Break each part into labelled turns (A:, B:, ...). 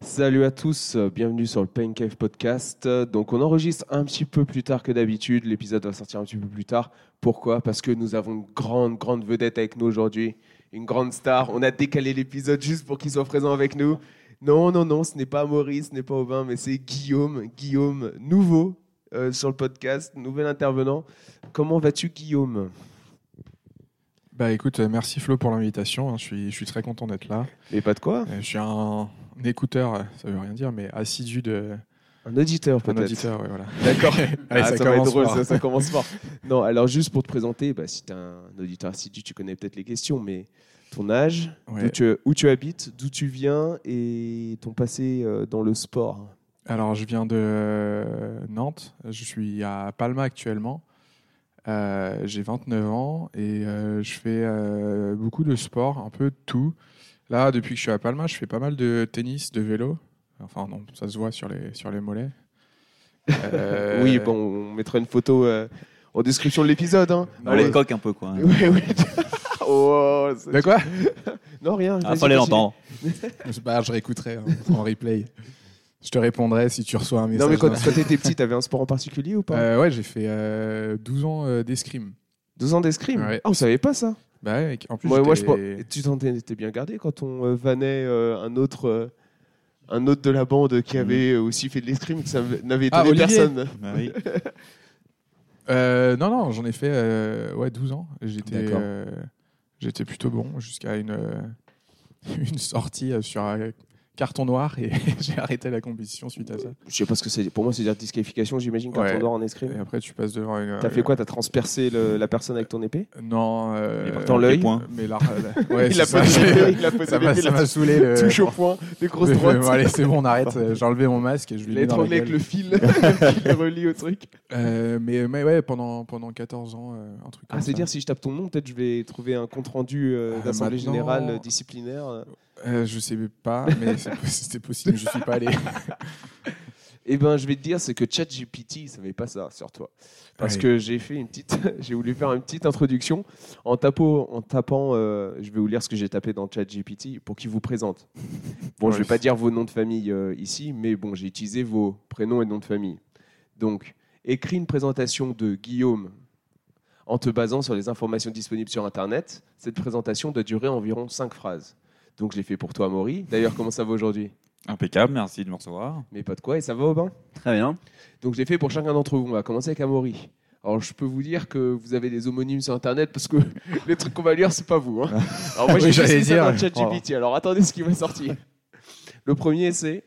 A: Salut à tous, euh, bienvenue sur le Pain Cave Podcast. Euh, Donc on enregistre un petit peu plus tard que d'habitude, l'épisode va sortir un petit peu plus tard. Pourquoi Parce que nous avons une grande, grande vedette avec nous aujourd'hui, une grande star. On a décalé l'épisode juste pour qu'il soit présent avec nous. Non, non, non, ce n'est pas Maurice, ce n'est pas Aubin, mais c'est Guillaume, Guillaume nouveau euh, sur le podcast, nouvel intervenant. Comment vas-tu Guillaume
B: Bah écoute, euh, merci Flo pour l'invitation. hein. Je suis, je suis très content d'être là.
A: Mais pas de quoi
B: Euh, Je suis un, un écouteur, euh, ça veut rien dire, mais assidu de
A: Un auditeur
B: un
A: peut-être.
B: auditeur. ouais, voilà.
A: D'accord.
B: Allez,
A: Ah,
B: ça
A: ça, va être
B: commence
A: drôle,
B: fort.
A: ça, ça commence fort. Non, alors juste pour te présenter, bah, si tu es un auditeur assidu, tu connais peut-être les questions, mais ton âge,
B: Ouais.
A: d'où tu- où tu habites, d'où tu viens et ton passé euh, dans le sport.
B: Alors je viens de euh, Nantes. Je suis à Palma actuellement. Euh, J'ai 29 ans et euh, je fais euh, beaucoup de sport, un peu de tout. Là, depuis que je suis à Palma, je fais pas mal de tennis, de vélo. Enfin non, ça se voit sur les, sur les mollets. Euh,
A: Oui, bon, on mettra une photo euh, en description de l'épisode. hein.
B: Non,
C: Allez,
A: Allez.
C: coque un peu quoi. hein.
A: Oui, oui. Oh, ça-
B: De quoi
A: Non, rien.
C: Ah,
A: vas-y,
C: faut
A: continue.
C: les l'entendre.
B: Bah, je réécouterai hein, en replay. Je te répondrai si tu reçois un message.
A: Non, mais quand,
B: d'un-
A: quand t'étais petit, t'avais un sport en particulier ou pas
B: Euh, ouais, j'ai fait euh, 12 ans euh, d'escrime.
A: 12 ans d'escrime
B: ouais.
A: Ah, on savait pas ça
B: Bah ouais, mec, en plus,
A: Moi, moi, je
B: j'étais-
A: pense- et Tu t'en étais bien gardé quand on euh, vannait euh, un autre. euh, un autre de la bande qui avait euh, aussi fait de l'escrime, que ça n'avait
B: Ah,
A: étonné
B: Olivier.
A: personne.
C: Bah oui.
B: Euh, non, non, j'en ai fait euh, ouais, 12 ans. J'étais
C: D'accord.
B: euh, j'étais plutôt bon jusqu'à une, euh, une sortie euh, sur un carton noir et j'ai arrêté la compétition suite à ça.
A: Je sais pas ce que c'est. Pour moi, c'est dire disqualification, j'imagine, quand
B: quand Ouais.
A: on
B: on
A: dort en
B: Et
A: escrime.
B: après, tu passes devant une.
A: T'as
B: euh,
A: fait quoi T'as transpercé le- la personne avec ton épée
B: Non. euh,
C: Il est parti
A: dans
C: avec les
A: l'œil.
C: points.
B: Mais la- la- ouais,
A: hein. Il a
B: c'est
A: pas
B: ça.
A: de il a pas
B: Ça m'a- ça m'a saoulé. le-
A: Touche au point, des grosses
B: Bon,
A: droites.
B: allez, c'est bon, on arrête. Euh, J'ai enlevé mon masque et je lui
A: Il
B: ai
A: a
B: mis dans la
A: étranglé avec le
B: gueule.
A: fil qui le relie au truc.
B: Euh, mais, mais ouais, pendant, pendant 14 ans, euh, un truc comme
A: Ah,
B: ça.
A: c'est-à-dire, si je tape ton nom, peut-être je vais trouver un compte-rendu euh,
B: Euh,
A: d'assemblée
B: maintenant-
A: générale euh, disciplinaire.
B: Euh, je sais pas, mais c'est po- c'était possible, je suis pas allé.
A: Eh ben, je vais te dire, c'est que ChatGPT, il savait pas ça sur toi. Parce
B: Ouais.
A: que j'ai fait une petite, j'ai voulu faire une petite introduction en, tapo- en tapant, euh, je vais vous lire ce que j'ai tapé dans ChatGPT pour qu'il vous présente. Bon, je
B: Ouais.
A: vais pas dire vos noms de famille euh, ici, mais bon, j'ai utilisé vos prénoms et noms de famille. Donc, écris une présentation de Guillaume en te basant sur les informations disponibles sur Internet. Cette présentation doit durer environ 5 phrases. Donc, je l'ai fait pour toi, Maury. D'ailleurs, comment ça va aujourd'hui
C: Impeccable, merci de me recevoir.
A: Mais pas de quoi, et ça va, Aubin
C: Très bien.
A: donc j'ai fait pour chacun d'entre vous. On va commencer avec Amaury. Alors je peux vous dire que vous avez des homonymes sur Internet parce que les trucs qu'on va lire, c'est pas vous. hein. Alors moi
B: Oui,
A: j'ai
B: j'allais
A: juste ça
B: dire.
A: dans ChatGPT. Alors attendez ce qui va sortir. Le premier c'est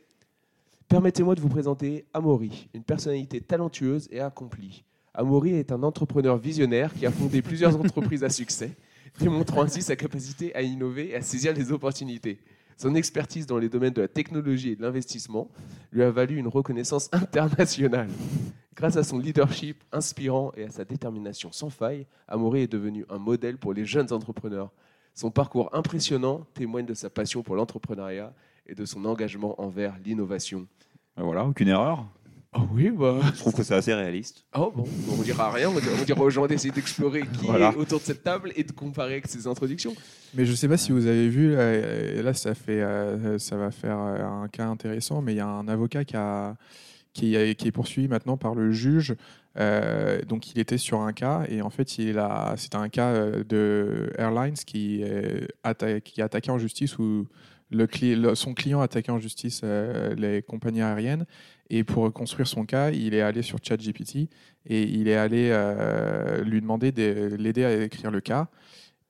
A: Permettez-moi de vous présenter Amaury, une personnalité talentueuse et accomplie. Amaury est un entrepreneur visionnaire qui a fondé plusieurs entreprises à succès, démontrant ainsi sa capacité à innover et à saisir les opportunités. Son expertise dans les domaines de la technologie et de l'investissement lui a valu une reconnaissance internationale. Grâce à son leadership inspirant et à sa détermination sans faille, Amaury est devenu un modèle pour les jeunes entrepreneurs. Son parcours impressionnant témoigne de sa passion pour l'entrepreneuriat et de son engagement envers l'innovation.
C: Bah voilà, aucune erreur.
A: Ah oui, bah.
C: Je trouve que c'est assez réaliste.
A: Oh bon, on dira rien, on dira, on dira aux gens d'essayer d'explorer qui
C: Voilà.
A: est autour de cette table et de comparer avec ses introductions.
B: Mais je sais pas si vous avez vu, euh, et là, ça, fait, euh, ça va faire euh, un cas intéressant, mais il y a un avocat qui, a, qui, a- qui est poursuivi maintenant par le juge. Euh, donc, il était sur un cas, et en fait, il a- c'était un cas euh, de Airlines qui, euh, atta- qui a attaqué en justice où le cli- le- son client attaquait en justice euh, les compagnies aériennes. Et pour reconstruire son cas, il est allé sur ChatGPT et il est allé euh, lui demander de l'aider à écrire le cas.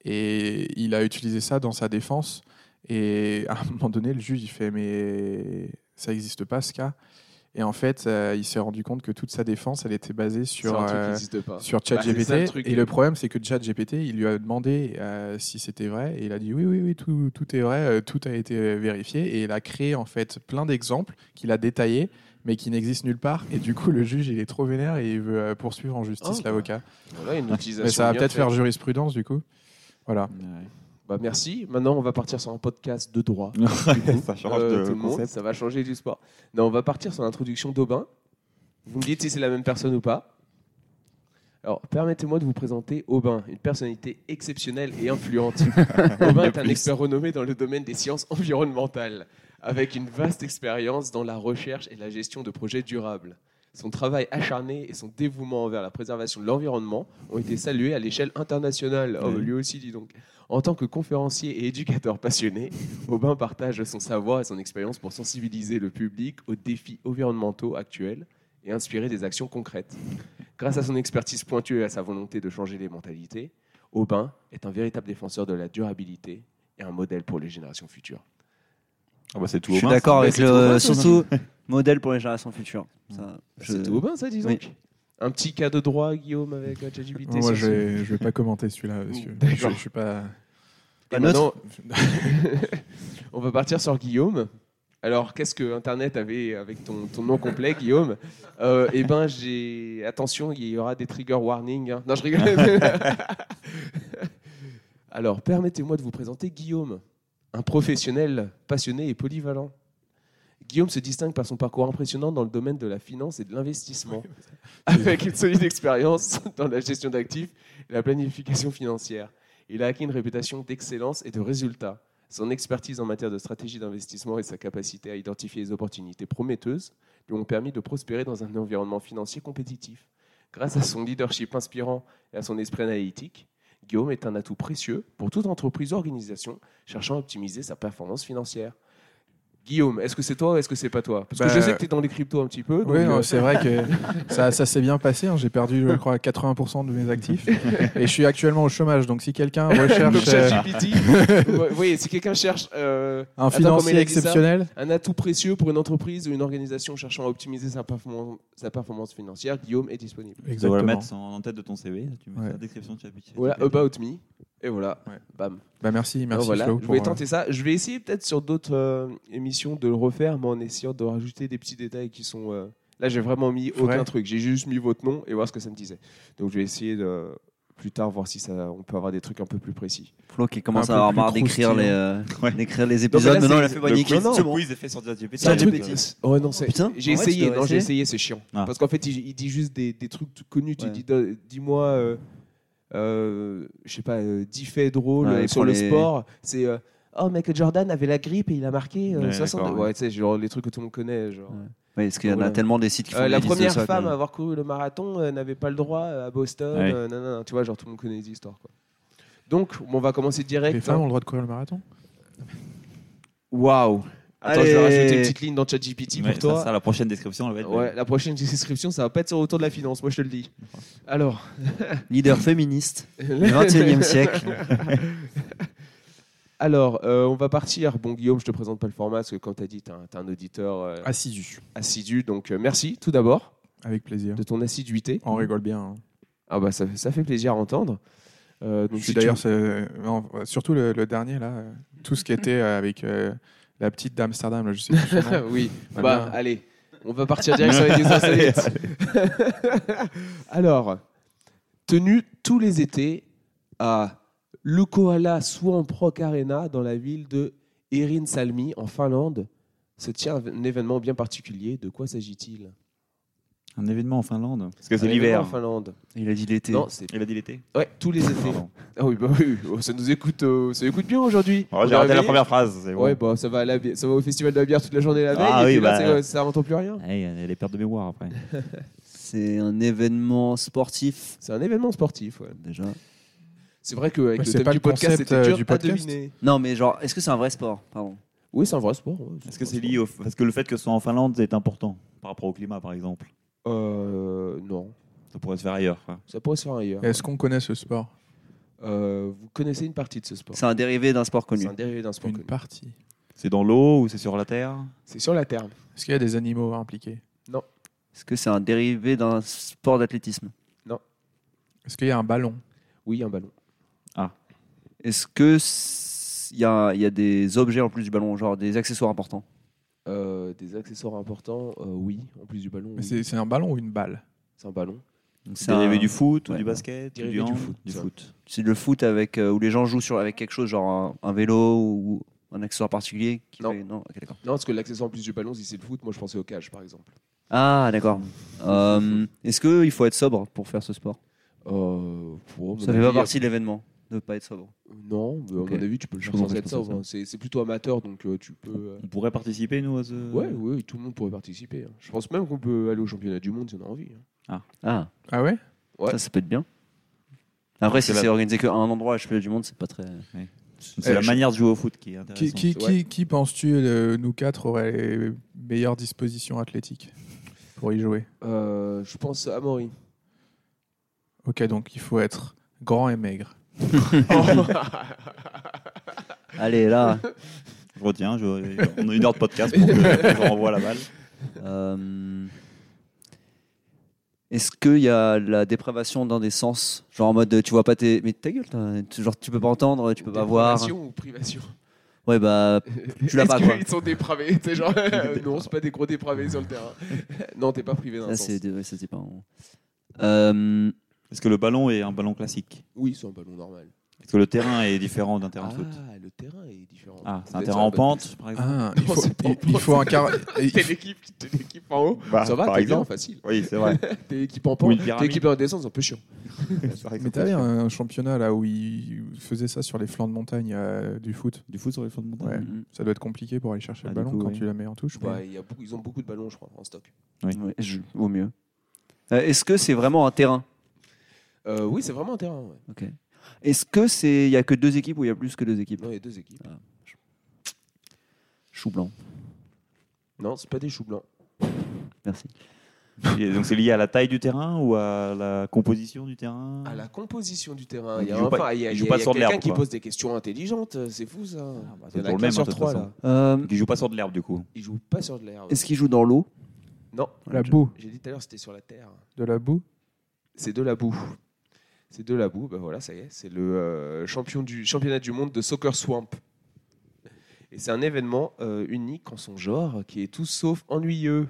B: Et il a utilisé ça dans sa défense. Et à un moment donné, le juge, il fait Mais ça n'existe pas ce cas. Et en fait, euh, il s'est rendu compte que toute sa défense, elle était basée
A: Sur
B: sur,
A: un truc qui
B: euh,
A: n'existe pas.
B: sur
A: Bah, c'est
B: ChatGPT.
A: ça, le truc.
B: et le problème, c'est que ChatGPT, il lui a demandé euh, si c'était vrai. Et il a dit oui, oui, oui, tout, tout est vrai, euh, tout a été euh, vérifié. Et il a créé en fait plein d'exemples qu'il a détaillés, mais qui n'existent nulle part. Et du coup, le juge, il est trop vénère et il veut euh, poursuivre en justice
A: Oh.
B: l'avocat.
A: Voilà, une utilisation
B: Mais ça va
A: bien
B: peut-être
A: faite.
B: faire jurisprudence du coup. Voilà.
A: Bah, merci. Maintenant, on va partir sur un podcast de droit.
C: ça change
A: Euh,
C: de
A: tout le monde,
C: concept.
A: ça va changer du sport. Non, on va partir sur l'introduction d'Aubin. Vous me dites si c'est la même personne ou pas. Alors, permettez-moi de vous présenter Aubin, une personnalité exceptionnelle et influente. Aubin
C: De
A: est un
C: plus.
A: expert renommé dans le domaine des sciences environnementales. avec une vaste expérience dans la recherche et la gestion de projets durables. Son travail acharné et son dévouement envers la préservation de l'environnement ont été salués à l'échelle internationale. Oh,
C: Oui.
A: lui aussi, dis donc. En tant que conférencier et éducateur passionné, Aubin partage son savoir et son expérience pour sensibiliser le public aux défis environnementaux actuels et inspirer des actions concrètes. Grâce à son expertise pointue et à sa volonté de changer les mentalités, Aubin est un véritable défenseur de la durabilité et un modèle pour les générations futures.
C: Ah bah, c'est tout
D: Je suis
C: Aubin, ça.
D: d'accord
C: Bah,
D: avec
C: c'est tout Aubin,
D: le.
C: ça.
D: Surtout, modèle pour les générations futures. Ça, je-
A: C'était Aubin, ça, disons
D: Oui.
A: Un petit cas de droit, Guillaume, avec euh, ChatGPT
B: Moi,
A: ça,
B: je
A: c'est-
B: vais, je vais pas commenter celui-là. monsieur. Je,
A: D'accord.
B: je suis pas.
A: Et
D: Pas neutre.
A: Bah maintenant, on va partir sur Guillaume. Alors, qu'est-ce que Internet avait avec ton, ton nom complet, Guillaume Euh, Eh ben, j'ai attention, il y aura des trigger warnings. hein. Non, je rigole. Alors, permettez-moi de vous présenter Guillaume, un professionnel passionné et polyvalent. Guillaume se distingue par son parcours impressionnant dans le domaine de la finance et de l'investissement, avec une solide expérience dans la gestion d'actifs et la planification financière. Il a acquis une réputation d'excellence et de résultats. Son expertise en matière de stratégie d'investissement et sa capacité à identifier les opportunités prometteuses lui ont permis de prospérer dans un environnement financier compétitif. Grâce à son leadership inspirant et à son esprit analytique, Guillaume est un atout précieux pour toute entreprise ou organisation cherchant à optimiser sa performance financière. Guillaume, est-ce que c'est toi ou est-ce que c'est pas toi Parce
B: Bah,
A: que je sais que tu es dans les cryptos un petit peu. donc,
B: Oui, non,
A: euh,
B: c'est vrai que ça, ça s'est bien passé. hein. J'ai perdu, je crois, 80% de mes actifs. Et je suis actuellement au chômage. Donc, si quelqu'un
A: donc,
B: recherche euh,
A: ChatGPT, vous voyez, si quelqu'un cherche euh,
B: un
A: Attends, comment il a
B: financier
A: dit ça
B: exceptionnel,
A: Un atout précieux pour une entreprise ou une organisation cherchant à optimiser sa, performan- sa performance financière, Guillaume est disponible.
C: Tu dois le
B: exactement.
C: mettre en en tête de ton CV. Tu mets
B: Ouais.
C: ça, la description de chapitre.
A: Voilà, About Me. Et voilà,
B: Ouais.
A: bam.
B: Bah, merci, merci
A: Alors Oh, voilà,
B: Flo.
A: je
B: pour,
A: vais
B: euh,
A: tenter ça. Je vais essayer peut-être sur d'autres euh, émissions de le refaire, mais en essayant de rajouter des petits détails qui sont. euh, Là, j'ai vraiment mis aucun
B: Ouais.
A: truc. J'ai juste mis votre nom et voir ce que ça me disait. Donc, je vais essayer de plus tard voir si ça, on peut avoir des trucs un peu plus précis.
D: Flo qui commence
B: Un
D: à
B: peu
D: avoir
B: plus
D: marre d'écrire les, euh,
C: Ouais.
D: d'écrire les épisodes.
A: là,
D: Maintenant,
A: c'est-
D: on l'a fait
C: Le
D: paniquer.
C: quiz,
D: Non,
C: ce
D: non.
C: quiz est fait sur ChatGPT.
D: C'est un
A: truc-
D: GPT.
A: Oh non, c'est-
D: Putain,
A: j'ai
D: en vrai, tu
A: essayé,
D: devrais
A: non, j'ai
D: essayer.
A: essayé, c'est chiant.
C: Ah.
A: Parce qu'en fait, il, il dit juste des, des trucs tout connus. Tu
D: Ouais.
A: dis, do- dis-moi, euh, euh, je sais pas, euh, 10 faits drôles
D: Ouais,
A: euh,
D: il
A: sur
D: prend
A: le
D: les-
A: sport. C'est euh, oh, Michael Jordan avait la grippe et il a marqué euh,
C: Ouais,
A: 62.
C: d'accord,
A: Ouais, tu sais, genre les trucs que tout le monde connaît. Genre.
D: Ouais. Ouais, parce qu'il y en a
A: Voilà.
D: tellement des sites qui font
A: Euh,
D: des
A: la
D: listes de
A: première
D: ça,
A: femme
D: quoi.
A: à avoir couru le marathon euh, n'avait pas le droit euh, à Boston.
C: Ouais.
A: euh, nanana. tu vois, genre tout le monde connaît les histoires. Quoi. Donc, on va commencer
B: Les
A: direct. hein.
B: femmes ont le droit de courir le marathon
A: Waouh! Attends, je vais
D: Allez.
A: rajouter une petite ligne dans ChatGPT
C: Ouais,
A: pour toi.
C: Ça, ça, la prochaine description, elle va être.
A: Ouais, la prochaine description, ça va pas être sur autour de la finance, moi je te le dis. Alors,
D: Leader féministe du 21 e siècle.
A: Alors, euh, on va partir. Bon, Guillaume, je te présente pas le format parce que, comme tu as dit, tu es un auditeur euh,
B: Ah. Assidu.
A: assidu. Donc, euh, merci tout d'abord
B: Avec plaisir.
A: de ton assiduité.
B: On rigole bien. hein.
A: Ah, bah, ça, ça fait plaisir à entendre. Euh, donc,
B: Je suis
A: si
B: d'ailleurs,
A: tu-
B: c'est- non, surtout le, le dernier, là, euh, tout ce qui était euh, avec euh, la petite d'Amsterdam, là, je sais plus son nom.
A: oui,
B: Ah
A: bah,
B: bien.
A: allez, on va partir direct sur les news insolites. Alors, tenu tous les étés à Lukoala Suanprok Arena dans la ville de Erin Salmi en Finlande, se tient un événement bien particulier. De quoi s'agit-il
C: Un événement en Finlande. Parce que c'est
A: Un événement
C: l'hiver.
A: En Finlande.
D: Il a dit l'été.
A: Non, c'est.
C: Il a dit l'été.
A: Ouais, tous les étés.
C: Pardon.
A: Ah oui, bah oui, oh, ça nous écoute, euh, ça écoute bien aujourd'hui.
C: Ouais,
A: On
C: Oh, J'ai
A: est
C: raté la
A: réveillés.
C: première phrase. c'est bon.
A: Ouais, bah ça va, à la bi- ça va au festival de la bière toute la journée la veille.
C: Ah
A: et
C: oui,
A: puis là,
C: bah,
A: c'est- euh, ça n'entend plus rien.
C: Hey, elle a les pertes de mémoire après.
D: C'est un événement sportif.
A: C'est un événement sportif. ouais.
D: Déjà.
A: C'est vrai qu'avec
B: Mais
A: le
B: c'est
A: thème
B: pas
A: du
B: le
A: podcast,
B: concept,
A: c'était
B: euh,
A: dur
B: du
A: à
B: podcast
A: deviner.
D: Non, mais genre, est-ce que c'est un vrai sport Pardon.
A: Oui, c'est un vrai sport. ouais,
C: Est-ce que
A: un
C: c'est
A: vrai
C: lié au. Parce que le fait que ce soit en Finlande est important par rapport au climat, par exemple.
A: sport. Euh, non,
C: Ça pourrait se faire ailleurs. quoi.
A: ça pourrait se faire ailleurs.
B: Est-ce qu'on connaît ce sport
A: Euh, vous connaissez une partie de ce sport
D: C'est un dérivé d'un sport
A: C'est
D: connu.
A: un dérivé d'un sport
B: Une
A: connu.
B: partie.
C: C'est dans l'eau ou c'est sur la terre
A: C'est sur la terre.
B: Est-ce qu'il y a des animaux impliqués
D: Est-ce que c'est un dérivé d'un sport d'athlétisme
B: Est-ce qu'il y a un ballon
A: Oui, un ballon.
D: Est-ce que c'est- il y a, il y a des objets en plus du ballon, genre des accessoires importants
A: Euh, des accessoires importants, euh, oui, en plus du ballon.
B: Mais
A: oui.
B: c'est c'est un ballon ou une balle
A: C'est un ballon.
D: C'est
C: C'est dérivé
D: un-
C: du foot ou
D: ouais.
C: du basket ou
A: Dérivé du
C: hand
A: foot,
C: Du
A: ça.
C: foot.
D: C'est le foot avec euh, où les gens jouent sur avec quelque chose, genre un, un vélo ou un accessoire particulier. qui
A: Non.
D: fait- non ok, d'accord.
A: Non, parce que l'accessoire en plus du ballon, si c'est le foot, moi je pensais au cage par exemple.
D: Ah d'accord. Euh, Est-ce qu'il faut être sobre pour faire ce sport
A: Euh, pour mon
D: Ça fait pas
A: avis,
D: partie de l'événement. ne pas être sobre.
A: Non, bah,
D: Ok.
A: à mon avis, tu peux le
D: Je
A: faire
D: comprends
A: sans
D: pas,
A: être
D: je pensais
A: sobre,
D: ça.
A: hein. C'est c'est plutôt amateur, donc euh, tu peux. euh,
C: On pourrait participer, nous, à ce.
D: Euh.
A: Ouais, ouais, tout le monde pourrait participer. hein. Je pense même qu'on peut aller au championnat du monde si on a envie. hein.
D: Ah,
B: Ah ouais
A: Ouais.
D: ça, ça peut être bien. Après, si
C: C'est la-
D: c'est organisé qu'à un endroit, à championnat du monde, c'est pas très.
C: C'est la
B: Euh, je-
C: manière de jouer au foot qui est
B: Qui,
C: intéressante.
B: qui, qui,
A: Ouais.
B: qui penses-tu, euh, nous quatre, aurait les meilleures dispositions athlétiques pour y jouer
A: Euh, je pense à Maury.
B: Ok, donc il faut être grand et maigre.
D: Allez, là.
C: Je retiens, je- on a une heure de podcast pour que je renvoie la balle.
D: euh, Est-ce qu'il y a la dépravation d'un des sens Genre en mode, euh, tu vois pas tes. Mais ta gueule, t'as- tu- genre tu peux pas entendre, tu peux pas voir.
A: Privation ou privation
D: Ouais, bah. Tu l'as
A: Est-ce
D: pas, quoi.
A: qu'ils sont dépravés T'es genre, euh, non, c'est pas des gros dépravés sur le terrain. non, t'es pas privé d'un
D: Ça,
A: sens.
D: c'est ouais, ça, c'est pas. un- Euh,
C: Est-ce que le ballon est un ballon classique
A: Oui, c'est un ballon normal.
C: Est-ce que le terrain est différent d'un terrain de foot
A: Ah, le terrain est différent.
C: Ah, c'est un
A: Peut-être
C: terrain
A: ça,
C: en
A: peut-être.
C: pente, par exemple
B: Ah, il
A: Non,
B: faut,
A: c'est pas
B: il- il faut un quart. il-
A: T'es l'équipe, t'es l'équipe en haut.
C: Bah,
A: ça va,
C: par
A: t'es bien,
C: exemple.
A: facile.
C: Oui, c'est vrai.
A: T'es l'équipe en
C: Ou
A: pente,
C: une
A: t'es
C: pyramide.
A: l'équipe en descente, c'est un peu chiant.
B: Mais t'avais un championnat là où ils faisaient ça sur les flancs de montagne euh, du foot.
C: Du foot sur les fonds de montagne
B: Ouais.
D: mm,
B: Ça doit être compliqué pour aller chercher
C: Ah,
B: le
C: du
B: ballon
C: coup,
B: quand
C: oui.
B: tu la mets en touche. mais-
A: Bah, il y a beaucoup- ils ont beaucoup de ballons, je crois, en stock.
D: ouais, je- Vaut mieux. Euh, Est-ce que c'est vraiment un terrain
A: Euh, oui, c'est vraiment un terrain. ouais.
D: Ok. Est-ce que c'est il y a que deux équipes ou il y a plus que deux équipes
A: Non, il y a deux équipes.
D: Chou blanc.
A: Non, c'est pas des choux blancs.
D: Merci.
C: Et Donc c'est lié à la taille du terrain ou à la composition du terrain
A: À la composition du terrain,
C: Ils
A: il y a,
C: jouent
A: enfin,
C: pas-
A: il y a,
C: ils
A: il y
C: jouent
A: a-
C: pas
A: il y a
C: sur de l'herbe,
A: quelqu'un qui
C: quoi.
A: pose des questions intelligentes, euh, c'est fou ça.
C: bah,
A: il y en
C: c'est toujours
A: a
C: le
A: qu'un
C: même,
A: sur
C: de toute
A: trois
C: façon.
A: là.
D: Euh,
C: Qui joue pas sur de l'herbe du coup.
A: Ils jouent pas sur de l'herbe.
D: Est-ce qu'il joue dans l'eau
A: Non,
B: La boue,
A: j'ai dit tout à l'heure c'était sur la terre.
B: de la boue.
A: C'est de la boue. C'est de la boue, ben voilà, ça y est, c'est le euh, champion du, championnat du monde de Soccer Swamp. Et c'est un événement euh, unique en son genre qui est tout sauf ennuyeux.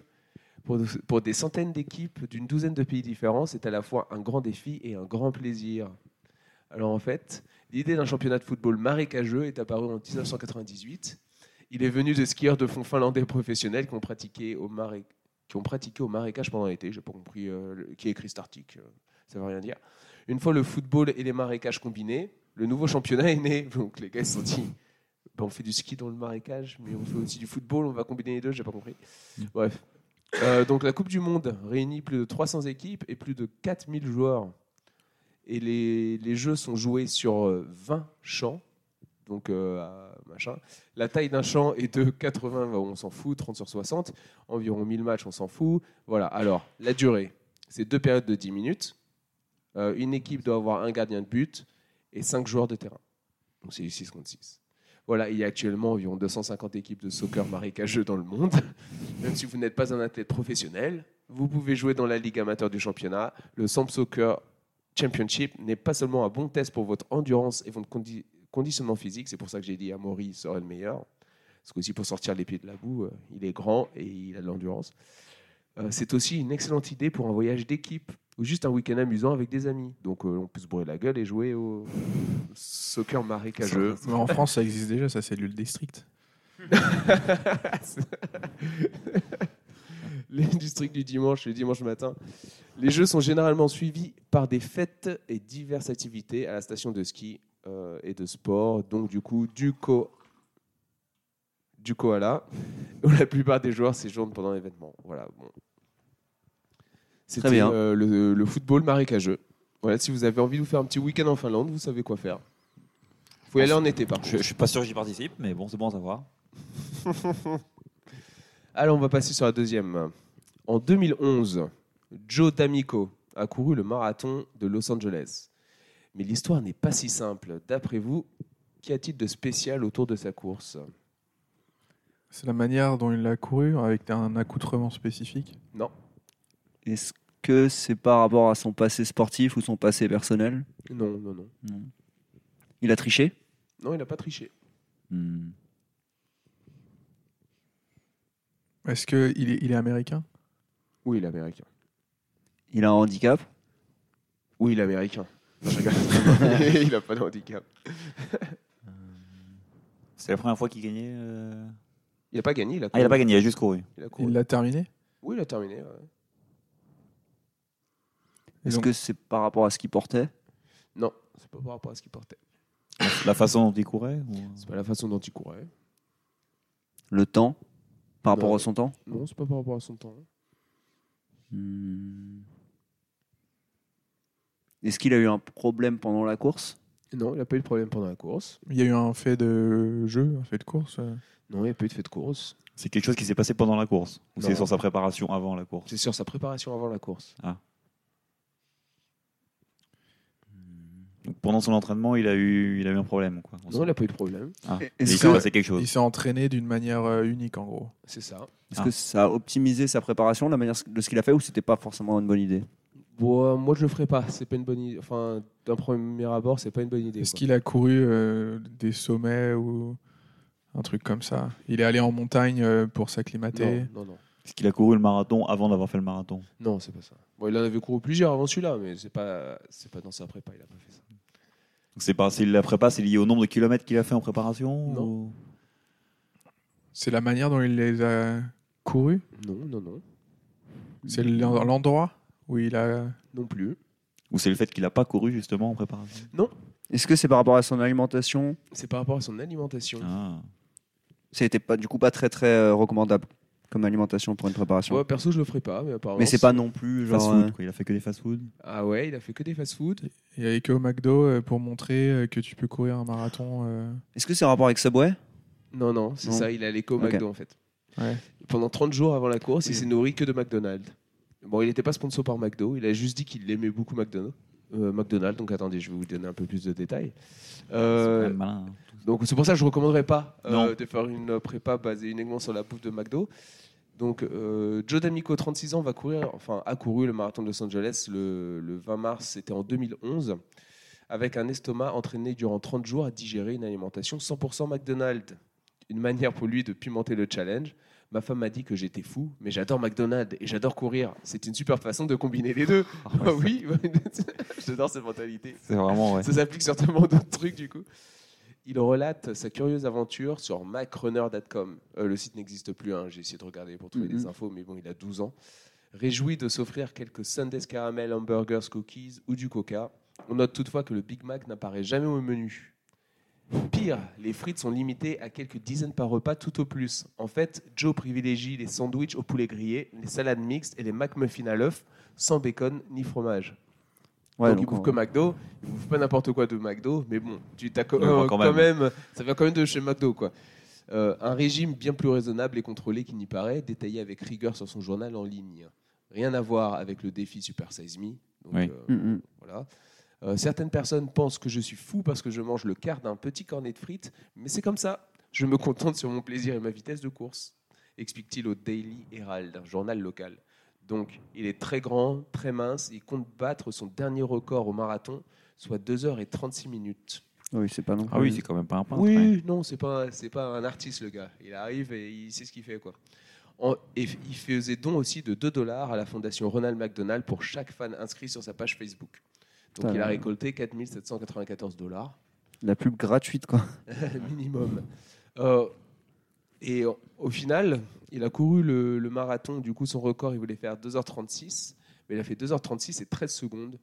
A: Pour, pour des centaines d'équipes d'une douzaine de pays différents, c'est à la fois un grand défi et un grand plaisir. Alors en fait, l'idée d'un championnat de football marécageux est apparue en 1998. Il est venu de skieurs de fond finlandais professionnels qui ont pratiqué au, maré- qui ont pratiqué au marécage pendant l'été. J'ai pas compris euh, le- qui a écrit cet article. euh, Ça veut rien dire. Une fois le football et les marécages combinés, le nouveau championnat est né. Donc les gars ils se sont dit, ben, on fait du ski dans le marécage, mais on fait aussi du football. On va combiner les deux. J'ai pas compris. Bref. Euh, donc la Coupe du Monde réunit plus de 300 équipes et plus de 4000 joueurs. Et les, les jeux sont joués sur euh, 20 champs. Donc, euh, à- machin. La taille d'un champ est de 80, bah, on s'en fout, 30 sur 60. Environ 1000 matchs, on s'en fout. Voilà. Alors, la durée, c'est deux périodes de 10 minutes. Euh, une équipe doit avoir un gardien de but et 5 joueurs de terrain. Donc, c'est du 6 contre 6. Voilà, il y a actuellement environ 250 équipes de soccer marécageux dans le monde. Même si vous n'êtes pas un athlète professionnel, vous pouvez jouer dans la Ligue amateur du championnat. Le Samp Soccer Championship n'est pas seulement un bon test pour votre endurance et votre condi- conditionnement physique, c'est pour ça que j'ai dit Amaury serait le meilleur. Parce qu'aussi pour sortir les pieds de la boue, euh, il est grand et il a de l'endurance. Euh, c'est aussi une excellente idée pour un voyage d'équipe ou juste un week-end amusant avec des amis. Donc euh, on peut se brûler la gueule et jouer au soccer marécageux.
B: Mais en France, ça existe déjà, ça c'est le district.
A: les districts du dimanche, le dimanche matin. Les jeux sont généralement suivis par des fêtes et diverses activités à la station de ski euh, et de sport. Donc du coup, du, ko- du koala, où la plupart des joueurs séjournent pendant l'événement. Voilà. Bon. C'était
D: bien.
A: euh, le, le football marécageux. Voilà, si vous avez envie de vous faire un petit week-end en Finlande, vous savez quoi faire. Faut y aller en été, par contre.
C: Je, je suis pas sûr que j'y participe, mais bon, c'est bon à savoir.
A: Alors, on va passer sur la deuxième. En 2011, Joe D'Amico a couru le marathon de Los Angeles. Mais l'histoire n'est pas si simple. D'après vous, qu'y a-t-il de spécial autour de sa course
B: C'est la manière dont il l'a couru avec un accoutrement spécifique.
A: Non,
D: Est-ce que c'est par rapport à son passé sportif ou son passé personnel
A: non, non, non.
D: Il a triché
A: Non, il n'a pas triché.
D: Hmm.
B: Est-ce qu'il est, il est américain
A: Oui, il est américain.
D: Il a un handicap
A: Oui, il est américain. Non, je rigole. il n'a pas de handicap.
C: C'est la première fois qu'il gagnait. euh,
A: Il n'a pas gagné, il a
C: Ah, il
A: couru.
C: a pas gagné, il a juste couru.
A: Il a couru.
B: Il l'a terminé
A: Oui, il a terminé. ouais.
B: Et
D: Est-ce
B: donc-
D: que c'est par rapport à ce qu'il portait
A: Non, c'est pas par rapport à ce qu'il portait.
C: La façon dont il courait ou-
A: C'est pas la façon dont il courait.
D: Le temps Par rapport
A: Non.
D: à son temps
A: Non, c'est pas par rapport à son temps.
D: Hmm. Est-ce qu'il a eu un problème pendant la course
A: Non, il n'a pas eu de problème pendant la course.
B: Il y a eu un fait de jeu, un fait de course. euh.
A: Non, il n'y a pas eu de fait de course.
C: C'est quelque chose qui s'est passé pendant la course Ou
A: Non.
C: c'est sur sa préparation avant la course
A: C'est sur sa préparation avant la course.
C: Donc, Pendant son entraînement, il a eu, il a eu un problème. Quoi. On
A: Non, il n'a pas eu de problème.
C: Ah.
D: Est-ce
C: Mais il s'est
D: que-
C: passé quelque chose.
B: Il s'est entraîné d'une manière euh, unique, en gros.
A: C'est ça.
D: Est-ce
C: Ah.
D: que ça a optimisé sa préparation, la manière de ce qu'il a fait, ou c'était pas forcément une bonne idée
A: Bon, euh, moi, je le ferai pas. C'est pas une bonne idée. Enfin, d'un premier abord, c'est pas une bonne idée.
B: Est-ce
A: quoi.
B: qu'il a couru euh, des sommets ou un truc comme ça Il est allé en montagne euh, pour s'acclimater.
A: Non, non, non.
C: Est-ce qu'il a couru le marathon avant d'avoir fait le marathon
A: Non, c'est pas ça. Bon, il en avait couru plusieurs avant celui-là, mais c'est pas, c'est pas dans sa prépa. Il a pas fait ça.
C: Donc, C'est pas, c'est la prépa, c'est lié au nombre de kilomètres qu'il a fait en préparation
A: Non.
C: ou-
B: C'est la manière dont il les a courus
A: Non, non, non.
B: C'est l'en- l'endroit où il a.
A: Non plus.
C: Ou c'est le fait qu'il n'a pas couru justement en préparation
D: Est-ce que c'est par rapport à son alimentation
A: C'est par rapport à son alimentation.
C: Ah.
D: C'était pas du coup pas très très euh, recommandable comme alimentation pour une préparation.
A: Moi, perso, je le ferai pas, mais apparemment.
D: Mais c'est pas non plus genre.
C: Fast
D: euh,
C: food, quoi. Il a fait que des fast food.
A: Ah ouais, il a fait que des fast-food.
B: Il allait que au McDo euh, pour montrer euh, que tu peux courir un marathon. euh.
D: Est-ce que c'est en rapport avec Subway
A: Non, non, c'est
D: Non.
A: ça, il est allé qu'au
D: Ok.
A: McDo en fait.
B: Ouais.
A: Pendant 30 jours avant la course, il
B: Oui.
A: s'est nourri que de McDonald's. Bon, il n'était pas sponsor par McDo, il a juste dit qu'il aimait beaucoup McDonald's. Euh, McDonald's, donc attendez, je vais vous donner un peu plus de détails. Euh,
C: C'est pas malin. hein.
A: donc c'est pour ça que je ne recommanderais pas euh,
C: Non.
A: de faire une prépa basée uniquement sur la bouffe de McDo. Donc euh, Joe D'Amico, 36 ans, va courir, enfin a couru le marathon de Los Angeles le, le 20 mars, c'était en 2011, avec un estomac entraîné durant 30 jours à digérer une alimentation 100% McDonald's. Une manière pour lui de pimenter le challenge. Ma femme m'a dit que j'étais fou, mais j'adore McDonald's et j'adore courir. C'est une super façon de combiner les deux. Ah oui, j'adore cette mentalité.
C: C'est vraiment ouais.
A: Ça s'applique certainement à d'autres trucs, du coup. Il relate sa curieuse aventure sur macrunner.com. Euh, le site n'existe plus, hein, j'ai essayé de regarder pour trouver
D: Mhm.
A: des infos, mais bon, il a 12 ans. Réjoui de s'offrir quelques Sundays caramel, hamburgers, cookies ou du coca. On note toutefois que le Big Mac n'apparaît jamais au menu. Pire, les frites sont limitées à quelques dizaines par repas tout au plus. En fait, Joe privilégie les sandwichs au poulet grillé, les salades mixtes et les McMuffins à l'œuf, sans bacon ni fromage
D: Ouais,
A: donc, ils
D: donc,
A: bouffent
D: on-
A: que McDo, ils bouffent pas n'importe quoi de McDo, mais bon, tu t'as quand,
C: Ouais, bon,
A: euh,
C: quand
A: quand même. ça vient quand même de chez McDo quoi. Euh, un régime bien plus raisonnable et contrôlé qu'il n'y paraît, détaillé avec rigueur sur son journal en ligne. Rien à voir avec le défi Super Size Me. Donc,
C: Oui.
A: euh,
D: Mm, mm.
A: voilà. Euh, certaines personnes pensent que je suis fou parce que je mange le quart d'un petit cornet de frites, mais c'est comme ça. Je me contente sur mon plaisir et ma vitesse de course, explique-t-il au Daily Herald, un journal local. Donc, il est très grand, très mince, il compte battre son dernier record au marathon, soit 2h36 minutes.
D: Oui, c'est pas non.
C: Ah oui, c'est quand même pas un peintre. ouais.
A: Oui, non, c'est pas, c'est pas un artiste, le gars. Il arrive et il sait ce qu'il fait, quoi. En- et f- il faisait don aussi de 2 dollars à la fondation Ronald McDonald pour chaque fan inscrit sur sa page Facebook. Donc
D: Putain,
A: il a
D: là.
A: récolté 4794 dollars
D: La pub gratuite quoi.
A: minimum. Euh, et au- au final, il a couru le, le marathon. Du coup, son record, il voulait faire 2h36. Mais il a fait 2h36 et 13 secondes.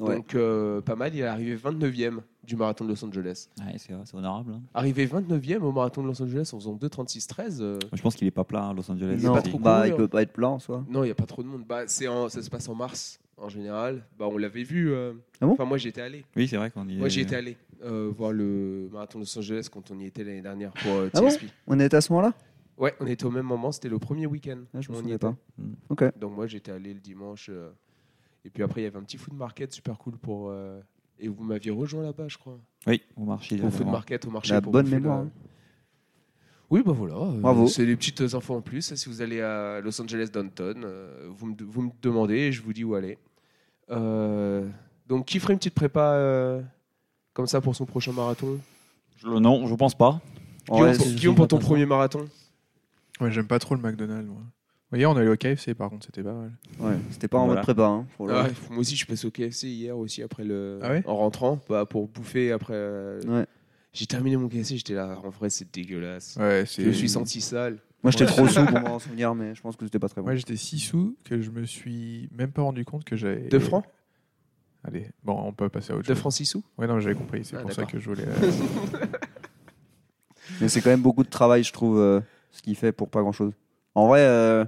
D: Ouais.
A: Donc euh, pas mal. Il est arrivé 29e du marathon de Los Angeles.
C: Ouais, c'est vrai, c'est honorable. hein.
A: Arrivé 29e au marathon de Los Angeles en faisant 2h36-13.
C: Moi, Je pense qu'il est pas plat à Los Angeles.
A: est
D: non,
A: pas trop
D: bah,
A: cool,
D: il
A: hein.
D: peut pas être plat en soi.
A: Non, il n'y a pas trop de monde. Bah, c'est en- ça se passe en mars, en général. Bah, on l'avait vu. euh.
D: Ah bon
A: enfin, moi, j'étais allé.
C: Oui, c'est vrai qu'on y est.
A: Moi, j'y étais allé euh, voir le marathon de Los Angeles quand on y était l'année dernière pour euh,
D: Ah bon
A: TSP.
D: On est à ce moment-là
A: ouais, on était au même moment. C'était le premier week-end.
D: Ah, Je
A: On
D: me
A: y
D: souviens
A: était.
D: pas.
A: Donc, moi, j'étais allé le dimanche. euh, et puis après, il y avait un petit food market super cool pour. euh, et vous m'aviez rejoint là-bas, je crois.
C: Oui, au marché.
A: Au food
C: vraiment.
A: market, au marché.
D: La
A: pour
D: bonne
A: bouffer
D: mémoire. hein.
A: le- Oui, bah voilà. euh,
D: Bravo.
A: C'est des petites infos en plus. Si vous allez à Los Angeles Downtown, euh, vous, me, vous me demandez et je vous dis où aller. Euh, donc, qui ferait une petite prépa euh, comme ça pour son prochain marathon
C: Je- Non, je pense pas.
D: En
A: Guillaume,
D: vrai,
A: pour,
D: c'est-
A: Guillaume, pour ton premier marathon
B: Ouais, j'aime pas trop le McDonald's, moi. Ouais, Hier, on est allé au KFC, par contre, c'était pas mal.
D: ouais, C'était pas en
C: Voilà.
D: mode prépa. hein, pour le-
A: Ah ouais, Moi aussi, je suis passé au KFC hier aussi après le,
B: Ah ouais
A: en rentrant bah, pour bouffer après. euh,
D: Ouais.
A: J'ai terminé mon KFC, j'étais là. En vrai, c'est dégueulasse.
B: Ouais,
A: Je me suis senti sale.
D: Moi j'étais trop sous pour m'en souvenir, mais je pense que c'était pas très bon.
B: Moi, j'étais 6 sous que je me suis même pas rendu compte que j'avais.
A: Deux francs
B: Allez, bon, on peut passer à autre
A: De
B: chose.
A: Francisou
B: Ouais, non, j'avais compris. C'est
A: Ah,
B: pour ça
A: d'accord.
B: que je voulais. euh,
D: Mais c'est quand même beaucoup de travail, je trouve, euh, ce qu'il fait pour pas grand chose. En vrai, euh,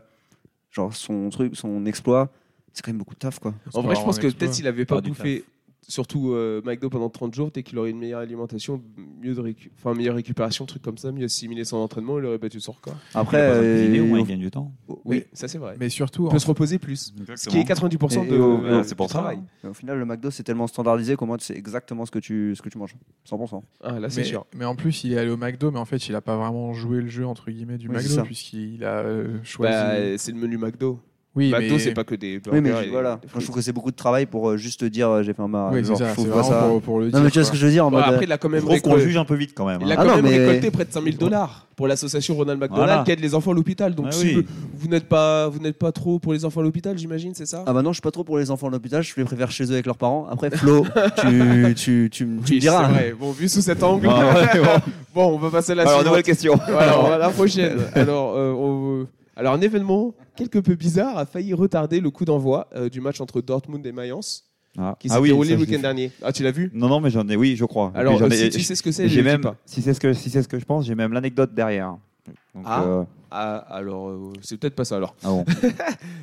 D: genre son truc, son exploit, c'est quand même beaucoup de taf, quoi.
A: En
B: pas
A: vrai, je pense
B: vraiment
A: que
B: exploit.
A: peut-être s'il avait pas
C: Pas du
A: bouffé, surtout euh, McDo pendant 30 jours, dès qu'il aurait une meilleure alimentation, mieux de récu- enfin, meilleure récupération, truc comme ça, mieux assimiler son entraînement, il aurait battu son record.
D: Après, euh,
C: vidéo, hein,
D: au-
C: il gagne du temps.
D: oui,
A: Oui, ça c'est vrai.
B: Mais surtout,
A: On
B: en-
A: peut se reposer plus. Ce qui est 90%
D: Et
A: de,
D: au-
A: euh,
C: c'est pour
A: du
C: ça.
A: travail.
D: Mais Au final, le McDo, c'est tellement standardisé qu'au moins, tu sais exactement ce que tu, ce que tu manges. 100%.
A: Ah, là c'est
B: mais,
A: sûr.
B: mais en plus, il est allé au McDo, mais en fait, il a pas vraiment joué le jeu entre guillemets du
D: Oui, c'est
B: McDo
D: ça.
B: puisqu'il a euh, choisi.
A: Bah, c'est le menu McDo.
B: oui,
A: McDo,
B: mais-
A: c'est pas que des burgers.
D: Oui, mais
A: et- des
D: voilà. Moi, je
A: frites.
D: trouve que c'est beaucoup de travail pour euh, juste te dire euh, j'ai fait un marre.
B: Oui, c'est
D: Genre,
B: ça.
D: faut
B: C'est
D: voir
B: vraiment
D: ça.
B: pour, pour le dire.
D: Non, mais tu vois ce que je veux dire en
A: Bon, bah,
D: mode.
A: après,
D: euh,
A: il a quand
C: Je
A: même
C: trouve qu'on
A: récolté-
C: juge un peu vite quand même. hein.
A: il a
D: Ah
A: quand
D: non,
A: même
D: mais-
A: récolté près de 5000 dollars pour l'association Ronald McDonald
C: Voilà.
A: qui aide les enfants à l'hôpital. Donc
C: Ah
A: si
C: oui.
A: vous, vous n'êtes pas, vous n'êtes pas trop pour les enfants à l'hôpital, j'imagine, c'est ça
D: Ah bah non, je suis pas trop pour les enfants de l'hôpital, je les préfère chez eux avec leurs parents. Après, Flo, tu, tu, tu, me- tu me
A: Oui, c'est
D: diras.
A: vrai. Bon, vu sous cet angle. bon, on va passer à la
C: Ah, Alors,
A: suivante.
C: nouvelle question.
A: Voilà, on va à la prochaine. Alors, euh, on- Alors, un événement quelque peu bizarre a failli retarder le coup d'envoi euh, du match entre Dortmund et Mayence
C: Ah,
A: qui s'est
C: ah oui,
A: déroulé
C: ça,
A: le
C: je l'ai
A: week-end
C: fait.
A: dernier. Ah, tu l'as vu
C: Non, non, mais j'en ai, oui, je crois. Et
A: Alors,
C: puis j'en
A: euh,
C: ai-
A: si tu sais ce que c'est, je
C: j'ai
A: ne
C: même,
A: pas.
C: si c'est ce que, si c'est ce que je pense, j'ai même l'anecdote derrière. Donc,
A: Ah.
C: euh,
A: Ah, alors, euh, c'est peut-être pas ça alors.
C: ah bon.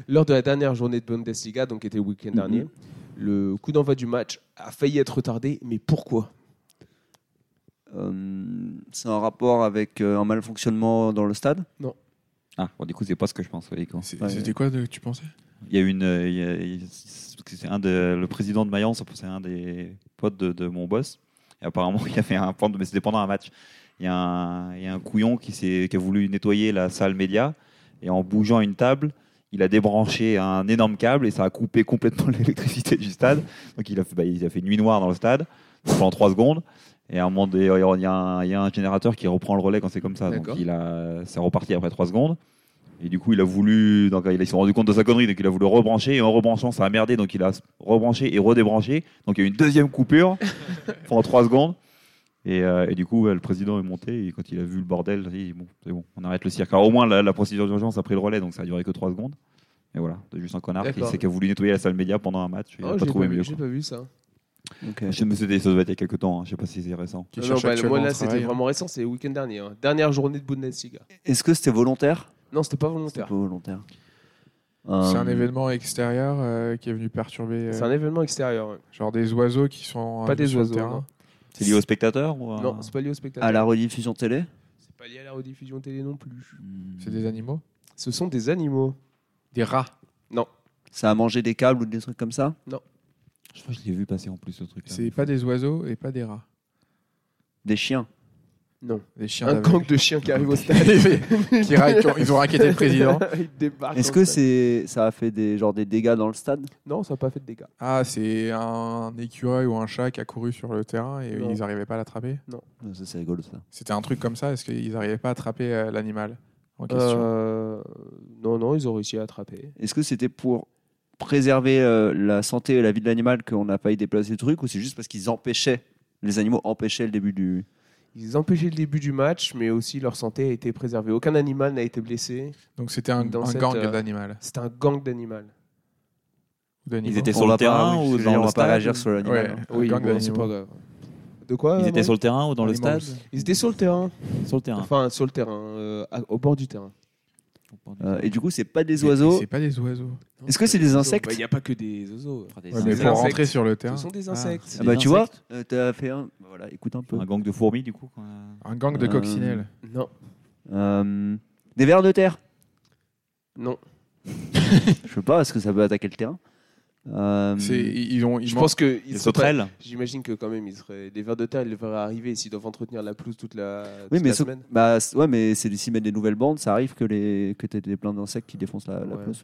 A: Lors de la dernière journée de Bundesliga, donc qui était le week-end
C: Mhm.
A: dernier, le coup d'envoi du match a failli être retardé, mais pourquoi
D: Euh, c'est un rapport avec euh, un malfonctionnement dans le stade.
C: Ah, bon, du coup, c'est pas ce que je pense. oui, quoi.
B: C'est-
D: Ouais.
B: C'était quoi de- que tu pensais
C: Il y a une, euh, il y a- il y a- c'est un de, le président de Mayence, c'est un des potes de, de mon boss. Et apparemment, il y avait un pendant- mais c'était pendant un match. Il y a un, il y a un couillon qui, s'est- qui a voulu nettoyer la salle média et en bougeant une table, il a débranché un énorme câble et ça a coupé complètement l'électricité du stade. Donc il a fait, bah, il a fait nuit noire dans le stade pendant 3 secondes. Et à un moment, donné, il y, a un- il y a un générateur qui reprend le relais quand c'est comme ça. Donc
A: D'accord.
C: il a, c'est reparti après 3 secondes. Et du coup, il a voulu. Donc, il s'est rendu compte de sa connerie, donc il a voulu rebrancher. Et en rebranchant, ça a merdé, donc il a rebranché et redébranché. Donc, il y a eu une deuxième coupure pendant 3 secondes. Et, euh, et du coup, ouais, le président est monté. Et quand il a vu le bordel, il a dit Bon, c'est bon, on arrête le cirque. Alors, au moins, la, la procédure d'urgence a pris le relais, donc ça a duré que 3 secondes. Et voilà, c'est juste un connard qui
A: D'accord.
C: sait qu'il a voulu nettoyer la salle média pendant un match. Il n'a
A: Oh,
C: pas
A: j'ai
C: trouvé
A: vu-
C: mieux.
A: J'ai
C: quoi.
A: pas vu ça.
D: Ok.
C: Je me suis dit, ça devait être il y a quelques temps, hein, je sais pas si c'est récent.
B: Qui
A: Non,
B: cherche
A: bah,
B: actuellement
A: moi,
B: un
A: là, c'était
C: hein.
B: travail.
A: vraiment récent, c'est le week-end dernier. hein. Dernière journée de Bundesliga.
D: Est-ce que c'était volontaire
A: Non, c'était pas
D: C'était
A: volontaire.
D: pas volontaire.
B: C'est
D: Euh,
B: un événement extérieur euh, qui est venu perturber, euh,
A: C'est un événement extérieur. ouais.
B: genre des oiseaux qui sont
A: Pas
B: euh,
A: des
B: sur le
A: oiseaux, hein.
B: terrain.
A: non.
C: C'est lié au spectateur ou à-
A: Non, c'est pas lié au spectacle.
D: À la rediffusion télé
A: C'est pas lié à la rediffusion télé non plus.
B: C'est des animaux,
A: Ce sont des animaux.
B: des rats.
D: Ça a mangé des câbles ou des trucs comme ça
C: Je crois que je l'ai vu passer en plus ce truc.
B: C'est pas des oiseaux et pas des rats.
D: Des chiens.
B: Des chiens
A: Un
B: d'aveugle.
A: gang de chiens qui arrive au stade.
B: Qui ra- qui ont- ils ont raquetté le président.
A: Ils débarquent
D: Est-ce
A: dans Ah,
D: que
A: le stade.
D: c'est ça a fait des genre des dégâts dans le stade
A: Non, ça n'a pas fait de dégâts.
B: Ah, c'est un écureuil ou un chat qui a couru sur le terrain et
A: Non.
B: ils n'arrivaient pas à l'attraper.
D: Non, Ça c'est rigolo ça.
B: C'était un truc comme ça. Est-ce qu'ils n'arrivaient pas à attraper euh, l'animal en question
A: Euh, non, non, ils ont réussi à attraper.
D: Est-ce que c'était pour préserver euh, la santé et la vie de l'animal qu'on a failli déplacer le truc ou c'est juste parce qu'ils empêchaient les animaux empêchaient le début du
A: Ils empêchaient le début du match, mais aussi leur santé a été préservée. Aucun animal n'a été blessé.
B: Donc c'était un,
A: Dans
B: un
A: cette,
B: gang
A: euh,
B: d'animal.
A: C'était un gang d'animal.
C: Ils étaient
D: On
C: sur
D: va
C: le
D: pas-
C: terrain
D: oui,
C: ou
D: c'est-
C: dans
D: on
C: le
D: va pas
C: stade
D: réagir sur l'animal.
B: Ouais,
D: hein.
B: un gang
A: bon, c'est
B: d'animaux.
A: pas grave. De quoi
C: Ils
A: Marie
C: étaient sur le terrain ou dans le
B: Animals.
C: stade
A: Ils étaient sur le terrain.
C: Sur le terrain.
A: Enfin, sur le terrain, euh, à- au bord du terrain.
D: Euh, et du coup, c'est pas des
B: Mais- mais
D: oiseaux.
B: C'est pas des oiseaux.
D: Est-ce que c'est des
A: Bah,
D: insectes
A: Il n'y a pas que des oiseaux.
B: Ouais,
A: C'est
B: mais
A: des
B: pour
A: insectes.
B: rentrer sur le terrain.
A: Ce sont des
B: Ah.
A: insects.
C: C'est
D: Ah bah
C: des
D: tu vois,
C: insectes.
D: euh, t'as fait un. bah Voilà, écoute un peu.
C: Un gang de fourmis, du coup. quoi.
B: Un gang de
D: Euh,
B: coccinelles.
A: Non,
D: Euh, des vers de terre.
A: non.
D: Je sais pas, est-ce que ça peut attaquer le terrain Euh,
B: C'est- ils ils ont. Ils
A: Je
B: man-
A: pense que
C: Des
A: ils seraient pas-
C: sauterelles.
A: J'imagine que quand même, ils seraient... les vers de terre, ils devraient arriver s'ils doivent entretenir la pelouse toute la, toute
D: Oui, mais,
A: la
D: sauf-
A: semaine.
D: bah, c- ouais, mais c'est s'ils mettent des nouvelles bandes, ça arrive que les que t'aies des plein d'insectes qui défoncent la, la
A: Ouais.
D: pelouse.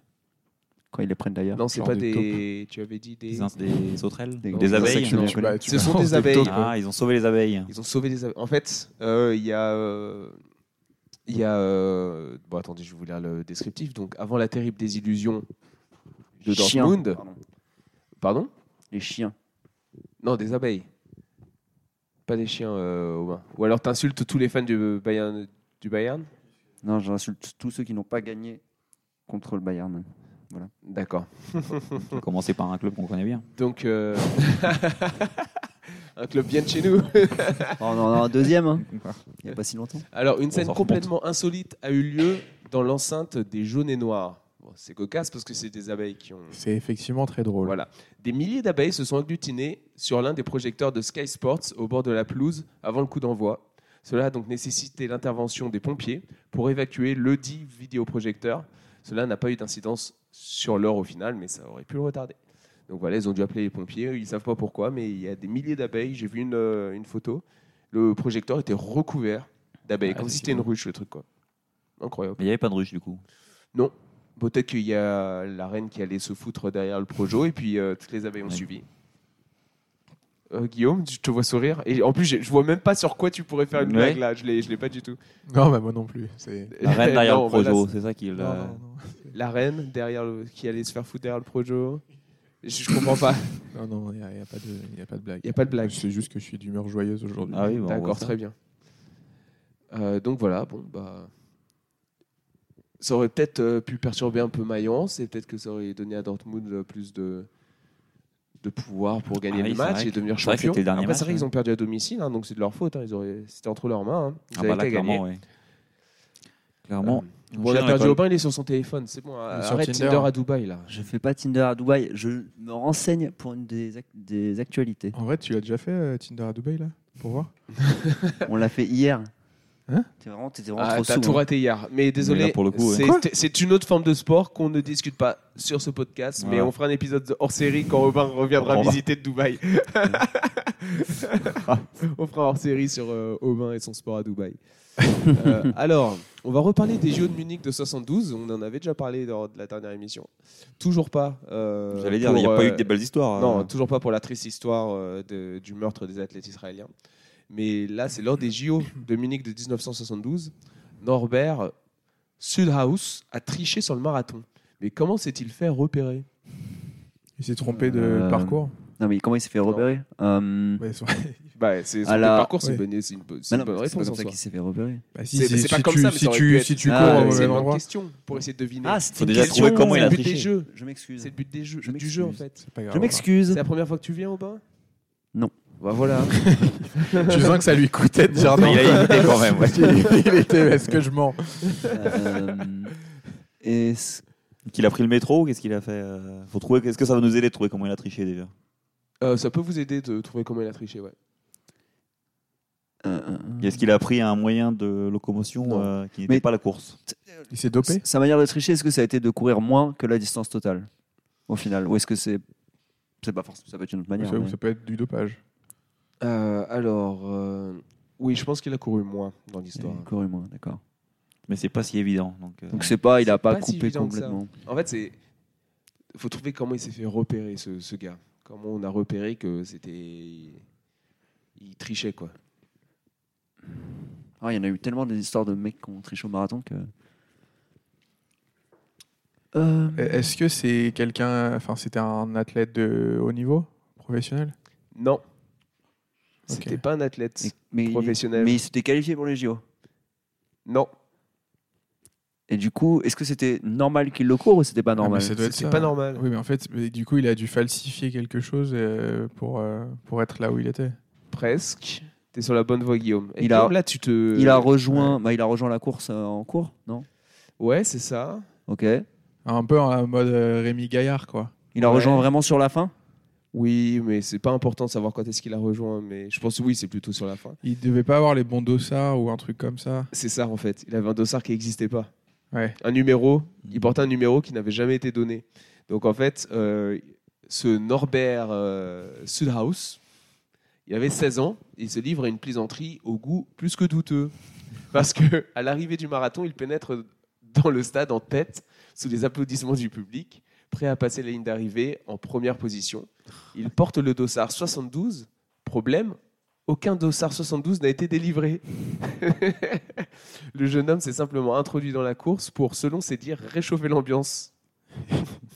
D: Quand ils les prennent d'ailleurs.
A: Non, c'est
B: genre
A: pas
B: des
A: des. Tu avais dit des.
C: Des, ins- des sauterelles.
D: Des-
C: Des,
D: des
C: abeilles.
D: insectes, non.
B: tu- tu- bah, tu
A: Ce sont
B: balances
A: des abeilles.
B: taupes, quoi.
C: Ah, ils ont sauvé les abeilles.
A: Ils ont sauvé des. abeilles. En fait, euh, il y a. euh, Il y a. euh, Bon, attendez, je vais vous lire le descriptif. Donc, avant la terrible désillusion de
D: Chiens,
A: Dortmund.
D: pardon.
A: Pardon
D: Les chiens.
A: Non, des abeilles. Pas des chiens, euh, Aubin. Ou alors, t'insultes tous les fans du Bayern. Du Bayern
D: Non, j'insulte tous ceux qui n'ont pas gagné contre le Bayern.
A: D'accord.
C: On va commencer par un club qu'on connaît bien.
A: Donc, euh, un club bien de chez nous.
D: Oh, on en a un deuxième, hein, il n'y a pas si longtemps.
A: Alors, une
C: On
A: scène
C: s'en remonte.
A: complètement insolite a eu lieu dans l'enceinte des Jaunes et Noirs. Bon, c'est cocasse parce que c'est des abeilles qui ont.
B: C'est effectivement très drôle.
A: Voilà. Des milliers d'abeilles se sont agglutinées sur l'un des projecteurs de Sky Sports au bord de la pelouse avant le coup d'envoi. Cela a donc nécessité l'intervention des pompiers pour évacuer le dit vidéoprojecteur. Cela n'a pas eu d'incidence sur l'heure au final, mais ça aurait pu le retarder. Donc voilà, ils ont dû appeler les pompiers. Ils ne savent pas pourquoi, mais il y a des milliers d'abeilles. J'ai vu une, euh, une photo. Le projecteur était recouvert d'abeilles,
B: Ah,
A: comme
B: c'est
A: si c'était une ruche, le truc. quoi. Incroyable.
C: Mais il n'y avait pas de ruche du coup.
A: Peut-être qu'il y a la reine qui allait se foutre derrière le projo et puis euh, toutes les abeilles ont
C: Ouais.
A: suivi. Euh, Guillaume, je te vois sourire. Et en plus, j'ai- je vois même pas sur quoi tu pourrais faire une
C: Ouais.
A: blague là. Je l'ai, je l'ai pas du tout.
B: Non, bah, moi non plus. C'est...
C: La reine derrière
A: Non,
C: le projo,
A: voilà,
C: c'est ça qu'il.
B: Non,
C: euh,
B: non, non.
A: c'est- La reine derrière le- qui allait se faire foutre derrière le projo. Je, je comprends pas.
B: Non, non, il n'y a, y a pas de- y a pas de blague.
A: Il y a pas de blague.
B: C'est juste que je suis d'humeur joyeuse aujourd'hui.
C: Ah oui, bah, on voit
A: D'accord,
C: ça.
A: très bien. Euh, donc voilà, bon bah. Ça aurait peut-être euh, pu perturber un peu Mayence et peut-être que ça aurait donné à Dortmund euh, plus de, de pouvoir pour gagner
C: Ah oui,
A: le
C: c'est
A: match
C: vrai
A: et
C: que-
A: devenir
C: c'est vrai que
A: champion.
C: c'était le dernier
A: Après, c'est vrai
C: match,
A: qu'ils ont perdu à domicile, hein, donc c'est de leur faute. hein, ils auraient... C'était entre leurs mains. hein. Ils
C: Ah
A: avaient
C: bah là,
A: qu'à gagner. Euh,
C: clairement, oui. Clairement.
A: Bon, on a perdu au bain, il est sur son téléphone. C'est bon,
B: sur
A: arrête
B: Tinder.
A: Tinder à Dubaï là.
D: Je fais pas Tinder à Dubaï, je me renseigne pour une des, ac- des actualités.
B: En vrai, tu l'as déjà fait, euh, Tinder à Dubaï, là Pour voir
D: On l'a fait hier.
B: Hein
D: T'es vraiment, t'étais vraiment
A: Ah,
D: trop
A: T'as
D: sous.
A: tout
D: hein.
A: raté hier. Mais désolé,
C: Mais là, pour le coup, ouais.
A: c'est-
B: Quoi
A: c'est- c'est une autre forme de sport qu'on ne discute pas sur ce podcast. Mais
C: Voilà.
A: on fera un épisode hors série quand Robin reviendra
C: On va-
A: visiter de Dubaï. on fera hors série sur euh, Aubin et son sport à Dubaï. Euh, alors, on va reparler des JO de Munich de 72. On en avait déjà parlé lors de la dernière émission. Toujours pas. euh,
C: J'allais dire, il
A: pour,
C: n'y a pas eu
A: euh,
C: que des belles histoires.
A: non,
C: euh.
A: toujours pas pour la triste histoire euh, de- du meurtre des athlètes israéliens. Mais là, c'est lors des JO de Munich de 1972. Norbert Sudhaus a triché sur le marathon. Mais comment s'est-il fait repérer
B: Il s'est trompé de
D: Euh,
B: parcours
D: Non, mais comment il s'est fait repérer Euh,
B: Ouais, c'est-
A: bah, C'est
D: À la-
A: le parcours, c'est
B: Ouais.
A: une bonne, c'est une bonne- c'est
D: bah
A: une
D: non,
A: bonne réponse.
D: c'est pas comme
A: en
D: ça
A: soi.
D: qu'il s'est fait repérer.
B: Bah, si,
A: C'est
B: si-
A: c'est pas
B: si
A: comme
B: tu-
A: ça, mais
B: si
A: ça aurait
B: tu,
A: pu être-
B: si tu
D: Ah,
B: cours au
D: ouais,
A: c'est
B: mauvais
A: une bonne
B: endroit,
A: question pour essayer de deviner.
D: Ah, c'était
C: Faut
D: une
C: déjà
D: question.
C: trouver comment il
A: c'est le
C: a
A: but des
C: triché.
A: jeux.
D: Je m'excuse.
A: C'est le but des jeux,
D: Je
A: du jeu en
D: m'excuse.
A: fait.
B: c'est pas grave.
D: Je
A: C'est
D: m'excuse.
A: la première fois que tu viens au bain
D: Non.
A: Bah voilà.
B: Tu sens que ça lui coûtait de dire
C: Il
B: non.
C: a évité quand même. ouais.
B: Il était, est-ce que je mens
D: Euh, et c-
C: Qu'il a pris le métro, qu'est-ce qu'il a fait euh, Faut trouver. Est-ce que ça va nous aider de trouver comment il a triché déjà
A: Euh, ça peut vous aider de trouver comment il a triché, ouais.
D: euh, euh,
C: Est-ce qu'il a pris un moyen de locomotion
D: Non.
C: euh, qui n'était
D: Mais-
C: pas la course
B: Il s'est dopé
D: Sa manière de tricher, est-ce que ça a été de courir moins que la distance totale au final Ou est-ce que c'est. C'est pas forcément, ça peut être une autre
B: Ou
D: manière.
B: ça, ou
D: mais-
B: ça peut être du dopage.
A: Euh, alors, euh, oui, je pense qu'il a couru moins dans l'histoire.
D: Il a couru moins, d'accord.
C: Mais c'est pas si évident. Donc, euh,
D: Donc c'est pas, il a
A: C'est
D: pas,
A: pas si
D: coupé
A: évident que ça.
D: complètement.
A: En fait, c'est faut trouver comment il s'est fait repérer ce, ce gars. Comment on a repéré que c'était il trichait quoi.
D: Ah, il y en a eu tellement des histoires de mecs qui ont triché au marathon que. Euh,
B: Euh, Est-ce que c'est quelqu'un, enfin, c'était un athlète de haut niveau professionnel
A: Non,
B: Ok.
A: c'était pas un athlète
D: mais- mais, il-
A: professionnel.
D: mais il s'était qualifié pour les JO.
A: Non,
D: Et du coup, est-ce que c'était normal qu'il le court ou c'était pas
B: Ah, mais
D: normal
B: ça doit être
A: c'est
B: ça.
A: pas normal.
B: Oui, mais en fait, mais du coup, il a dû falsifier quelque chose euh, pour, euh, pour être là où il était.
A: Presque. T'es sur la bonne voie, Guillaume. Et
D: Il a-
A: Guillaume, là, tu te.
D: Il a rejoint, bah, il a rejoint la course euh, en cours, non
A: Ouais, c'est ça.
D: Ok. Il
B: Un peu en mode euh, Rémi Gaillard, quoi.
D: a
A: Ouais.
D: rejoint vraiment sur la fin.
A: Oui, mais c'est pas important de savoir quand est-ce qu'il a rejoint. Mais je pense que oui, c'est plutôt sur la fin.
B: Il devait pas avoir les bons dossards ou un truc comme ça.
A: C'est ça en fait. Il avait un dossard qui n'existait pas.
B: Ouais.
A: un numéro, il portait un numéro qui n'avait jamais été donné. Donc en fait, euh, ce Norbert euh, Sudhaus, il avait 16 ans, il se livre à une plaisanterie au goût plus que douteux. Parce que à l'arrivée du marathon, il pénètre dans le stade en tête, sous les applaudissements du public, prêt à passer la ligne d'arrivée en première position. Il porte le dossard 72. Problème, aucun dossard 72 n'a été délivré. Le jeune homme s'est simplement introduit dans la course pour, selon ses dires, réchauffer l'ambiance.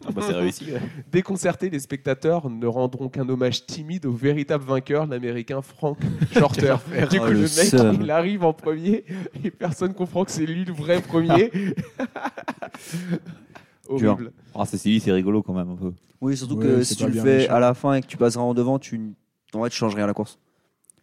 C: ah bah, c'est réussi. ouais.
A: Déconcertés, les spectateurs ne rendront qu'un hommage timide au véritable vainqueur, l'américain Frank Shorter. du coup,
D: Oh,
A: le
D: le
A: mec,
D: seum.
A: il arrive en premier et personne comprend que c'est lui le vrai premier. Horrible.
C: Ah, Cécilie, c'est rigolo quand même un peu.
D: Oui, surtout
B: Ouais,
D: que
B: c'est
D: si
B: pas
D: tu le
B: bien
D: fais
B: méchant.
D: à la fin et que tu passes en devant, tu en vrai, tu changes rien à la course.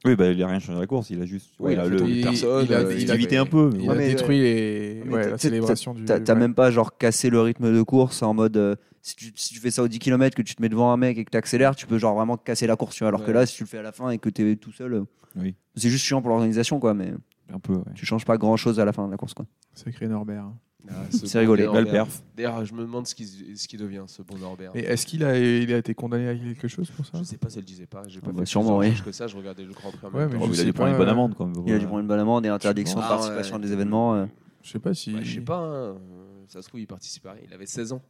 C: Oui, bah, il a rien changé à la course, il a juste.
A: Oui,
C: il
A: il
C: a
A: a
C: le.
A: fait tomber.
C: Il
A: personne,
B: il a,
A: euh,
B: il
C: a
B: a-
C: évité un peu. mais-
B: il
D: Ouais,
B: a
D: mais- euh,
B: détruit les-
D: mais
B: ouais,
D: t'as-
B: la
D: t'as-
B: célébration du.
D: T'as t'as
B: ouais.
D: même pas genre cassé le rythme de course en mode euh, si, tu, si tu fais ça au 10 km que tu te mets devant un mec et que t'accélères, tu peux genre vraiment casser la course. tu vois. alors que
A: Ouais.
D: là, si tu le fais à la fin et que t'es tout seul, euh,
C: Oui.
D: c'est juste chiant pour l'organisation quoi. Mais
C: Un peu, ouais.
D: tu changes pas grand chose à la fin de la course quoi.
B: Sacré Norbert.
A: Ah, ce
D: C'est
A: bon
D: rigolé.
A: Norbert.
C: Belle perf. Oh,
A: D'ailleurs, je me demande ce qu'il ce qu'il devient, ce bon Norbert.
B: Et est-ce qu'il a, il a été condamné à quelque chose pour ça
A: Je sais pas si elle disait pas. J'ai pas
D: hein Ah, bah,
A: fait plus
D: sûrement,
A: de
D: oui.
A: recherches que ça. Je regardais le Grand Prix en
B: Ouais,
A: même
B: mais
A: temps.
C: Oh,
B: je
C: il a
B: sais
C: dû prendre
B: pas,
C: une bonne
B: euh,
C: amende quand même.
D: Il a dû prendre une bonne amende et interdiction de
A: Ah,
D: participation
A: ouais.
D: à des événements. euh.
B: Je sais pas si.
A: Bah, je sais pas. hein. Ça se trouve, il participait. à rien. Il avait 16 ans.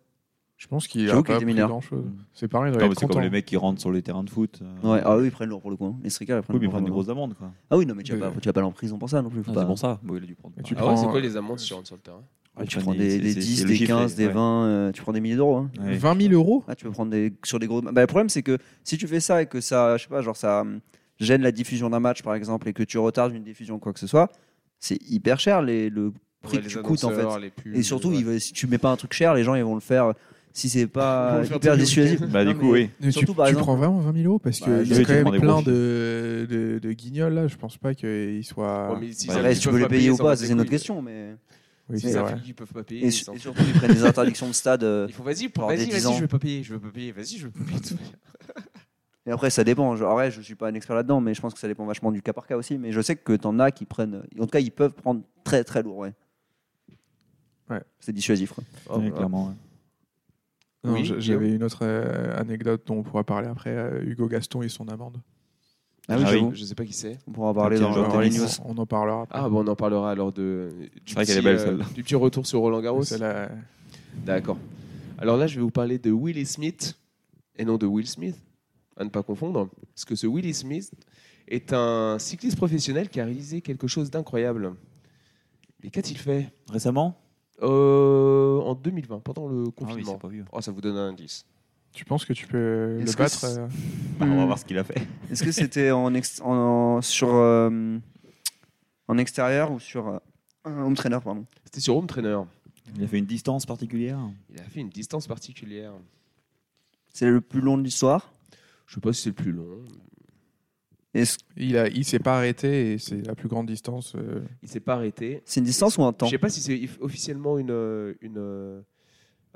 B: Je pense qu'il
D: J'avoue
B: a
D: qu'il
B: pas
D: était
B: pris
D: mineur.
B: grand chose. C'est pareil, il
C: Non,
B: doit
C: mais
B: être
C: c'est comme
B: content.
C: les mecs qui rentrent sur les terrains de foot. euh,
D: Ouais, ah oui, ils prennent lourd pour le coup. hein. Les streakers, ils prennent
C: Oui, mais ils
D: lourd,
C: prennent des
D: vraiment.
C: grosses amendes, quoi.
D: Ah oui, non, mais tu vas
B: Mais-
D: pas, tu vas pas en prison pour ça non plus. faut
C: Ah,
D: pas-
C: c'est pour ça. Bon, il a dû prendre.
B: Et tu
A: Ah ouais,
B: prends-
A: c'est quoi les amendes sur rentres sur le terrain
C: Ah,
D: Tu
C: ils
D: prends
C: prennent
D: des,
C: c'est-
D: des
C: c'est-
D: 10,
C: c'est
D: des
C: le chiffre,
D: 15, des
C: ouais.
D: 20, euh, tu prends des milliers d'euros. hein.
C: Ouais.
B: 20 000 euros
D: Ah, tu peux prendre des, sur des gros. Bah, le problème, c'est que si tu fais ça et que ça, je sais pas, genre ça hum, gêne la diffusion d'un match, par exemple, et que tu retardes une diffusion ou quoi que ce soit, c'est hyper cher les, le prix
A: Ouais,
D: que
A: les
D: tu coûtes en fait.
A: annonceurs, les pubs,
D: Et surtout,
A: ouais.
D: il va- si tu mets pas un truc cher, les gens ils vont le faire. euh, Si c'est
A: Ils vont
D: pas
A: le faire
D: hyper
A: tous les
D: dissuasif.
C: Bah, du
D: Non,
C: coup,
D: mais-
C: oui.
B: Mais
D: Surtout,
B: tu,
D: par
B: tu
D: exemple-
B: prends vraiment 20 000 euros parce
D: Bah,
B: qu'il y
D: oui,
B: a
D: tu
B: quand
C: prends
B: même
C: des
B: plein
C: gros
B: de, de, de guignols là. Je pense pas qu'ils soient.
A: Ouais, mais si
C: Bah,
A: ça-
D: Après,
A: ils
D: si tu
A: peuvent
D: peux les
A: pas
D: payer ou
A: ça
D: pas,
A: passe
D: ça,
A: les
D: c'est une autre
A: couilles.
D: question. Mais...
B: oui,
A: Si
B: c'est
A: ça
B: vrai.
A: fait qu'ils peuvent pas payer.
D: Et,
A: ils
D: su-
A: s'en
D: et
A: foutent.
D: surtout, ils prennent des interdictions de stade. euh,
A: Il faut vas-y,
D: Genre
A: vas-y,
D: des
A: vas-y,
D: 10 ans.
A: je vais pas payer, je vais pas payer, vas-y, je vais pas payer. tout.
D: Et après, ça dépend. Je, en vrai, je suis pas un expert là-dedans, mais je pense que ça dépend vachement du cas par cas aussi. Mais je sais que t'en as qui prennent. En tout cas, ils peuvent prendre très très lourd. Ouais.
B: Ouais.
D: C'est dissuasif. quoi.
C: Ouais, Clairement, ouais.
B: Non,
A: Oui,
B: j'a-
A: Guillaume.
B: J'avais une autre euh, anecdote dont on pourra parler après. euh, Hugo Gaston et son amende.
D: Ah
C: oui, j'avoue.
A: Je sais pas qui c'est.
D: On pourra en parler
C: Ok,
D: dans,
C: genre
D: dans les
C: tennis.
D: news.
B: on, on en parlera. Après.
A: Ah bon, on en parlera alors de du
C: vrai qu'elle
A: petit,
C: est belle,
A: euh,
C: celle-là.
A: du petit retour sur Roland Garros.
B: C'est la-
A: D'accord. Alors là, je vais vous parler de Willie Smith et non de Will Smith, à ne pas confondre. Parce que ce Willie Smith est un cycliste professionnel qui a réalisé quelque chose d'incroyable. Mais qu'a-t-il fait
C: Récemment
A: Euh, En 2020, pendant le
C: Ah oui,
A: confinement.
C: c'est pas vieux.
A: Oh, ça vous donne un indice.
B: Tu penses que tu peux le
D: Est-ce que
B: battre
D: c'est-
B: euh,
C: Bah, on va voir ce qu'il a fait.
D: Est-ce que c'était en, ex- en- sur euh, en extérieur ou sur euh, un home trainer pardon
A: C'était sur Home Trainer.
C: Il a fait une distance particulière.
A: Il a fait une distance particulière.
D: C'est le plus long de l'histoire.
A: Je sais pas si c'est le plus long.
D: Est-ce
B: Il a, il s'est pas arrêté et c'est la plus grande distance. euh,
A: Il s'est pas arrêté.
D: c'est une distance ou un temps
A: Je sais pas si c'est if- officiellement une, euh, une, euh,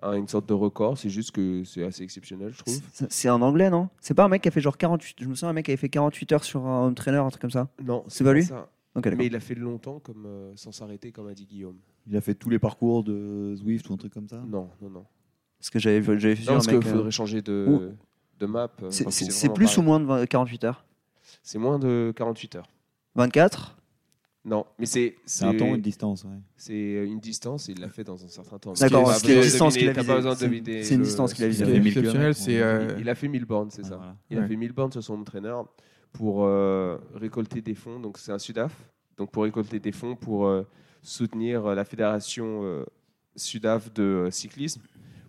A: un- une sorte de record. C'est juste que c'est assez exceptionnel, je trouve.
D: C'est- C'est un anglais non C'est pas un mec qui a fait genre 48. Je me souviens un mec qui avait fait 48 heures sur un home trainer un truc comme ça.
A: Non,
D: C'est pas lui
A: ça.
D: Ok d'accord.
A: Mais il a fait longtemps comme, euh, sans s'arrêter, comme a dit Guillaume.
C: Il a fait tous les parcours de Zwift ou un truc comme ça.
A: Non, non, non.
D: Parce que j'avais vu- j'avais vu
A: Non,
D: un
A: parce qu'il
D: mec. Ah. euh,
A: faudrait changer de,
D: Ouh.
A: de map. euh,
D: c'est-
A: parce que
D: C'est
A: c'est
D: c'est
A: vraiment
D: plus
A: pareil.
D: ou moins de 20 48 heures
A: C'est moins de 48 heures.
D: 24
A: Non, mais c'est
C: C'est un temps ou une distance, ouais.
A: c'est euh, une distance et il l'a fait dans un certain temps.
D: D'accord,
A: T'as
B: ce
A: pas
B: qui est
A: besoin de
D: distance
A: deviner,
D: qu'il a
A: t'as pas
D: visée.
A: besoin de
D: C'est-
A: deviner
D: c'est une
A: le-
D: distance qu'il a
B: ce qui
D: visée.
B: est
C: avaient mis le
B: exceptionnel,
C: kilomètre,
B: c'est
C: on a
B: euh,
A: Il a fait 1000 bornes, c'est
C: Ah,
A: ça.
C: voilà.
A: Il a
B: Ouais.
A: fait 1000 bornes sur son entraîneur pour euh, récolter des fonds. Donc c'est un Sudaf. Donc pour récolter des fonds pour euh, soutenir euh, la fédération euh, Sudaf de euh, cyclisme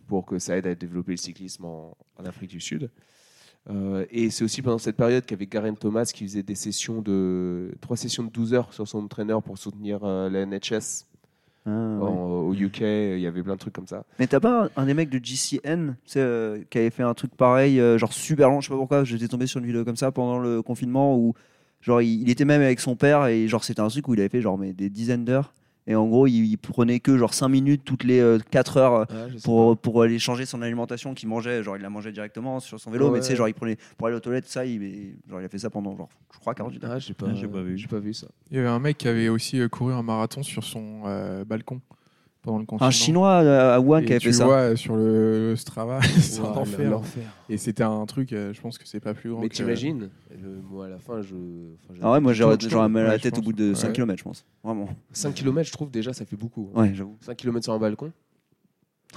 A: pour que ça aide à développer le cyclisme en, en Afrique du Sud. Euh, et c'est aussi pendant cette période qu'avec Garen Thomas qui faisait des sessions de trois sessions de 12 heures sur son entraîneur pour soutenir euh, la NHS
D: Ah, ouais.
A: en- au UK. Il y avait plein de trucs comme ça.
D: Mais t'as pas un, un des mecs de GCN tu sais, euh, qui avait fait un truc pareil, euh, genre super long, je sais pas pourquoi, j'étais tombé sur une vidéo comme ça pendant le confinement où genre il, il était même avec son père et genre c'était un truc où il avait fait genre mais des dizaines d'heures et en gros il, il prenait que genre 5 minutes toutes les 4 heures euh, pour, pour aller changer son alimentation qu'il mangeait, genre il la mangeait directement sur son vélo, mais tu sais
A: Ouais.
D: genre il prenait pour aller aux toilettes, ça il, genre, il a fait ça pendant genre je crois 48 heures.
A: Ah, j'ai pas,
C: Ah, j'ai pas vu.
A: j'ai pas vu ça.
B: Il y avait un mec qui avait aussi euh, couru un marathon sur son euh, balcon pendant le
A: Ah,
B: confinement.
D: Un chinois euh, à Wuhan
B: Et
D: qui avait
B: tu
D: fait ça.
B: vois euh, sur le, le Strava, c'est un
A: Ouah,
B: enfer.
A: l'enfer.
B: Et c'était un truc, euh, je pense que c'est pas plus grand.
A: Mais
B: que-
A: t'imagines Le mot à la fin, je.
D: Ah ouais, moi j'aurais
B: tournes,
D: j'aurais mal à
B: ouais,
D: la
B: je
D: tête au
B: pense.
D: bout de 5
B: Ouais.
D: km je pense. Vraiment.
A: 5 km, je trouve déjà, ça fait beaucoup.
D: Ouais, j'avoue.
A: 5 km sur un balcon.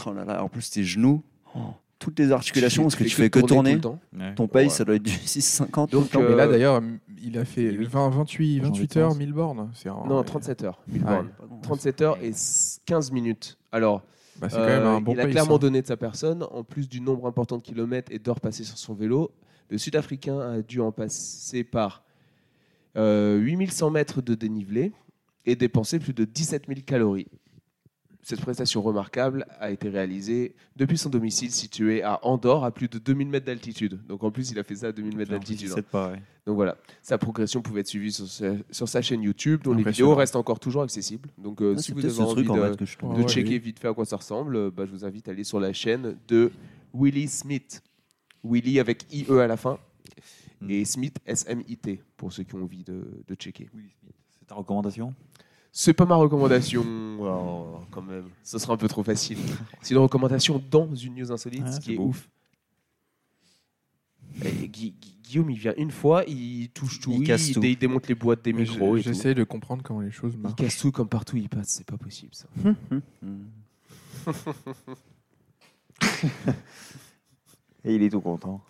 D: Oh là là, en plus tes genoux, oh, toutes tes articulations, parce que tu fais que
A: tout
D: tourner.
A: le temps.
D: Ton pace,
A: Ouais.
D: ça doit être du 6,50 tout
A: Donc,
D: le temps.
B: Mais là
A: Euh,
B: d'ailleurs, m- il a fait
C: huit.
B: 20, 28,
C: J'ai envie
B: 28
C: de
B: heures,
C: penser.
B: 1000 bornes. C'est un-
A: Non, 37 heures. mille
B: Ah euh, ouais.
A: bornes. 37 heures et 15 minutes. Alors,
B: Bah, c'est
A: euh,
B: quand même un bon
A: il a
B: pace,
A: clairement
B: hein.
A: donné de sa personne. En plus du nombre important de kilomètres et d'heures passées sur son vélo, le Sud-Africain a dû en passer par euh, 8100 mètres de dénivelé et dépenser plus de 17 000 calories. Cette prestation remarquable a été réalisée depuis son domicile situé à Andorre, à plus de 2000 mètres d'altitude. Donc en plus, il a fait ça à 2000 mètres d'altitude. hein.
C: C'est pareil.
A: Donc voilà, sa progression pouvait être suivie sur, sa- sur sa chaîne YouTube, dont les
B: Impressionnant.
A: vidéos restent encore toujours accessibles. Donc euh,
D: Ah,
A: si
D: c'est
A: vous
D: peut-être
A: avez
D: ce
A: envie
D: truc en
A: de,
D: fait que je trouve.
A: de
B: Ah ouais,
A: checker
B: oui.
A: vite fait à quoi ça ressemble, euh, bah, je vous invite à aller sur la chaîne de Willy Smith. Willy avec IE à la fin
C: Mm.
A: et Smith S-M-I-T pour ceux qui ont envie de, de checker.
C: C'est ta recommandation
A: C'est pas ma recommandation, alors, Oh, quand même, ce sera un peu trop facile. C'est une recommandation dans une news insolite,
C: Ah,
A: ce
C: c'est
A: qui est
C: beau.
A: ouf. Et Gui- Gui- Guillaume, il vient une fois, il touche tout,
D: Il
A: il,
D: casse
A: dé-
D: tout.
A: il démonte les boîtes des
B: Mais
A: micros.
B: je-
A: et tout.
B: J'essaie de comprendre comment les choses
A: Il
B: marchent.
A: casse tout comme partout il passe, c'est pas possible ça.
C: Et il est tout content.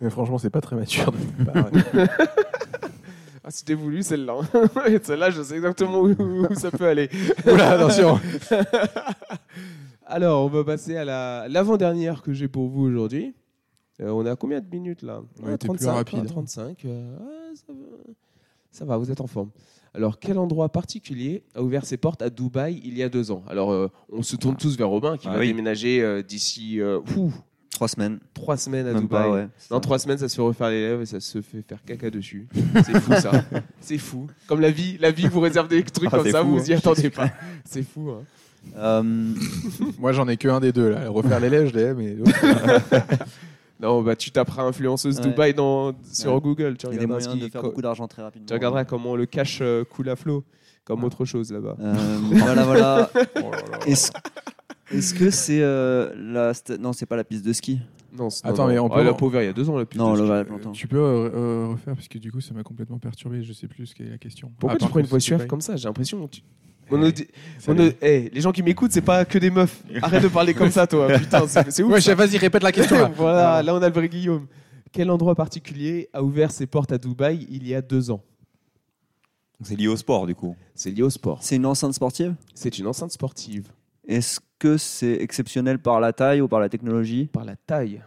B: Mais franchement, c'est pas très mature. de notre part.
A: Ah, c'était voulu celle-là. Et celle-là, je sais exactement où, où ça peut aller.
B: Oula, attention
A: Alors, on va passer à la- l'avant-dernière que j'ai pour vous aujourd'hui. Euh, on a combien de minutes là
B: On était plus hein. rapide.
A: ah, 35. euh, ouais, ça, va. Ça va, vous êtes en forme. Alors, quel endroit particulier a ouvert ses portes à Dubaï il y a deux ans Alors, euh, on se tourne tous vers Robin qui
C: Ah
A: va
C: oui.
A: déménager euh, d'ici euh, ouh,
D: Trois semaines.
A: trois semaines à
D: Même
A: Dubaï.
D: pas, ouais.
A: Dans trois semaines, ça se fait refaire les lèvres et ça se fait faire caca dessus. C'est fou ça. C'est fou. Comme la vie, la vie vous réserve des trucs
C: Ah,
A: comme
C: c'est
A: ça,
C: fou,
A: vous
C: hein.
A: vous y attendez pas. C'est fou. hein.
D: Euh,
B: Moi, j'en ai que un des deux. Là. Refaire les lèvres, je l'ai, mais l'autre, oh
A: Non, bah tu taperas influenceuse
D: Ouais.
A: Dubaï dans, sur
D: Ouais.
A: Google. Tu
D: Il y a des
A: regarderas, ce
D: moyens de
A: qui-
D: faire
A: co-
D: beaucoup d'argent très rapidement.
A: tu regarderas comment le cash euh, coule à flot, comme autre chose là-bas.
D: Euh, voilà, voilà.
B: oh là là.
D: Est-ce est-ce que c'est euh, la. sta- Non, c'est pas la piste de ski.
A: Non, c'est-
B: Attends,
A: non,
B: mais
A: non.
B: on peut-
A: Ah, la pauvre, il y a deux ans, la piste
D: Non,
A: de
D: le
A: ski.
D: voilà, plantain.
B: Tu peux euh, euh, refaire parce que du coup ça m'a complètement perturbé. Je sais plus ce qu'est la question.
A: Pourquoi
B: À
A: tu
B: part
A: prends une
B: que
A: voix
B: c'était
A: suave
B: pas-
A: comme ça J'ai l'impression. que tu-
B: Eh,
A: On nous dit- on
B: salut.
A: nous- eh, les gens qui m'écoutent, c'est pas que des meufs. Arrête de parler comme ça, toi. Putain, c'est c'est ouf.
B: Ouais, Ah.
A: ça.
B: chef, vas-y, répète la question. là.
A: voilà, là on a le vrai Guillaume. Quel endroit particulier a ouvert ses portes à Dubaï il y a deux ans
C: C'est lié au sport, du coup.
A: C'est lié au sport.
D: C'est une enceinte sportive
A: C'est une enceinte sportive
D: Est-ce que c'est exceptionnel par la taille ou par la technologie
A: par la taille.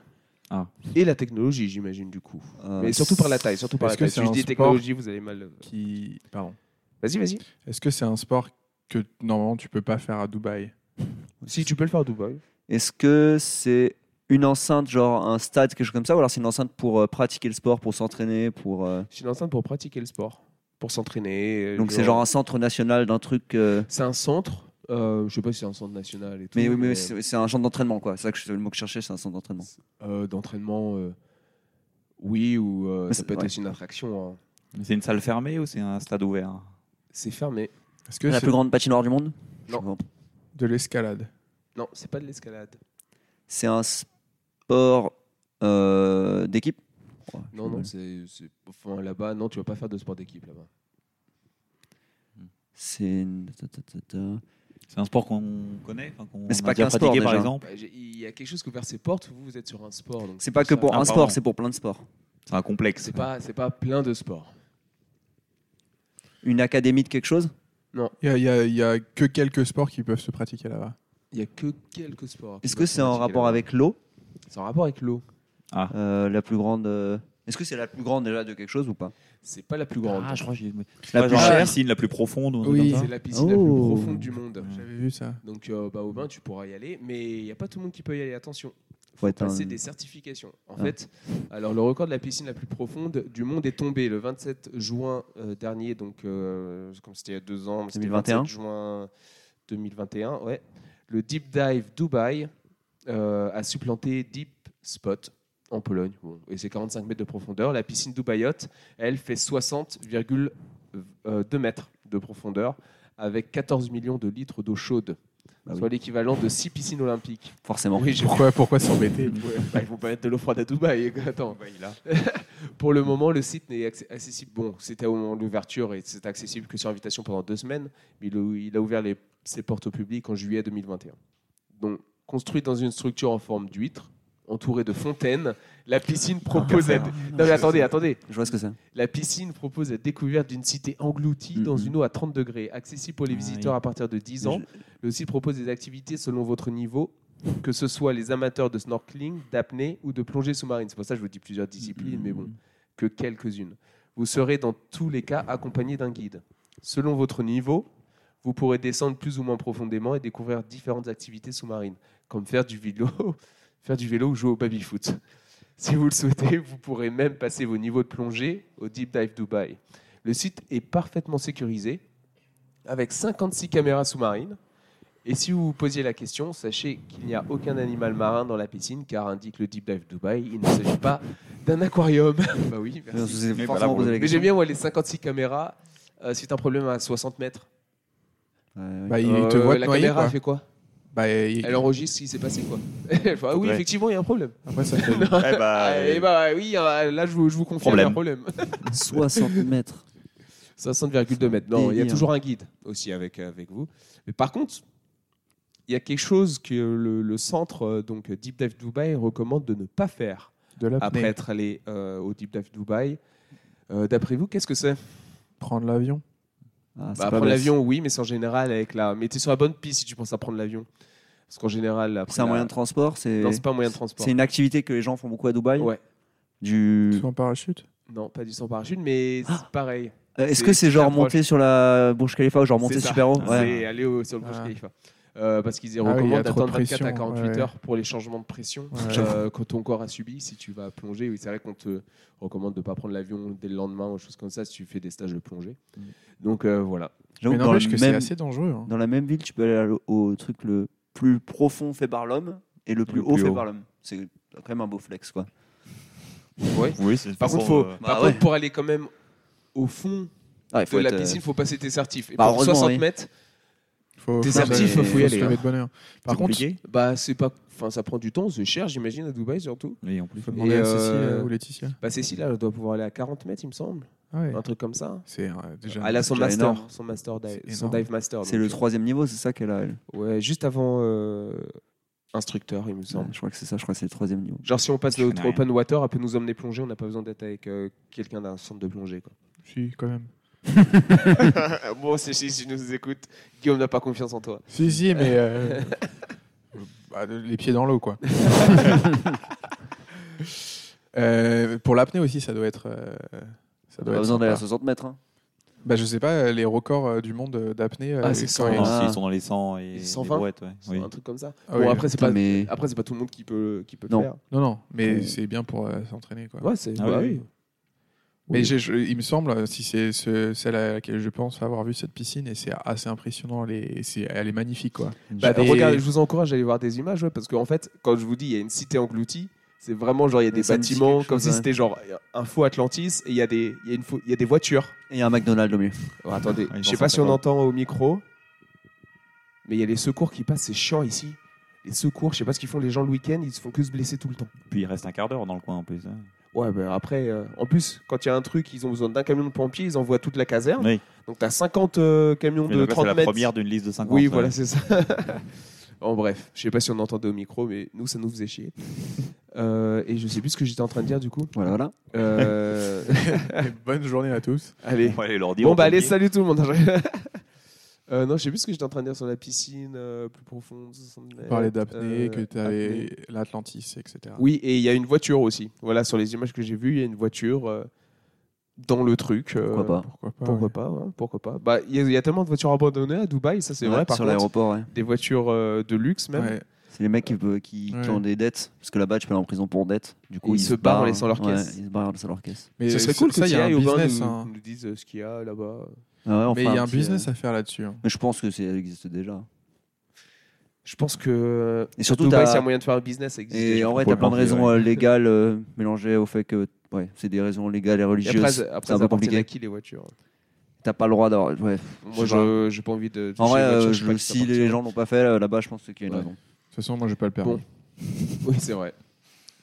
C: Ah.
A: Et la technologie, j'imagine, du coup.
D: Euh,
A: Mais surtout par la taille, surtout par
B: Est-ce
A: la taille.
B: que c'est
A: Si je
B: un
A: dis
B: sport
A: technologie, vous allez mal.
B: Qui... Pardon.
A: Vas-y, vas-y.
B: Est-ce que c'est un sport que normalement tu peux pas faire à Dubaï
A: Si tu peux le faire à Dubaï.
D: Est-ce que c'est une enceinte, genre un stade, quelque chose comme ça, ou alors c'est une enceinte pour euh, pratiquer le sport, pour s'entraîner, pour... euh,
A: C'est une enceinte pour pratiquer le sport, pour s'entraîner. euh,
D: Donc c'est genre un centre national d'un truc... euh,
A: C'est un centre. euh, je sais pas si c'est un centre national et tout.
D: Mais oui, mais c'est c'est un genre d'entraînement, quoi. C'est ça que je- le mot que je cherchais, c'est un centre d'entraînement.
A: euh, d'entraînement. euh, Oui, ou euh,
D: Mais
A: ça
D: c'est-
A: peut être
D: ouais.
A: aussi une attraction. hein.
C: C'est une salle fermée ou c'est un stade ouvert
A: C'est fermé.
B: Est-ce que
D: La
B: c'est
D: plus grande patinoire du monde
A: Non.
D: Je sais pas.
B: de l'escalade
A: Non, c'est pas de l'escalade.
D: C'est un sport euh, d'équipe
A: Non, non, c'est. c'est- Enfin, là-bas, non, tu vas pas faire de sport d'équipe là-bas.
D: C'est... une- ta, ta, ta, ta.
C: C'est un sport qu'on connaît, enfin, qu'on
D: Mais c'est
C: a
D: pas
C: déjà
D: qu'un sport,
C: pratiqué, par
D: déjà.
C: exemple.
A: Bah, j'ai- Il y a quelque chose qui ouvre ses portes, vous, vous êtes sur un sport. donc
D: C'est pas
A: pour
D: que
A: ça.
D: pour
C: Ah,
D: un
C: pardon.
D: sport, c'est pour plein de sports.
C: C'est un complexe.
A: C'est pas, c'est pas plein de sports.
D: Une académie de quelque chose
B: Il y a- il y a, il y a que quelques sports qui peuvent se pratiquer là-bas.
A: Il y a que quelques sports. qui
D: Est-ce
A: peuvent
D: que
A: se
D: c'est en
A: pratiquer
D: rapport
A: là-bas.
D: avec l'eau
A: C'est en rapport avec l'eau.
D: euh, La plus grande... euh, Est-ce que c'est la plus grande déjà de quelque chose ou pas
A: C'est pas la plus grande.
C: Ah, je crois que j'ai-
D: La
C: pas
D: plus
C: genre
D: chère.
C: la piscine la plus profonde ou un truc
B: Oui.
C: comme ça
A: C'est la piscine la
D: Oh.
A: plus profonde du monde.
B: J'avais vu ça.
A: Donc, euh, bah, au bain, tu pourras y aller, mais il n'y a pas tout le monde qui peut y aller. Attention,
D: Faut être
A: passer
D: un-
A: des certifications. En
D: Ah.
A: fait, alors le record de la piscine la plus profonde du monde est tombé le 27 juin euh, dernier, donc euh, comme c'était il y a deux ans, mais c'était le
D: 2021.
A: 27 juin 2021. Ouais. Le Deep Dive Dubai euh, a supplanté Deep Spot en Pologne, Bon, et c'est 45 mètres de profondeur. La piscine Dubaïote, elle fait 60,2 mètres de profondeur avec 14 millions de litres d'eau chaude,
D: Bah oui.
A: soit l'équivalent de 6 piscines olympiques.
D: Forcément.
A: Oui, j'ai-
B: Pourquoi, pourquoi s'embêter
A: Ouais, bah, ils vont pas mettre de l'eau froide à Dubaï. Attends. Pour le moment, le site n'est acc- accessible. Bon, c'était au moment de l'ouverture et c'est accessible que sur invitation pendant deux semaines. Mais il a, il a ouvert les- ses portes au public en juillet 2021. Donc, construite dans une structure en forme d'huître, entourée de fontaines, la piscine
B: Ah,
A: propose à... Non, mais attendez, attendez.
D: Je vois ce que c'est.
A: La piscine propose la découverte d'une cité engloutie dans
D: Mhm.
A: une eau à 30 degrés, accessible pour les
C: Mm-hmm. Ah,
A: visiteurs
C: oui.
A: à partir de 10 ans. Le site propose des activités selon votre niveau, que ce soit les amateurs de snorkeling, d'apnée ou de plongée sous-marine. C'est pour ça que je vous dis plusieurs disciplines, mais bon,
C: Mm-hmm.
A: que quelques-unes. Vous serez dans tous les cas accompagné d'un guide. Selon votre niveau, vous pourrez descendre plus ou moins profondément et découvrir différentes activités sous-marines, comme faire du vélo, faire du vélo ou jouer au baby-foot. Si vous le souhaitez, vous pourrez même passer vos niveaux de plongée au Deep Dive Dubai. Le site est parfaitement sécurisé avec 56 caméras sous-marines. Et si vous vous posiez la question, sachez qu'il n'y a aucun animal marin dans la piscine, car indique le Deep Dive Dubai, il ne s'agit pas d'un aquarium. bah oui, merci.
D: Non, je vous ai
C: Mais
D: forcément
C: voilà, pour
D: posé
C: le-
D: la
A: Mais
D: question.
A: j'aime bien ouais, les 56 caméras. Euh, c'est un problème à 60 mètres.
D: Ouais, ouais.
B: Bah, il
A: Euh,
B: te voit
A: la
B: te noyer,
A: caméra
B: quoi.
A: fait quoi
B: Bah, il-
A: Elle enregistre ce qui s'est passé quoi. Elle fait, ah oui,
C: Ouais.
A: effectivement, il y a un problème.
B: Après, ça fait-
C: Eh bah,
A: Ah, eh
C: euh,
A: bah oui, euh, là je vous, je vous confirme, il y a un problème.
D: 60 mètres.
A: 60,2 mètres. Non, il y a
D: Délire.
A: toujours un guide aussi avec, euh, avec vous. Mais par contre, il y a quelque chose que le, le centre euh, donc Deep Dive Dubai recommande de ne pas faire
B: de l'apnée.
A: après être allé euh, au Deep Dive Dubai. Euh, D'après vous, qu'est-ce que c'est
B: prendre l'avion.
D: Ah, c'est
A: Bah,
D: pas
A: Prendre
D: bête.
A: l'avion, oui, mais c'est en général avec la. Mais t'es sur la bonne piste si tu penses à prendre l'avion. Parce qu'en général, après
D: C'est un
A: la-
D: moyen de transport. C'est
A: Non, c'est pas un moyen de transport.
D: c'est une activité que les gens font beaucoup à Dubaï.
A: Ouais. Mm.
D: Du...
B: Tout en parachute.
A: Non, pas du sans parachute, mais c'est
D: Ah
A: pareil.
D: Euh, Est-ce
A: c'est-
D: que c'est
A: c'est
D: genre
A: l'approche.
D: monter sur la Burj Khalifa ou genre monter
A: C'est ça.
D: super haut Ouais.
A: C'est aller au- sur le Burj
B: Ah.
A: Khalifa. Euh, parce qu'ils y
B: Ah oui, il y a
A: recommandent
B: trop de
A: d'attendre 24 à
B: pression,
A: 48
B: ouais.
A: heures pour les changements de pression
B: Ouais.
A: euh, que ton corps a subi. Si tu vas plonger, oui, c'est vrai qu'on te recommande de ne pas prendre l'avion dès le lendemain ou choses comme ça si tu fais des stages de plongée.
D: Mm.
A: Donc euh, voilà.
D: J'avoue
B: Mais
D: que dans,
B: n'empêche
D: le
B: que c'est
D: même-
B: assez dangereux. hein.
D: dans la même ville, tu peux aller à- au truc le plus profond fait par l'homme et le plus, haut,
C: plus
D: fait
C: haut.
D: par l'homme. C'est quand même un beau flex quoi.
A: Ouais.
C: Oui, c'est une
A: Par contre,
C: façon,
A: faut,
C: euh,
A: par
D: Bah
A: contre,
D: ouais.
A: pour aller quand même au fond
D: Ah, il
A: de
D: faut
A: la
D: être, euh,
A: piscine, il faut passer tes certifs. Et
D: Bah,
A: pour
D: heureusement,
A: 60
D: oui.
A: mètes,
B: Faut,
A: T'es
B: faut se-
A: sorti, faut- faut y
B: se
A: aller,
B: lever
A: hein.
B: de bonne heure. Par
C: c'est
B: contre,
C: compliqué.
A: bah, c'est pas, enfin, ça prend du temps, c'est cher, j'imagine, à Dubaï surtout.
C: Oui, en plus.
B: il faut demander
A: Et,
B: à Cécile
A: euh,
B: euh, ou Laetitia.
A: Bah, Cécile, elle doit pouvoir aller à 40 mètres, il me semble.
B: Ah ouais.
A: Un truc comme ça.
B: C'est euh, déjà.
A: Elle Ah, a son
D: déjà
A: master,
D: énorme.
A: son master dive,
B: C'est
A: son
B: énorme.
A: dive master.
D: C'est
A: donc, euh,
D: le troisième niveau, c'est ça qu'elle a. Elle.
A: Ouais, juste avant euh, instructeur, il me semble.
D: Ouais, je crois que c'est ça. Je crois que c'est le troisième niveau.
A: Genre, si on passe
C: Je
A: le
C: connais rien.
A: open water, elle peut nous emmener plonger, on n'a pas besoin d'être avec euh, quelqu'un d'un centre de plongée. Quoi.
B: Si, quand même.
A: Euh, bon, c'est si tu nous écoutes, Guillaume n'a pas confiance en toi.
B: Si, si, mais. euh, bah, de- les pieds dans l'eau, quoi. Euh, pour l'apnée aussi, ça doit être. euh, ça
D: Pas
B: doit être
D: besoin d'aller à
B: sympa.
D: 60 mètres. hein.
B: Bah, je sais pas, euh, les records euh, du monde euh, d'apnée. euh,
A: Ah, c'est
B: quand
A: ça.
B: ils-
C: Non,
D: Ah.
C: si, ils sont dans les 100 et
A: Ils
C: les
A: sont 120.
C: brouettes, ouais. Oui.
A: Un truc comme ça.
B: Ah
A: bon,
B: oui.
A: après, c'est pas,
D: Mais
A: après, c'est pas tout le monde qui peut, qui peut le
D: Non.
A: faire.
B: Non, non, mais
D: Ouais.
B: c'est bien pour euh, s'entraîner, quoi.
A: Ouais, c'est.
C: Ah
A: bah
C: oui,
A: oui.
B: Mais
A: Oui.
B: j'ai- je- il me semble, euh, si c'est ce- celle à laquelle je pense avoir vu cette piscine, et c'est assez impressionnant, les, c'est- elle est magnifique, quoi.
A: Bah,
B: Des-
A: regarde, je vous encourage à aller voir des images, ouais, parce qu'en fait, quand je vous dis, il y a une cité engloutie. C'est vraiment genre, il y a des
D: Ça me dit
A: bâtiments,
D: quelque
A: comme
D: chose,
A: si
D: ouais.
A: c'était genre un faux Atlantis, et il y, a des- il y, a une faux- il y a des voitures.
D: et un McDonald's au mieux.
A: Oh, attendez,
C: Ah, ils
A: je
C: en
A: sais pas
C: sont
A: si on
C: capables.
A: entend au micro, mais il y a les secours qui passent, c'est chiant ici. Les secours, je sais pas ce qu'ils font les gens le week-end, ils se font que se blesser tout le temps.
C: Puis il reste un quart d'heure dans le coin en plus. hein.
A: Ouais, ben après, euh, en plus, quand il y a un truc, ils ont besoin d'un camion de pompiers, ils envoient toute la caserne.
C: Oui.
A: Donc t'as 50 euh, camions
C: Mais
A: de
C: donc là,
A: 30
C: c'est la
A: mètres.
C: première d'une liste de euh. 50.
A: oui,
C: ouais.
A: voilà, c'est ça. en bref, je sais pas si on entendait au micro, mais nous, ça nous faisait chier. Euh, et je sais plus ce que j'étais en train de dire du coup.
D: Voilà, voilà.
A: Euh,
B: Bonne journée à tous.
A: allez.
C: On va aller leur dire.
A: Bon, bah
C: on
A: allez,
C: dit.
A: salut tout le monde. Euh, non, je sais plus ce que j'étais en train de dire sur la piscine euh, plus profonde. 60 mètres,
B: On parlait d'apnée,
A: euh,
B: que tu
A: apnée.
B: avais l'Atlantis, etc.
A: Oui, et il y a une voiture aussi. Voilà, sur les images que j'ai vues, il y a une voiture euh, dans le truc. euh,
D: Pourquoi pas
B: Pourquoi pas
A: Pourquoi
B: ouais.
A: pas ouais, Pourquoi pas Bah, il y, a- il y a tellement de voitures abandonnées à Dubaï, ça c'est
D: Ouais,
A: vrai. Par
D: Sur
A: contre,
D: l'aéroport, ouais.
A: des voitures euh, de luxe même.
B: Ouais.
D: C'est les mecs qui, veulent- qui, qui
B: Ouais.
D: ont des dettes, parce que là-bas tu peux aller en prison pour dette. Du coup,
A: Et ils se barrent en laissant leur
D: ouais,
A: caisse.
D: ils se barrent en laissant leur caisse.
B: Mais
A: Ce serait cool que
B: ça, il y a
A: Thierry
B: un
A: Aubin
B: business.
A: nous,
B: hein.
A: nous dise euh, ce qu'il y a là-bas.
D: Ah ouais, on
B: Mais
D: fera
B: il y a un
D: petit,
B: business
D: euh,
B: à faire là-dessus. hein.
D: Mais je pense que c'est, elle existe déjà.
A: Je pense que
D: Et surtout,
A: Dubaï,
D: t'as-
A: c'est un moyen de faire un business. ça existe
D: Et
A: déjà.
D: en vrai, t'as plein de
C: complètement,
D: raisons euh, légales euh, mélangées au fait que ouais, c'est des raisons légales et
A: Et
D: religieuses.
A: après,
D: c'est
A: après
D: un
A: ça
D: peu
A: appartient à
D: compliqué.
A: qui les voitures
D: T'as pas le droit d'avoir. Ouais.
A: Moi,
D: Je sais pas.
A: je j'ai pas envie de.
D: En
A: toucher
D: vrai,
A: les voitures,
D: euh,
A: je sais pas
D: je-
A: qui ça
D: si
A: appartient.
D: les gens l'ont pas fait euh, là-bas, je pense qu'il y a une
A: Ouais.
D: raison.
B: De toute façon, moi, j'ai pas le permis.
A: Bon. Oui, c'est vrai.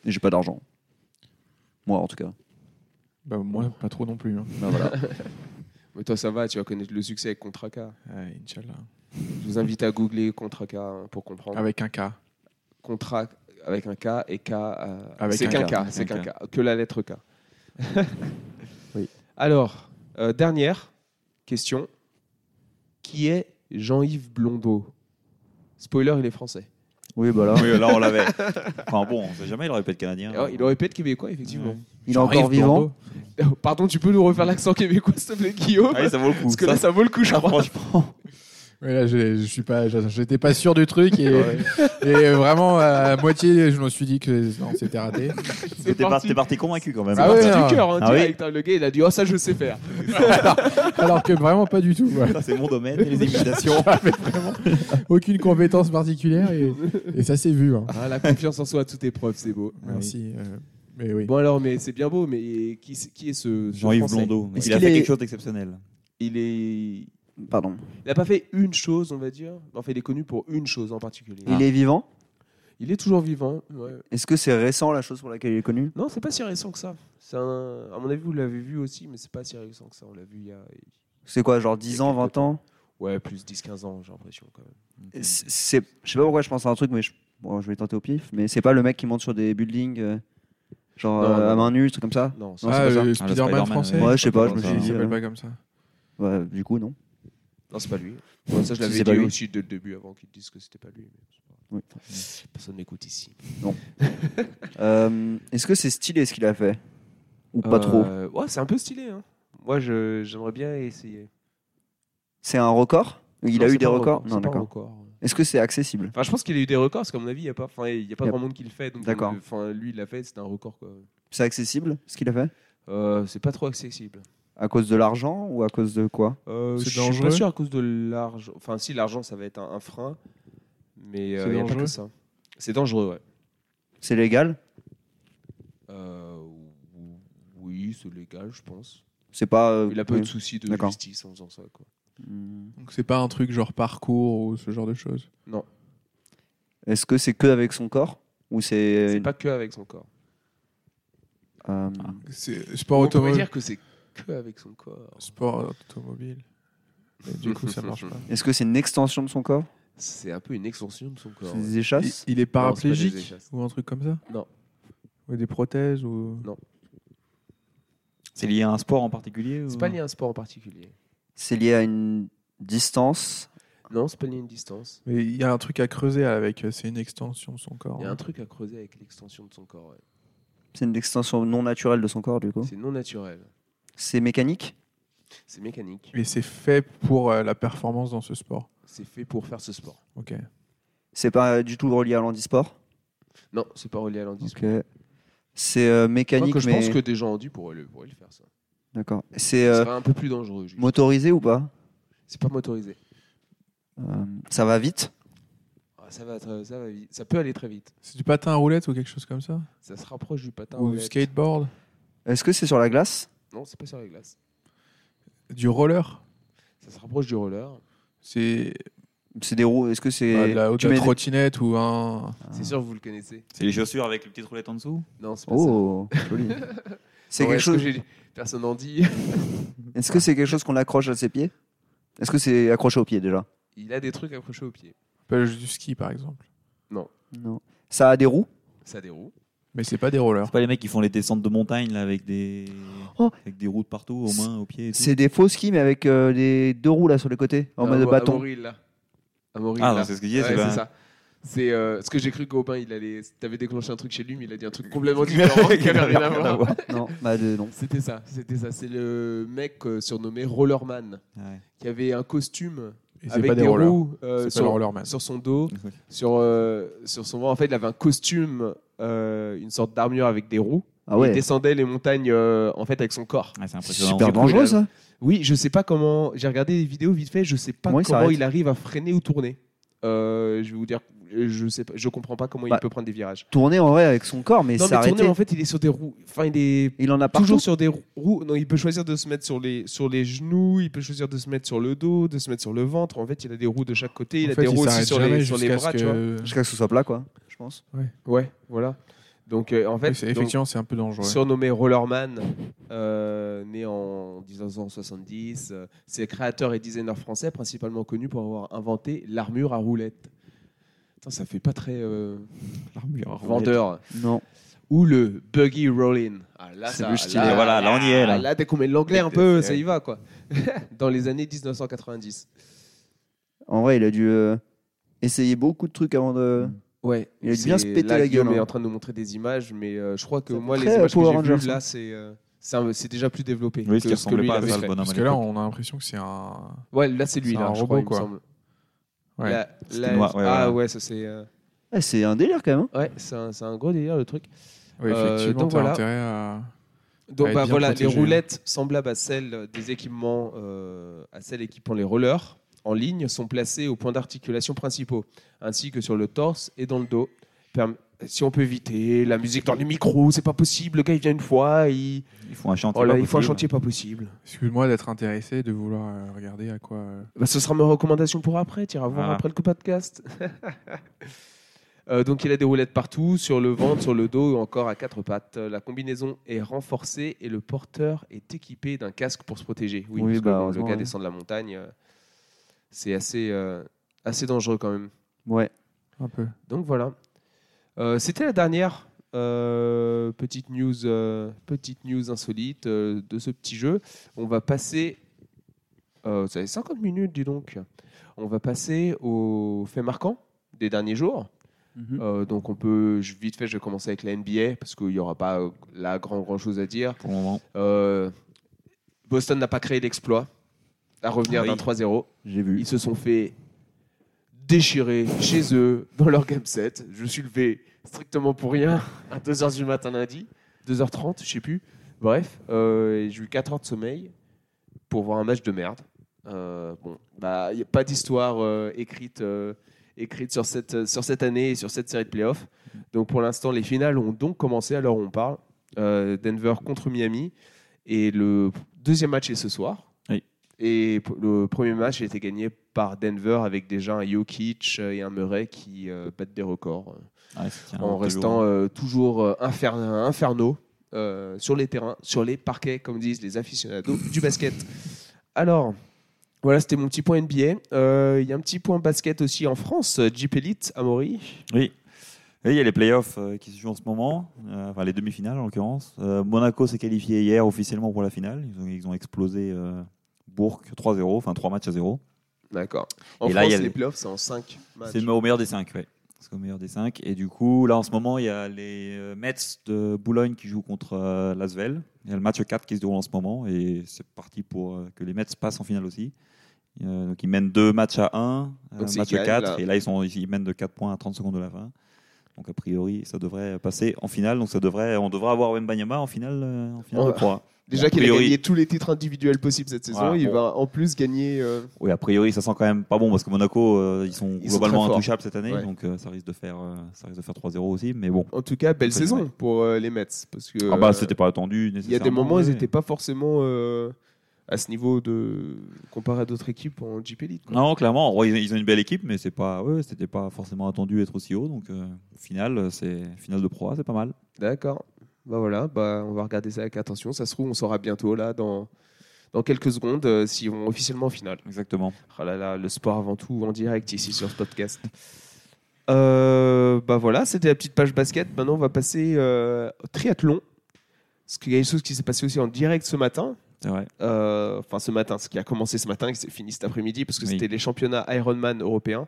D: Et j'ai pas d'argent. Moi, en tout cas.
B: Bah, moi, pas trop non plus. hein.
D: Bah, voilà.
A: Mais toi, ça va, tu vas connaître le succès avec Contraca.
B: Ouais, Inch'Allah.
A: Je vous invite à googler Contraca hein, pour comprendre.
D: Ah
B: Avec un K.
A: Contrat avec un K et K. euh,
B: Avec
A: c'est
B: un
A: qu'un
B: K,
A: K,
C: avec
A: c'est
C: un
A: qu'un K. Que la lettre K.
D: Oui.
A: Alors, euh, dernière question. Qui est Jean-Yves Blondeau Spoiler, il est français.
D: Oui, bah là.
C: Oui, là, on l'avait. Enfin bon, on sait jamais, il aurait pu être canadien.
A: Alors, Oh, il aurait pu être québécois, effectivement. Oh,
D: Il est encore vivant.
A: Pardon, tu peux nous refaire l'accent québécois, s'il te plaît, Guillaume
C: Ah oui, ça vaut le coup.
A: Parce que
C: ça,
A: là, ça vaut le coup, je
C: ça,
A: crois.
C: franchement.
B: Ouais, là, j'ai- je suis pas, je- j'étais pas sûr du truc et, et vraiment à moitié, je me suis dit que non, c'était raté.
C: T'es par- t'es parti convaincu quand même.
B: Ah ouais,
A: parti
B: hein.
A: du cœur, hein,
C: Ah oui.
A: direct, hein. Le gars, il a dit Oh, ça, je sais faire.
B: Alors que vraiment pas du tout. quoi.
C: Ça, c'est mon domaine et les imitations.
B: Aucune compétence particulière et, et ça s'est vu. hein.
A: Ah, la confiance en soi à toute épreuve, c'est beau.
B: Merci. euh, mais oui.
A: Bon, alors, mais c'est bien beau, mais qui, c'est- qui est ce. ce
C: Jean-Yves
A: Français
C: Blondeau.
D: Est-ce
C: Il a
D: qu'il
C: fait
D: est-
C: quelque chose d'exceptionnel.
A: Il est.
D: Pardon.
A: Il n'a pas fait une chose, on va dire. Enfin, il est connu pour une chose en particulier.
D: Il est vivant
A: Il est toujours vivant. ouais.
D: Est-ce que c'est récent la chose pour laquelle il est connu
A: Non, c'est pas si récent que ça. C'est un- À mon avis, vous l'avez vu aussi, mais c'est pas si récent que ça. On l'a vu il y a.
D: C'est quoi, genre 10 ans, 20 ans
A: Ouais, plus 10-15 ans, j'ai l'impression quand même.
D: C'est, je sais pas pourquoi je pense à un truc, mais je, bon, je vais tenter au pif. Mais c'est pas le mec qui monte sur des buildings, euh, genre
A: Non,
D: euh, à
A: non.
D: main nue, truc comme ça.
A: Non, c'est-
D: Non, c'est
B: ah,
D: pas ça.
B: euh,
C: Ah,
B: Spider-Man
C: le Spider-Man,
B: français.
C: ouais.
D: Ouais, je sais pas, je me
C: Ça,
D: suis
B: Il
D: dit.
B: s'appelle
D: euh,
B: pas comme ça.
D: ouais, du coup, non.
A: non, c'est pas lui. Ouais, ça, je
D: Si,
A: l'avais
D: c'est
A: dit
D: pas lui.
A: aussi dès le début avant qu'ils disent que c'était pas lui. mais c'est pas grave.
D: Oui.
A: Personne n'écoute ici.
D: Euh, est-ce que c'est stylé ce qu'il a fait ou pas trop
A: Euh, Ouais, c'est un peu stylé. hein. Moi, je- j'aimerais bien essayer.
D: C'est un record Il
A: Non,
D: a
A: c'est
D: eu des
A: pas un
D: records
A: record,
D: Non,
A: c'est pas un
D: d'accord.
A: record.
D: Est-ce que c'est accessible
A: Enfin, je pense qu'il a eu des records, parce qu'à mon avis, il n'y a pas, enfin, il y a pas
D: Y a-
A: grand monde qui le fait. donc,
D: D'accord.
A: euh, Enfin, lui, il l'a fait, c'était un record. quoi.
D: C'est accessible ce qu'il a fait
A: Euh, c'est pas trop accessible.
D: À cause de l'argent ou à cause de quoi
A: Euh,
B: C'est
A: je suis
B: dangereux
A: pas sûr à cause de l'argent. Enfin, si l'argent, ça va être un, un frein, mais
B: C'est
A: euh, il y a pas
B: dangereux
A: que ça. C'est dangereux, ouais.
D: C'est légal
A: Euh, ou- oui, c'est légal, je pense.
D: C'est pas. euh,
A: Il a pas eu
D: oui.
A: de soucis de
D: D'accord.
A: justice en faisant ça. Quoi.
D: Hmm.
B: Donc c'est pas un truc genre parcours ou ce genre de choses.
D: Est-ce que c'est que avec son corps ou c'est
A: C'est pas que avec son corps.
D: euh,
B: C'est sport
A: On pourrait
B: automobile.
A: dire que c'est que avec son corps.
B: Sport automobile. Et du coup, ça marche pas.
D: Est-ce que c'est une extension de son corps
A: C'est un peu une extension de son corps.
D: C'est
A: ouais.
D: des
B: Il,
D: échasses
B: il est
A: Non, c'est
B: paraplégique
A: pas des
B: ou un truc comme ça
A: Non.
B: Ou des prothèses ou...
C: C'est lié à un sport en particulier
A: C'est
C: ou-
A: pas lié à un sport en particulier.
D: C'est lié à une distance
A: Non, c'est pas lié à une distance.
B: Mais il y a un truc à creuser avec. euh, C'est une extension de son corps. hein.
A: Il y a un truc à creuser avec l'extension de son corps. ouais.
D: C'est une extension non naturelle de son corps du coup
A: C'est non naturel.
D: C'est mécanique
A: C'est mécanique.
B: Et c'est fait pour euh, la performance dans ce sport.
A: C'est fait pour faire ce sport.
B: Ok.
D: C'est pas du tout relié à l'handisport
A: Non, c'est pas relié à l'handicap.
D: Ok. C'est euh, mécanique
A: Quoique je
D: mais...
A: pense que des gens ont dit pourraient le, pourraient le faire ça.
D: D'accord. C'est
A: Ça
D: euh,
A: serait un peu plus dangereux. juste.
D: motorisé ou pas
A: C'est pas motorisé.
D: Euh, Ça va vite
A: Ah, ça, va, être- ça va vite. Ça peut aller très vite.
B: C'est du patin à roulette ou quelque chose comme ça
A: Ça se rapproche du patin.
B: Ou du
A: roulette.
B: skateboard
D: Est-ce que c'est sur la glace
A: Non, c'est pas sur la glace.
B: Du roller
A: Ça se rapproche du roller.
B: C'est
D: C'est des roues Est-ce que c'est
B: bah, de la, ou de
D: tu
B: la
D: mets des-
B: trottinette ou un.
D: Ah.
A: C'est sûr que vous le connaissez.
C: C'est les chaussures avec les petites roulettes en dessous
A: Non, c'est pas ça.
D: Oh, joli. C'est
A: Ouais,
D: quelque
A: est-ce que
D: chose.
A: j'ai- Personne n'en dit.
D: Est-ce que c'est quelque chose qu'on accroche à ses pieds Est-ce que c'est accroché aux pieds déjà
A: Il a des trucs accrochés au pied.
B: pas du ski par exemple.
D: Non. Ça a des roues
A: Ça déroule.
B: Mais c'est pas des rollers.
C: C'est pas les mecs qui font les descentes de montagne là, avec, des...
D: Oh.
C: avec des routes partout, aux
D: C'est-
C: mains, aux pieds. et tout
D: C'est des faux skis mais avec euh, des deux roues là sur les côtés
A: Ah
D: en mode de bâton.
A: Amaury, là. Amaury,
C: Ah,
A: là.
C: non, c'est ce qu'il disait,
A: Ouais,
C: c'est pas-
B: ben.
A: c'est ça. C'est euh, ce que j'ai cru qu'Aubin, il allait. T'avais déclenché un truc chez lui, mais il a dit un truc complètement différent qui avait rien à
C: Ah
A: voir.
D: Non, bah de, non.
A: C'était ça, c'était ça. C'est le mec euh, surnommé Rollerman
C: Ouais.
A: qui avait un costume
B: Et c'est
A: avec
B: pas
A: des,
B: des, rollers.
A: roues euh,
B: c'est pas le
A: sur,
B: rollerman.
A: sur son dos, sur, euh, sur son ventre. En fait, il avait un costume, euh, une sorte d'armure avec des roues.
D: Ah
A: Il
D: ouais.
A: descendait les montagnes euh, en fait avec son corps.
C: Ouais, c'est impressionnant.
D: Super
A: C'est
D: dangereux
A: cool,
D: ça.
A: Oui, je sais pas comment. J'ai regardé des vidéos vite fait. Je sais pas
D: Comment
A: comment,
D: il s'arrête
A: il arrive à freiner ou tourner. Euh, je vais vous dire, je sais pas, je comprends pas comment
D: Bah,
A: il peut prendre des virages.
D: Tourner en vrai avec son corps mais
A: Non, mais
D: s'arrêter.
A: tourner, en fait, il est sur des roues. Enfin, il est
D: Il en a partout.
A: toujours sur des roues. Non, il peut choisir de se mettre sur les, sur les genoux, il peut choisir de se mettre sur le dos, de se mettre sur le ventre. En fait, il a des roues de chaque côté, il
B: En
A: a
B: fait,
A: des
B: il
A: roues aussi
B: s'arrête
A: sur les,
B: jamais
A: sur les
B: jusqu'à ce
A: bras, tu vois.
B: que-
D: Jusqu'à ce que ce soit plat quoi, je pense.
A: Ouais, voilà. Donc, euh, en fait,
B: Oui, c'est-
A: donc,
B: effectivement, c'est un peu dangereux.
A: surnommé Rollerman, euh, né en 1970, euh, c'est créateur et designer français, principalement connu pour avoir inventé l'armure à roulettes. Putain, ça fait pas très euh, vendeur.
D: Non.
A: Ou le buggy rolling. Ah, là,
D: C'est
A: ça-
D: plus stylé.
A: là,
C: Et voilà, là, on y est, là.
A: Ah, là, dès qu'on met de l'anglais un peu, ça y va, quoi. Dans les années 1990.
D: En vrai, il a dû euh, essayer beaucoup de trucs avant de.
A: Ouais.
D: Il a dû
A: C'est-
D: bien se péter
A: là,
D: la gueule,
A: Guillaume est
D: hein.
A: en train de nous montrer des images, mais euh, je crois que
D: Ça
A: moi,
D: fait
A: les
D: très
A: images que
D: Power
A: j'ai vues,
D: Rangers,
A: là, c'est euh, c'est un- c'est déjà plus développé.
C: Oui,
A: que que
C: ce qui
A: lui,
C: ressemblait
A: il
C: pas à
A: avait
C: ça, le
A: fait.
C: bonhomme. à
B: Parce que là, on a l'impression que c'est un.
A: Ouais, là, c'est lui,
B: C'est
A: là,
B: un
A: je crois, il
B: robot,
A: me
B: quoi.
A: semble.
B: Ouais.
A: La-
C: C'était
A: la-
C: noir, ouais,
A: ah
C: ouais.
A: ouais, ça c'est. euh,
D: Eh, c'est un délire quand même. hein.
A: Ouais, c'est un, c'est un gros délire le truc.
B: Oui,
A: Euh,
B: effectivement,
A: donc
B: t'as
A: voilà.
B: intérêt à.
A: Donc
B: Ouais,
A: bah,
B: bien
A: voilà, les
B: protégé.
A: roulettes semblables à celles des équipements, euh, à celles équipant les rollers en ligne, sont placées aux points d'articulation principaux, ainsi que sur le torse et dans le dos. Perm- si on peut éviter la musique dans les micros, c'est pas possible. Le gars il vient une fois, il,
C: Ils font un chantier.
A: oh là,
C: pas
A: il faut un
C: possible.
A: chantier pas possible.
B: Excuse-moi d'être intéressé et de vouloir euh, regarder à quoi. euh,
A: Bah, ce sera ma recommandation pour après, tu iras voir
C: Voilà.
A: après le coup podcast. Euh, donc il a des roulettes partout, sur le ventre, sur le dos ou encore à quatre pattes. Euh, La combinaison est renforcée et le porteur est équipé d'un casque pour se protéger. Oui,
D: Oui,
A: parce que
D: bah,
A: le- le
D: heureusement,
A: gars
D: ouais.
A: descend de la montagne, euh, c'est assez, euh, assez dangereux quand même.
D: Ouais.
B: un peu.
A: Donc voilà. Euh, C'était la dernière euh, petite, news, euh, petite news insolite euh, de ce petit jeu. On va passer. Euh, ça fait 50 minutes, dis donc. On va passer aux faits marquants des derniers jours.
D: Mhm.
A: Euh, donc on peut, je- vite fait, je vais commencer avec la NBA parce qu'il n'y aura pas euh, la grand grand chose à dire.
C: Pour le moment,
A: Euh, Boston n'a pas créé l'exploit à revenir
C: Ah oui.
A: d'un 3-0
D: J'ai vu.
A: ils se sont fait déchirer chez eux dans leur game set. Je me suis levé strictement pour rien à 2h du matin lundi, 2h30, je sais plus. Bref, euh, et j'ai eu 4 heures de sommeil pour voir un match de merde. Euh, bon, bah, il n'y a pas d'histoire euh, écrite, euh, écrite sur, cette, euh, sur cette année et sur cette série de playoffs. Donc pour l'instant, les finales ont donc commencé à l'heure où on parle. Euh, Denver contre Miami. Et le deuxième match est ce soir. Et p- le premier match a été gagné par Denver avec déjà un Jokic et un Murray qui euh, battent des records euh,
C: ouais, ça tient
A: en
C: toujours.
A: restant euh, toujours euh, infer- infernaux euh, sur les terrains, sur les parquets, comme disent les aficionados du basket. Alors, voilà, c'était mon petit point NBA. Euh, Il y a un petit point basket aussi en France. euh, Jeep Elite, Amaury.
C: Oui. Et il y a les playoffs euh, qui se jouent en ce moment, euh, enfin les demi-finales en l'occurrence. Euh, Monaco s'est qualifié hier officiellement pour la finale. Ils ont, ils ont explosé euh, Bourg 3-0, enfin 3 matchs à 0.
A: D'accord. En
C: Et là,
A: France,
C: il y a
A: les
C: les-
A: playoffs, c'est en 5 matchs.
C: C'est le- au meilleur des 5, ouais. C'est au meilleur des 5. Et du coup, là en ce moment, il y a les euh, Mets de Boulogne qui jouent contre euh, Lasvel. Il y a le match 4 qui se déroule en ce moment et c'est parti pour euh, que les Mets passent en finale aussi. Euh, donc ils mènent deux matchs à 1,
A: Donc,
C: un euh,
A: s'ils
C: match
A: gagnent,
C: 4
A: là-
C: et là ils, sont, ils mènent de 4 points à 30 secondes de la fin. Donc a priori, ça devrait passer en finale. Donc ça devrait, on devrait avoir Wembanyama en finale, euh, en finale
A: Ouais.
C: de 3.
A: Déjà
C: A
A: qu'il a
C: priori-
A: gagné tous les titres individuels possibles cette saison,
C: Voilà,
A: il
C: bon.
A: va en plus gagner. euh,
C: Oui, a priori, ça sent quand même pas bon parce que Monaco, euh, ils sont
A: Ils sont
C: globalement
A: très forts.
C: intouchables cette année,
A: Ouais.
C: donc euh, ça risque de faire, euh, ça risque de faire 3-0 aussi. Mais bon,
A: En tout cas, belle
C: Absolument.
A: saison pour euh, les Mets. Parce que,
C: ah bah
A: euh,
C: c'était pas attendu.
A: Il y a des moments, ils n'étaient pas forcément euh, à ce niveau de comparé à d'autres équipes en Jeep Elite. quoi.
C: Non, clairement, ouais, ils ils ont une belle équipe, mais c'est pas, ouais, c'était pas forcément attendu être aussi haut. Donc euh, au final, euh, c'est finale de Pro A, c'est pas mal.
A: D'accord. Bah voilà, bah on va regarder ça avec attention. Ça se trouve, on saura bientôt là dans dans quelques secondes euh, s'ils vont officiellement en finale.
C: Exactement.
A: Ah là là, le sport avant tout en direct ici sur ce podcast. Euh, bah voilà, c'était la petite page basket. Maintenant, on va passer euh, au triathlon. Parce qu'il y a des choses qui s'est passé aussi en direct ce matin.
C: C'est vrai.
A: Euh, enfin ce matin, ce qui a commencé ce matin et qui s'est fini cet après-midi, parce que
C: Oui.
A: c'était les championnats Ironman européens.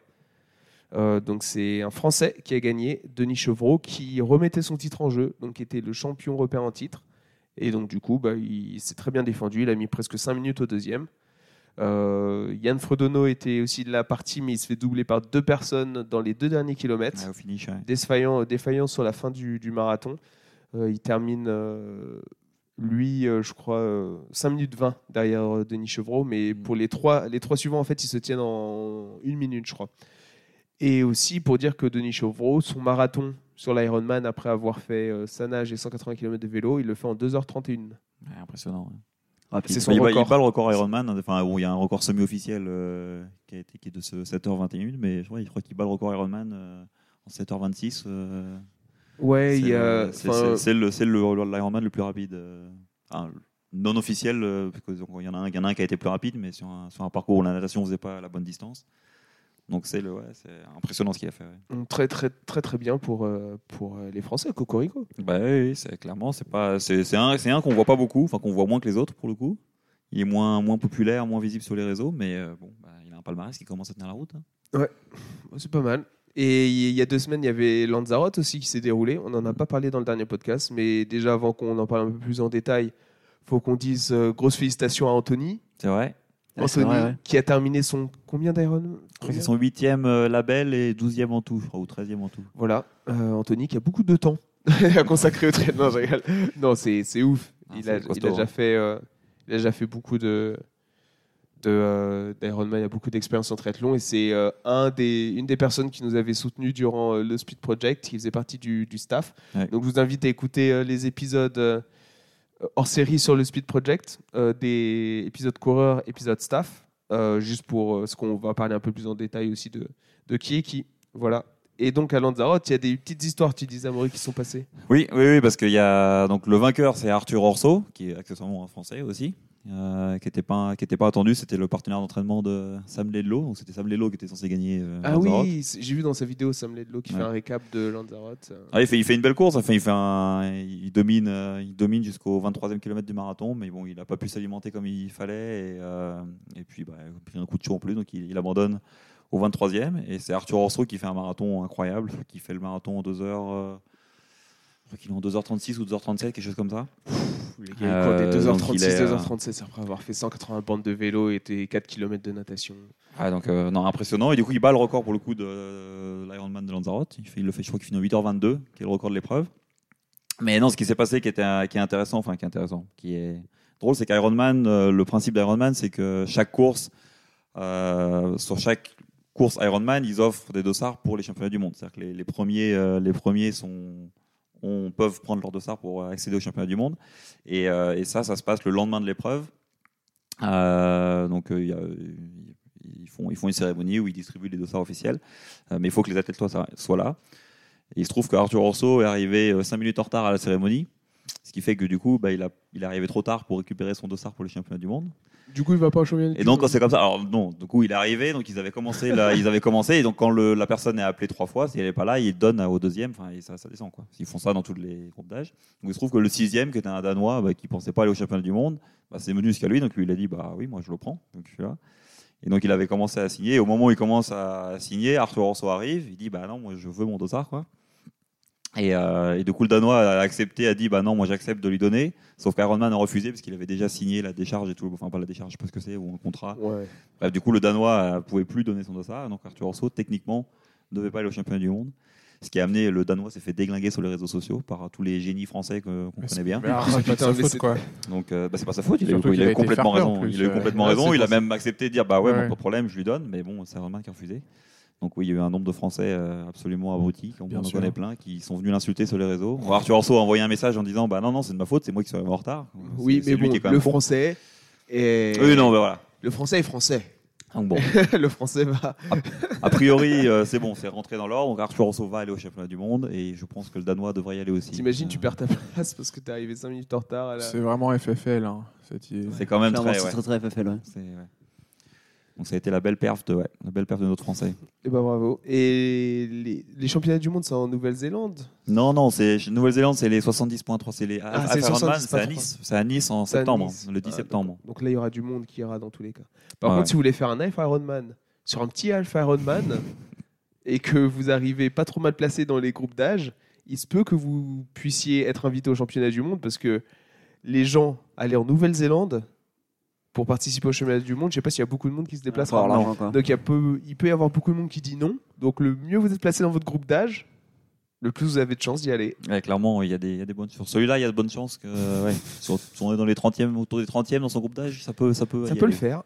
A: Euh, donc c'est un Français qui a gagné, Denis Chevreau, qui remettait son titre en jeu, donc qui était le champion européen en titre. Et donc du coup, bah, il s'est très bien défendu, il a mis presque 5 minutes au deuxième. Euh, Yann Frodeno était aussi de la partie, mais il se fait doubler par deux personnes dans les deux derniers kilomètres
C: Ouais, au finish. ouais.
A: défaillant, euh, défaillant sur la fin du, du marathon. Euh, il termine, euh, lui, euh, je crois, euh, 5 minutes 20 derrière euh, Denis Chevreau. Mais pour les trois, les trois suivants, en fait, ils se tiennent en une minute, je crois. Et aussi pour dire que Denis Chevreau, son marathon sur l'Ironman, après avoir fait euh, sa nage et 180 km de vélo, il le fait en 2h31.
C: Ouais, impressionnant. ouais.
D: Rapide.
A: C'est son
C: Il bat, il
A: record.
C: bat le record Ironman. hein. Enfin, bon, il y a un record semi-officiel euh, qui a été qui est de ce 7h21, mais je crois, je crois qu'il bat le record Ironman euh, en 7h26. euh,
A: Ouais,
C: C'est
A: il y a.
C: le- c'est-
A: enfin, euh,
C: c'est- c'est le, c'est le, le- l'Ironman le plus rapide. euh, enfin, non officiel, euh, parce que donc, il y, en a un- il y en a un qui a été plus rapide, mais sur un, sur un parcours où la natation ne faisait pas la bonne distance. Donc c'est le- ouais, c'est impressionnant ce qu'il a fait. ouais.
A: Très, très, très, très bien pour, euh, pour euh, les Français, Cocorico.
C: Bah oui, oui, c'est clairement, c'est pas, c'est c'est un, c'est un qu'on voit pas beaucoup, enfin qu'on voit moins que les autres pour le coup. Il est moins, moins populaire, moins visible sur les réseaux, mais euh, bon, bah, il a un palmarès qui commence à tenir la route. hein.
A: C'est pas mal. Et il y a deux semaines, il y avait Lanzarote aussi qui s'est déroulé. On n'en a pas parlé dans le dernier podcast, mais déjà avant qu'on en parle un peu plus en détail, faut qu'on dise euh, grosse félicitations à Anthony
C: C'est vrai.
D: Ouais, Ah, c'est
A: Anthony,
D: vrai, ouais.
A: qui a terminé son combien d'Iron
C: C'est son huitième euh, label et douzième en tout, je crois, ou treizième en tout.
A: Voilà, Euh, Anthony qui a beaucoup de temps à consacrer au trade. Non, je rigole. Non, c'est c'est ouf.
C: Ah,
A: il,
C: c'est
A: a, il a
C: costaud,
A: déjà
C: hein.
A: fait, euh, il a déjà fait beaucoup de de, euh, d'Ironman. Il a beaucoup d'expérience en triathlon et c'est euh, un des, une des personnes qui nous avait soutenus durant euh, le Speed Project. Il faisait partie du, du staff.
C: Ouais.
A: Donc, je vous invite à écouter euh, les épisodes euh, hors série sur le Speed Project, euh, des épisodes coureurs, épisodes staff, euh, juste pour euh, ce qu'on va parler un peu plus en détail aussi de, de qui est qui. Voilà. Et donc à Lanzarote, il y a des petites histoires, tu disais, Amaury, qui sont passées.
C: Oui, oui, oui, parce qu'il y a donc le vainqueur, c'est Arthur Orso, qui est accessoirement un Français aussi, euh, qui n'était pas qui était pas attendu. C'était le partenaire d'entraînement de Sam Ledlow, donc c'était Sam Ledlow qui était censé gagner. euh,
A: Ah
C: Lanzarote.
A: oui, c'est- j'ai vu dans sa vidéo Sam Ledlow qui
C: Ouais.
A: fait un récap de Lanzarote. euh.
C: Ah, il, fait, il fait une belle course, enfin, il, fait un- il domine, euh, il domine jusqu'au 23e kilomètre du marathon, mais bon, il n'a pas pu s'alimenter comme il fallait, et, euh, et puis bah, il a pris un coup de chaud en plus, donc il, il abandonne au 23e, et c'est Arthur Orso qui fait un marathon incroyable, qui fait le marathon en 2h... euh, je crois qu'il est en 2h36 ou 2h37, quelque chose comme ça.
A: Pff, Les
C: Euh,
A: gars, ils courent des
C: donc il
A: 2h36,
C: est, euh,
A: 2h37 après avoir fait 180 bandes de vélo et des 4 km de natation.
C: Ah, donc, euh, non, impressionnant. Et du coup, il bat le record pour le coup de euh, l'Ironman de Lanzarote. Il, fait- il le fait, je crois qu'il finit en 8h22, qui est le record de l'épreuve. Mais non, ce qui s'est passé qui, était, euh, qui est intéressant, enfin, qui est intéressant, qui est drôle, c'est qu'Ironman, euh, le principe d'Ironman, c'est que chaque course, euh, sur chaque course Ironman, ils offrent des dossards pour les championnats du monde. C'est-à-dire que les, les premiers, euh, les premiers sont, on, peuvent prendre leur dossard pour accéder aux championnats du monde. Et, euh, et ça, ça se passe le lendemain de l'épreuve. Euh, donc, euh, il y a- ils, font, ils font une cérémonie où ils distribuent les dossards officiels. Euh, mais il faut que les athlètes soient, soient là. Et il se trouve que Arthur Orso est arrivé 5 minutes en retard à la cérémonie. Ce qui fait que du coup, bah, il, a, il est arrivé trop tard pour récupérer son dossard pour les championnats du monde.
A: Du coup, il va pas au championnat.
C: Et donc, quand c'est comme ça, alors non, du coup, il est arrivé, donc ils avaient commencé, là, ils avaient commencé, et donc quand le- la personne est appelée trois fois, si elle n'est pas là, il donne au deuxième, enfin, et ça, ça descend, quoi. Ils font ça dans tous les groupes d'âge. Donc, il se trouve que le sixième, qui était un Danois, bah, qui pensait pas aller au championnat du monde, bah, c'est venu jusqu'à lui, donc lui, il a dit, bah oui, moi, je le prends, donc je suis là. Et donc, il avait commencé à signer, et au moment où il commence à signer, Arthur Orso arrive, il dit, bah non, moi, je veux mon dossard, quoi. Et, euh, et du coup, le Danois a accepté, a dit, bah non, moi, j'accepte de lui donner, sauf qu'Ironman a refusé, parce qu'il avait déjà signé la décharge et tout, enfin, pas la décharge, je sais pas ce que c'est, ou un contrat.
A: Ouais.
C: Bref, du coup, le Danois ne pouvait plus donner son dossard, donc Arthur Orso, techniquement, ne devait pas aller au championnat du monde. Ce qui a amené le Danois s'est fait déglinguer sur les réseaux sociaux par tous les génies français que- qu'on
B: Mais
C: connaît bien.
B: Mais alors,
A: Ah,
B: c'est pas de
A: putain,
B: sa
A: mais c'est-
B: faute, quoi.
C: Donc, euh, bah, c'est pas sa faute, il a, eu,
B: Surtout
C: il a
B: qu'il a
C: eu
B: été
C: complètement
B: fair play, en
C: raison.
B: plus,
C: il a eu
B: ouais.
C: complètement
B: Ouais,
C: raison,
B: c'est
C: il a
B: pour ça.
C: même accepté de dire bah ouais,
B: Ouais.
C: bon, pas de problème, je lui donne, mais bon, c'est Romain qui a refusé. Donc, oui, il y a eu un nombre de Français euh, absolument abrutis, on
B: Bien
C: en
B: sûr.
C: connaît plein, qui sont venus l'insulter sur les réseaux. Arthur Orso a envoyé un message en disant bah non, non, c'est de ma faute, c'est moi qui suis arrivé en retard.
A: Oui,
C: C'est-
A: mais
C: c'est lui
A: bon,
C: qui est quand
A: le
C: même con.
A: français. est-
C: Oui, non, bah voilà.
A: Le français est français.
B: Ah,
C: Donc, bon.
A: le français va.
C: A priori, euh, c'est bon, c'est rentré dans l'ordre. Donc Arthur Rousseau va aller au championnat du monde et je pense que le Danois devrait y aller aussi.
A: T'imagines, tu
C: Euh,
A: perds ta place parce que t'es arrivé 5 minutes en retard. À la...
B: C'est vraiment FFL. hein, cette idée.
C: C'est quand même
D: Clairement,
C: très.
D: c'est
C: ouais.
D: très très FFL. ouais.
C: C'est- ouais. Donc ça a été la belle perf de, ouais, la belle perf de notre Français.
A: Et bah bravo. Et les, les championnats du monde, c'est en Nouvelle-Zélande
C: Non, non, c'est chez- Nouvelle-Zélande, c'est les 70.3, c'est les.
A: Ah,
C: Half
A: c'est les 70.3.
C: Ironman, c'est à Nice, c'est à Nice en
A: C'est à
C: septembre,
A: Nice.
C: le 10
A: Ah,
C: septembre.
A: Donc là, il y aura du monde qui ira dans tous les cas. Par
C: Ouais.
A: contre, si vous voulez faire un Half Ironman sur un petit Half Ironman et que vous arrivez pas trop mal placé dans les groupes d'âge, il se peut que vous puissiez être invité au championnat du monde parce que les gens aller en Nouvelle-Zélande pour participer au championnat du monde, je sais pas s'il y a beaucoup de monde qui se déplace
D: Par
A: rarement.
D: l'argent, quoi.
A: Donc il, y a peu- il peut y avoir beaucoup de monde qui dit non. Donc le mieux vous êtes placé dans votre groupe d'âge, le plus vous avez de chances d'y aller.
C: Ouais, clairement, il y, a des- il y a des bonnes chances. Celui-là, il y a de bonnes chances que. euh, ouais, si on si on est dans les 30e, autour des 30e dans son groupe d'âge, ça peut, ça peut.
A: Ça
C: y
A: peut le
C: aller.
A: faire.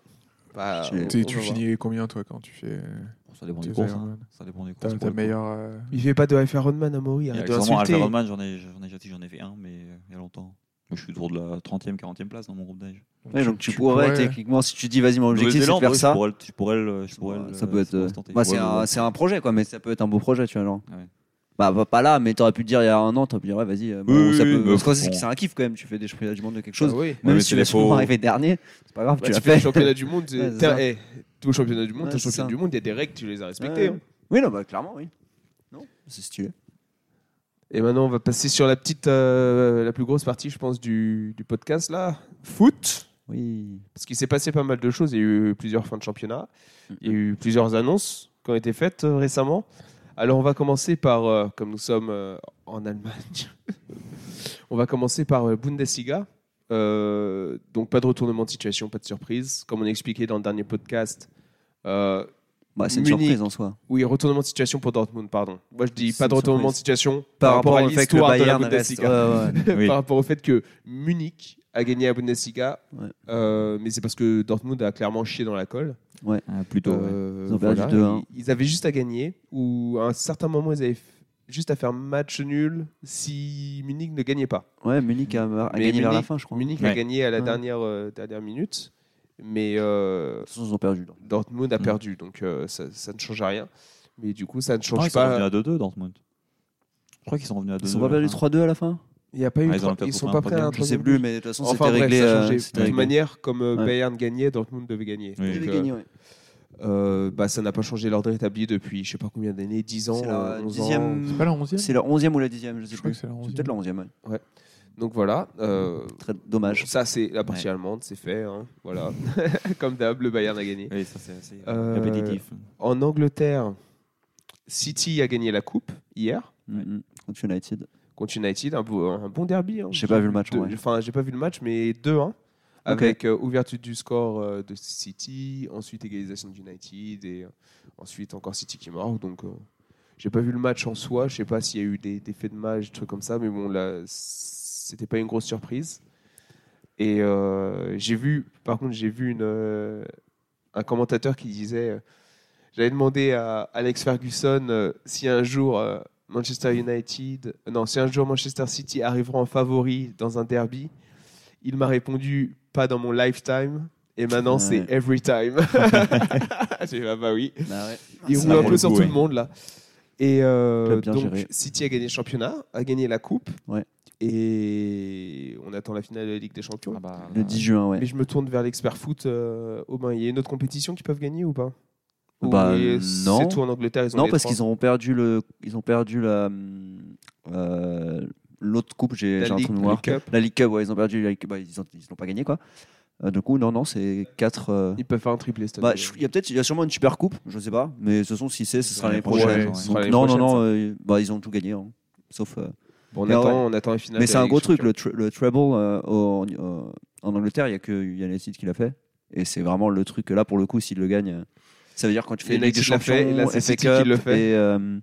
A: Bah,
B: Tu-
A: on-
B: t'es-
A: on
B: tu
A: va voir.
B: finis combien, toi, quand tu fais. euh,
C: Bon, Ça dépend
B: Tu
C: des
B: sais,
C: courses. hein.
B: Ironman.
C: Ça dépend des courses.
B: T'as
C: pour
B: ta
C: le coup.
B: meilleure. euh,
A: Il fait pas de Half Ironman à Maury, arrête de
C: Exactement, Alpha
A: l'insulter.
C: Ironman, j'en ai, j'en ai jeté, j'en ai fait un, mais euh, il y a longtemps. Moi, je suis autour de la 30e, 40e place dans mon groupe d'âge.
D: Ouais, donc tu, pourrais, techniquement, si tu dis vas-y, mon objectif c'est de
C: Nouvelle-Zélande,
D: faire
C: ouais, Je
D: ça,
C: pourrais, le- je pourrais, le- je pourrais le-
D: ça peut être.
C: ça
D: euh,
C: se tenter.
D: bah, c'est
C: Ouais,
D: un,
C: ouais, Ah
D: c'est un projet quoi, mais ça peut être un beau projet, tu vois. Genre.
C: Ouais.
D: Bah, bah, pas là, mais t'aurais pu te dire il y a un an, t'aurais pu dire ouais, vas-y. euh, bon,
C: Oui,
D: ça
C: oui,
D: peut-
C: mais
D: parce que c'est
C: bon.
D: c'est un kiff quand même, tu fais des championnats du monde de quelque
A: Ah
D: chose.
A: oui.
C: Ouais,
D: Même
C: mais c'est
D: si tu
C: les
D: vas
C: faux.
D: sûrement arriver dernier, c'est pas grave,
A: Bah,
D: tu l'as
A: fais le
D: fait.
A: championnat du monde,
D: Ouais,
A: t'es-
D: c'est
A: t'es-
D: ça.
A: eh, t'es au championnat du monde,
D: Ouais,
A: t'es au
D: c'est
A: championnat
D: ça.
A: du monde, il y a des règles, tu les as respectées.
D: Ouais.
A: hein.
D: Oui, non, bah clairement, oui. Non, c'est stylé.
A: Et maintenant, on va passer sur la petite, euh, la plus grosse partie, je pense, du, du podcast là. Foot.
D: Oui.
A: Parce qu'il s'est passé pas mal de choses. Il y a eu plusieurs fins de championnat. Il y a eu plusieurs annonces qui ont été faites euh, récemment. Alors, on va commencer par, euh, comme nous sommes euh, en Allemagne, on va commencer par euh, Bundesliga. Euh, donc pas de retournement de situation, pas de surprise. Comme on a expliqué dans le dernier podcast, euh,
D: Bah, c'est une
A: Munich.
D: surprise en soi.
A: oui, retournement de situation pour Dortmund, pardon. Moi je dis
D: C'est
A: pas de
D: une
A: retournement
D: surprise.
A: de situation
D: Par, rapport,
A: à
D: au fait que le
A: l'histoire de la
D: Bayern reste.
A: Bundesliga.
D: ouais, ouais.
C: Oui.
A: par rapport au fait que Munich a gagné la Bundesliga,
D: Ouais.
A: euh, mais c'est parce que Dortmund a clairement chié dans la colle.
C: Ah, plutôt. ouais.
A: Euh,
D: Ils ont perdu 2-1.
A: Ils, ils avaient juste à gagner, ou à un certain moment, ils avaient f- juste à faire match nul si Munich ne gagnait pas.
D: Ouais, Munich a, a
A: Mais
D: gagné vers la
A: Munich-
D: fin, je crois.
A: Munich a
C: Ouais.
A: gagné à la
D: Ouais.
A: dernière, euh, dernière minute, mais euh,
D: De toute façon, ils ont perdu. donc.
A: Dortmund a
C: Mm.
A: perdu, donc euh, ça, ça ne change rien. Mais du coup, ça ne
C: Non,
A: change
C: ils sont revenus
A: pas.
C: à 2-2 Dortmund. Je crois qu'ils sont revenus à 2-2.
D: Ils sont pas
C: à la
D: perdus
C: fin.
D: 3-2 à la fin
A: Il y a pas eu.
C: Ah, ils
A: trois-
C: ont
A: ils
C: encore
A: sont
C: un
A: pas
C: problème,
A: prêts à un
C: je
D: Je sais
A: troisième
D: plus,
A: but.
D: mais de toute façon,
A: Enfin
D: c'était
A: bref,
D: réglé.
A: ça a
D: euh,
A: changé.
D: c'était
A: de toute
D: réglé.
A: manière, comme euh,
D: Ouais.
A: Bayern gagnait, Dortmund devait gagner.
C: Oui.
D: Ils
A: Donc,
D: avaient
A: euh,
D: gagné, ouais.
A: euh, bah, ça n'a pas changé l'ordre établi depuis je sais pas combien d'années, 10 ans,
D: C'est la
A: euh, 11 ans.
D: dixième-
B: C'est pas la 11
D: C'est la 11e ou la 10e, je sais
B: Je crois
D: plus.
B: que c'est la
D: C'est
B: 11
D: peut-être la 11e, ouais.
A: Donc voilà. euh,
D: Très dommage.
A: Ça, c'est la partie
C: Ouais.
A: allemande, c'est fait. hein. Voilà. Comme d'hab, le Bayern a gagné.
C: Oui, ça c'est assez
A: Euh,
C: répétitif.
A: En Angleterre, City a gagné la Coupe hier
D: Mhm. Contre United.
A: contre United. Un, beau- un bon derby. hein.
D: J'ai pas vu le match, en
A: Deux-
D: vrai.
A: Enfin, j'ai pas vu le match, mais 2-1. Avec euh, ouverture du score euh, de City, ensuite égalisation de United et euh, ensuite encore City qui marque. Donc, euh, j'ai pas vu le match en soi. Je sais pas s'il y a eu des, des faits de match, des trucs comme ça, mais bon, là, c'était pas une grosse surprise. Et euh, j'ai vu, par contre, j'ai vu une, euh, un commentateur qui disait euh, J'avais demandé à Alex Ferguson euh, si un jour euh, Manchester United, non, si un jour Manchester City arrivera en favori dans un derby. Il m'a répondu Pas dans mon lifetime. Et maintenant,
D: Ouais.
A: c'est every time. j'ai dit, Ah bah oui.
D: Bah ouais.
A: Il
D: Ça
A: roule
D: va
A: un
D: pour
A: peu
C: le
A: sur
C: coup,
A: tout
C: ouais.
A: le monde là. Et euh,
D: Club bien
A: donc
D: géré.
A: City a gagné le championnat, a gagné la coupe.
D: Ouais.
A: Et on attend la finale de la Ligue des Champions.
C: Ah bah,
D: Le 10 juin, ouais.
A: Mais je me tourne vers l'expert foot. euh, Aubin, il y a une autre compétition qu'ils peuvent gagner ou pas Ou
D: Bah,
A: et-
D: non.
A: C'est tout en Angleterre. Ils ont
D: Non,
A: les
D: parce
A: trois.
D: qu'ils ont perdu le, ils ont perdu la, hum, euh, l'autre coupe. J'ai,
A: La
D: j'ai un
A: Ligue-
D: trou de mémoire.
A: League Cup.
D: La League Cup, ouais, ils ont perdu. La Ligue, bah, ils ont, ils l'ont pas gagné quoi. Euh, du coup, non, non, c'est 4
A: Ils peuvent faire un triplé cette
D: Bah,
A: année.
D: je- il y a peut-être, il y a sûrement une super coupe, je sais pas, mais de toute façon, si c'est, ce sera l'année
C: l'année prochaine, ouais.
D: prochaine. Donc,
C: Ce
A: sera l'année
D: non,
A: prochaine,
D: non, non, euh, bah, ils ont tout gagné, hein. sauf. euh,
A: Bon, on,
D: Mais
A: attend,
D: ouais.
A: on attend la finale.
D: mais
A: de
D: c'est
A: la
D: un
A: Ligue
D: gros truc,
A: Champions.
D: le, tr- le treble euh, en, euh, en Angleterre, il y a que United qui l'a fait, et c'est vraiment le truc là pour le coup, s'il le gagne, euh, ça veut dire quand tu fais
A: United
D: Ligue des
A: l'a
D: Champions,
A: fait, et là, c'est
D: FA
A: City
D: Cup,
A: qui le fait.
D: et, euh,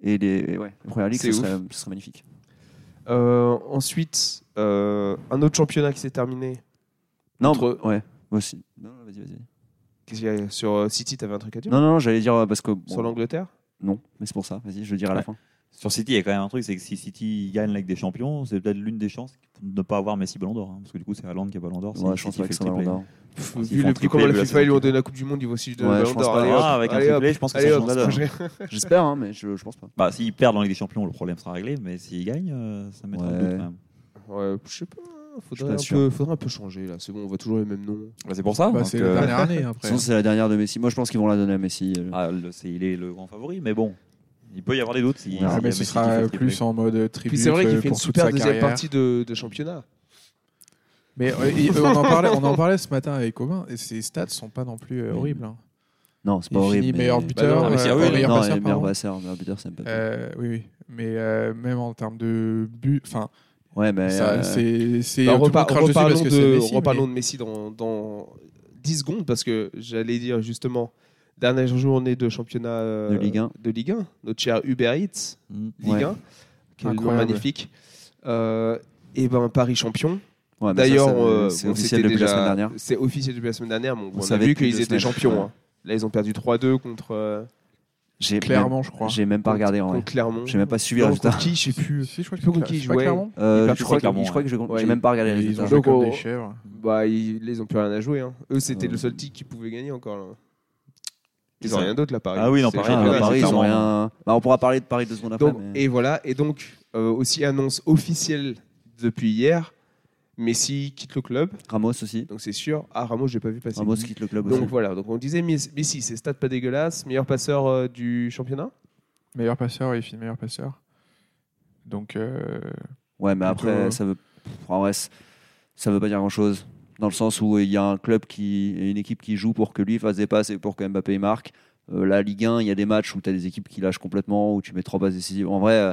D: et les, et ouais, la première ligue,
A: C'est
D: ce serait, ce serait magnifique.
A: Euh, ensuite, euh, un autre championnat qui s'est terminé.
D: Non,
A: Entre-
D: ouais, moi aussi. Non, non, vas-y, vas-y.
A: Qu'est-ce qu'il y a Sur euh, City, t'avais un truc à dire
D: Non, non, non, j'allais dire euh, parce que bon,
A: Sur l'Angleterre
D: non, mais c'est pour ça. Vas-y, je le dirai à la
C: Ouais.
D: fin.
C: Sur City, il y a quand même un truc, c'est que si City gagne la Ligue des Champions, c'est peut-être l'une des chances de ne pas avoir Messi Ballon d'Or, hein, parce que du coup c'est Haaland qui a Ballon d'Or. c'est
D: Ouais, je pense
C: City
D: pas que
C: fait le
D: ça va
C: triplé.
D: l'endormir.
A: Vu
C: Ils font
A: le
C: un
A: plus
C: triplé,
A: comment la
C: là, c'est
A: FIFA ils lui ont
C: compliqué.
A: donné la Coupe du Monde, ils vont aussi de
D: Ouais,
A: Ballon
D: je pense
A: d'Or.
D: pas.
A: Allez hop,
C: Ah, avec un
A: allez hop,
C: triplé, je pense que
A: allez
C: ça
A: hop,
C: change la donne.
A: je-
D: J'espère, hein, mais je, je pense pas.
C: Bah, s'ils perdent en Ligue des Champions, le problème sera réglé, mais s'ils gagnent, euh, ça mettra le
D: Ouais.
C: doute quand même.
A: Ouais, je sais pas.
D: suis pas
A: Faudrait un,
D: sûr.
A: peu, faudrait un peu changer là. C'est bon, on voit toujours les mêmes noms.
C: c'est pour ça. hein,
B: Bah, c'est la dernière année après.
A: hein.
D: Sinon, c'est la dernière de Messi. Moi, je pense qu'ils vont la donner à Messi. euh.
A: Ah.
C: il est ah, le grand favori, mais bon, il peut y avoir des doutes. Si,
D: Ouais,
C: s'il y
B: Ah,
C: a
B: mais
C: Messi
B: ce
C: qui fait
B: sera
C: le triplé.
B: plus en mode tribute
A: Puis c'est vrai qu'il
B: euh,
A: fait une
B: pour toute
A: super
B: sa
A: deuxième
B: carrière.
A: partie de, de championnat.
B: Mais euh, et, euh, on, en parlait, on en parlait ce matin avec Aubin, et ses stats sont pas non plus euh,
D: Oui.
B: horribles. hein.
D: Non, c'est
B: Il
D: pas horrible.
B: finit
D: mais- bah
B: meilleur buteur,
C: non, mais c'est-
B: euh,
C: ah oui,
B: meilleur
D: non,
B: passeur,
D: et meilleur
B: pardon.
D: passeur, meilleur buteur, c'est Mbappé.
B: Euh, oui, oui. Mais euh, même en termes de but, enfin,
D: ouais, mais
B: ça,
D: euh,
B: c'est c'est
A: Bah,
B: tout le monde
A: repa-
B: crache dessus parce
A: reparlons
B: que
A: de,
B: c'est Messi,
A: reparlons de Messi dans, dans 10 secondes parce que j'allais dire justement dernière journée de championnat euh,
D: De Ligue un.
A: de Ligue 1, notre cher Uber Eats
C: Mm.
A: Ligue
D: Ouais.
A: 1, qui est le nom
B: Incroyable.
A: magnifique. Euh, et ben Paris champion.
D: ouais, mais Ah, bah ça,
A: D'ailleurs,
D: ça,
A: euh,
D: c'est
A: bon,
D: officiel
A: c'était
D: depuis la
A: déjà-
D: semaine dernière.
A: C'est officiel depuis la semaine dernière. mais
D: On
A: on a
D: savait
A: vu
D: depuis
A: qu'ils
D: deux
A: étaient
D: semaines,
A: champions.
D: ouais.
A: hein. Là, ils ont perdu 3-2 contre, euh,
D: J'ai
B: clairement, je crois.
D: même, j'ai même pas
A: contre-
D: regardé en
A: contre
D: vrai.
A: Clermont.
D: J'ai même pas suivi
A: Non,
D: le
A: contre
D: résultat.
A: qui, je sais plus.
B: Si, je crois que
A: Plus
B: c'est
A: qui
B: Cla- c'est
A: jouait.
B: pas Clermont.
D: Euh,
C: perdent
D: je crois que
C: clairement,
D: je crois que j'ai
A: Ouais,
D: j'ai même pas regardé les
B: Ils ont
D: résultats.
B: joué
A: Donc,
B: comme
A: on-
B: des chèvres.
A: Bah, ils, là, ils ont plus rien à jouer. hein. Eux, c'était
D: Euh.
A: le seul titre qui pouvait gagner encore. là. Ils
C: C'est
A: ont
C: ça.
A: rien d'autre là, Paris.
C: Ah oui, non,
A: C'est
C: Paris,
A: le
D: Ah,
C: ouais,
A: championnat,
D: bah,
C: ouais,
D: Paris,
A: c'est
D: ils ont
A: clairement-
D: rien. Bah, on pourra parler de Paris deux secondes après.
A: Donc,
D: mais-
A: Et voilà. Et donc, euh, aussi annonce officielle depuis hier Messi quitte le club.
D: Ramos aussi.
A: Donc, c'est sûr. Ah, Ramos, je l'ai pas vu passer.
D: Ramos quitte le club aussi.
A: Donc voilà, donc on disait Messi, Messi, c'est stats pas dégueulasse, meilleur passeur euh, du championnat.
B: Meilleur passeur, il finit meilleur passeur. Donc, euh,
D: Ouais, mais après,
B: Plutôt-
D: ça veut, pff, en vrai, c- ça veut pas dire grand-chose. Dans le sens où euh, il y a un club qui, et une équipe qui joue pour que lui fasse des passes et pour que Mbappé marque. Euh, la Ligue 1, il y a des matchs où tu as des équipes qui lâchent complètement, où tu mets trois passes décisives. En vrai, euh,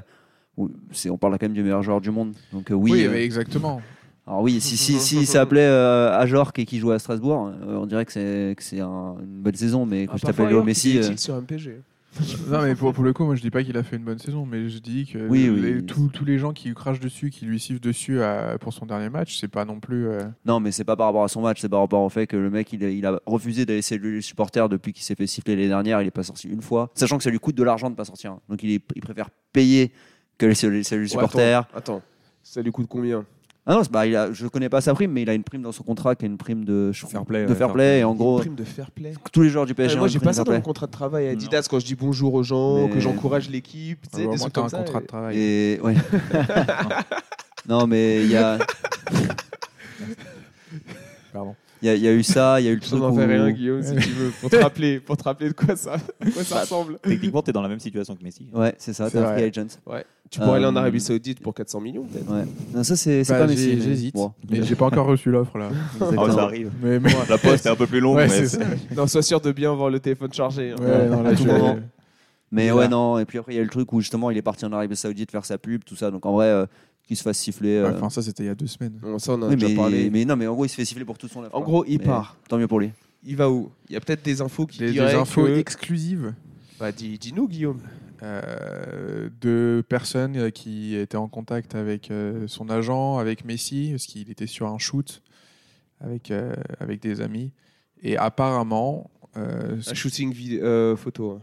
D: où- c'est- on parle quand même du meilleur joueur du monde. Donc euh, oui,
B: oui,
D: euh,
B: mais exactement.
D: Alors oui, si, si, si, il s'appelait euh, Ajorc et qu'il jouait à Strasbourg, euh, on dirait que c'est, que c'est un- une bonne saison, mais quand
A: Ah,
D: je
A: parfois,
D: t'appelle Léo
A: alors,
D: Messi,
A: il
D: euh,
A: est utile sur MPG.
B: Non, mais pour, pour le coup, moi je dis pas qu'il a fait une bonne saison, mais je dis que
D: Oui, oui.
B: les- tous- tous les gens qui lui crachent dessus, qui lui sifflent dessus à- pour son dernier match, c'est pas non plus. euh,
D: non, mais c'est pas par rapport à son match, c'est par rapport au fait que le mec, il a, il a refusé d'aller saluer les supporters depuis qu'il s'est fait siffler l'année dernière, il est pas sorti une fois, sachant que ça lui coûte de l'argent de pas sortir. hein. Donc il, est- il préfère payer que les saluer les
A: Ouais, attends,
D: supporters.
A: attends, ça lui coûte combien
D: Ah non, c'est- bah, il a, je connais pas sa prime, mais il a une prime dans son contrat qui est une prime de je-
C: Fair play, ouais,
D: de fair
C: fair
D: play,
C: play.
D: et en gros,
A: Prime de fair play.
D: tous les joueurs du
A: Ah,
D: PSG. ont
A: moi,
D: une
A: j'ai
D: prime
A: pas ça
D: fair
A: dans
D: play.
A: mon contrat de travail à Adidas quand je dis bonjour aux gens,
D: Mais-
A: que j'encourage l'équipe. Tu sais,
B: au
A: des
B: moins,
A: trucs
B: t'as
A: comme
B: un
A: ça,
B: contrat
A: et-
B: de travail.
D: Et ouais. non, mais il y a,
B: Pardon.
D: il y, a- il y a eu ça, il y a eu le
A: Je
D: truc
A: t'en
D: où-
A: enverrai un, Guillaume, si tu veux, pour te rappeler, pour te rappeler de quoi ça, à quoi ça ressemble.
C: Techniquement, t'es dans la même situation que Messi.
D: Ouais, c'est ça,
B: C'est
D: t'es un free
B: vrai.
D: agent.
A: Tu pourrais aller en
D: Euh,
A: Arabie Saoudite pour 400 millions, peut-être.
D: Ouais. Non, ça, c'est c'est
B: Bah,
D: pas
B: j'ai-
D: Messi. mais-
B: J'hésite,
D: Bon,
B: mais j'ai pas encore reçu l'offre là.
D: exactement.
C: Ah, ça arrive.
B: Mais, mais-
C: La poste est un peu plus longue,
B: Ouais,
C: mais
B: c'est
C: c'est-
B: ça.
A: Non, sois sûr de bien avoir le téléphone chargé. hein.
B: Ouais, non, là,
D: à tout
B: je-
D: moment. Mais
B: Bizarre.
D: ouais, non, et puis après, il y a le truc où justement, il est parti en Arabie Saoudite faire sa pub, tout ça. Donc en vrai, euh, qu'il se fasse siffler.
B: Ouais,
D: euh,
B: Enfin, ça c'était il y a deux semaines.
A: Bon, ça, on en a
D: oui,
A: déjà
D: mais,
A: parlé.
D: mais non, mais en gros, il se fait siffler pour tout son effort.
A: en gros, il
D: Mais
A: part.
D: Tant mieux pour lui.
A: Il va où Il y a peut-être des infos qui
B: Des, des
A: diraient
B: infos
A: que-
B: exclusives
A: Bah, dis- dis-nous, Guillaume.
B: euh, de personnes euh, qui étaient en contact avec euh, son agent, avec Messi, parce qu'il était sur un shoot avec, euh, avec des amis. Et apparemment, euh,
A: Un shooting vid- euh, photo. hein.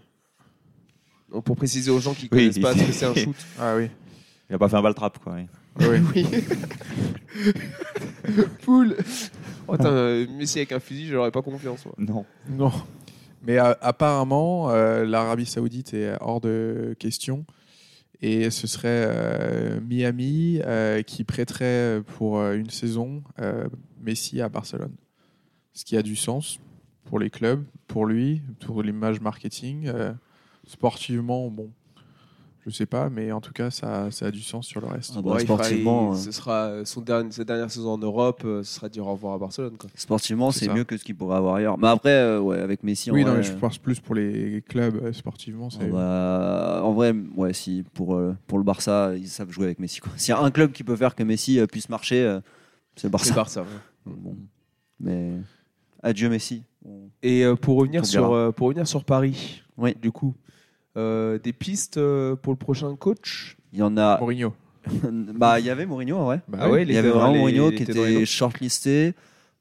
A: Donc, pour préciser aux gens qui connaissent pas ce que c'est un shoot.
B: ah oui,
C: Il a pas fait un ball trap, quoi. ouais.
B: oui.
A: Oui. Poule. Oh, putain, euh, Messi avec un fusil, j'aurais pas confiance. Moi.
C: Non.
B: Non. Mais euh, apparemment, euh, l'Arabie Saoudite est hors de question. Et ce serait euh, Miami euh, qui prêterait pour euh, une saison euh, Messi à Barcelone. Ce qui a du sens pour les clubs, pour lui, pour l'image marketing. euh, sportivement, bon, je sais pas, mais en tout cas, ça, ça a du sens sur le reste.
D: Ah bah,
A: Ouais, il fera-
D: sportivement,
A: il-
D: euh,
A: ce sera euh, son dernier, sa dernière saison en Europe, euh, ce sera dire au revoir à Barcelone. Quoi.
D: Sportivement,
B: C'est
D: c'est
B: ça.
D: mieux que ce qu'il pourrait avoir ailleurs. Mais après, euh, ouais, avec Messi, en
B: oui, non,
D: vrai,
B: mais je pense plus pour les clubs euh, sportivement.
D: Ah
B: c'est-
D: bah, en vrai, ouais, si pour, euh, pour le Barça, ils savent jouer avec Messi. quoi. S'il y a un club qui peut faire que Messi euh, puisse marcher, euh, c'est le
A: C'est
D: Barça.
A: Barça. ouais.
D: Bon. Mais adieu Messi. On-
A: Et euh, pour, revenir
D: On
A: sur,
D: verra.
A: euh, pour revenir sur Paris,
D: Oui.
A: du coup, euh, des pistes euh, pour le prochain coach
D: Il y en a.
B: Mourinho.
D: bah, il y avait Mourinho, en vrai.
B: Bah
A: Ah
B: oui.
A: ouais,
D: Il
A: les-
D: y avait vraiment
A: les-
D: Mourinho
A: les-
D: qui
A: les- les-
D: était shortlisté.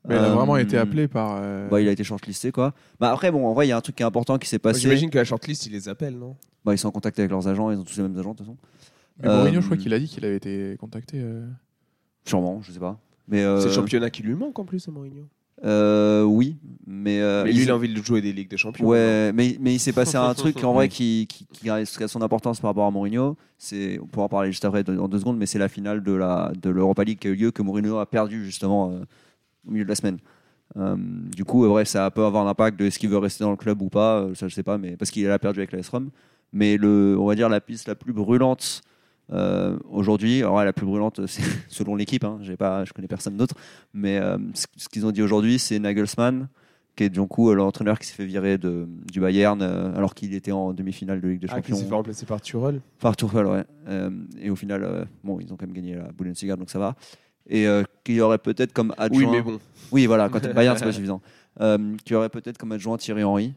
B: Mais il a
D: Euh,
B: vraiment été appelé par. euh,
D: Bah, il a été shortlisté quoi. Bah après bon en vrai il y a un truc qui est important qui s'est passé.
A: J'imagine que la shortlist, ils les appellent, non
D: Bah, ils sont en contact avec leurs agents, ils ont tous les mêmes agents de toute façon.
B: Mais Mourinho,
D: Euh,
B: je crois qu'il a dit qu'il avait été contacté. euh.
D: Sûrement, je sais pas. Mais euh,
A: C'est le championnat qui lui manque en plus, à Mourinho.
D: euh, oui, mais, euh,
A: Mais lui,
D: ils-
A: il a envie de jouer des Ligues des Champions.
D: Ouais, mais, mais il s'est passé un truc en vrai
A: Oui.
D: qui, qui, qui a qui a son importance par rapport à Mourinho. C'est, on pourra en parler juste après de- en deux secondes, mais c'est la finale de, la, de l'Europa League qui a eu lieu que Mourinho a perdu justement euh, au milieu de la semaine. Euh, du coup, euh, ouais, ça peut avoir un impact de est-ce qu'il veut rester dans le club ou pas, euh, ça je sais pas, mais parce qu'il a perdu avec la SROM. Mais le, on va dire la piste la plus brûlante euh, aujourd'hui, alors ouais, la plus brûlante c'est selon l'équipe, hein, j'ai pas, je connais personne d'autre, mais euh, ce, ce qu'ils ont dit aujourd'hui c'est Nagelsmann qui est du coup euh, l'entraîneur qui s'est fait virer de, du Bayern euh, alors qu'il était en demi-finale de Ligue des
A: Ah, qui
D: Champions
A: s'est fait remplacer par Turel.
D: par Tourelle, ouais. Euh, et au final, euh, bon, ils ont quand même gagné la Bundesliga, donc ça va. Et euh, qui aurait peut-être comme adjoint.
A: Oui, mais bon.
D: Oui, voilà, quand t'es Bayern, c'est pas suffisant. Euh, qui aurait peut-être comme adjoint Thierry Henry.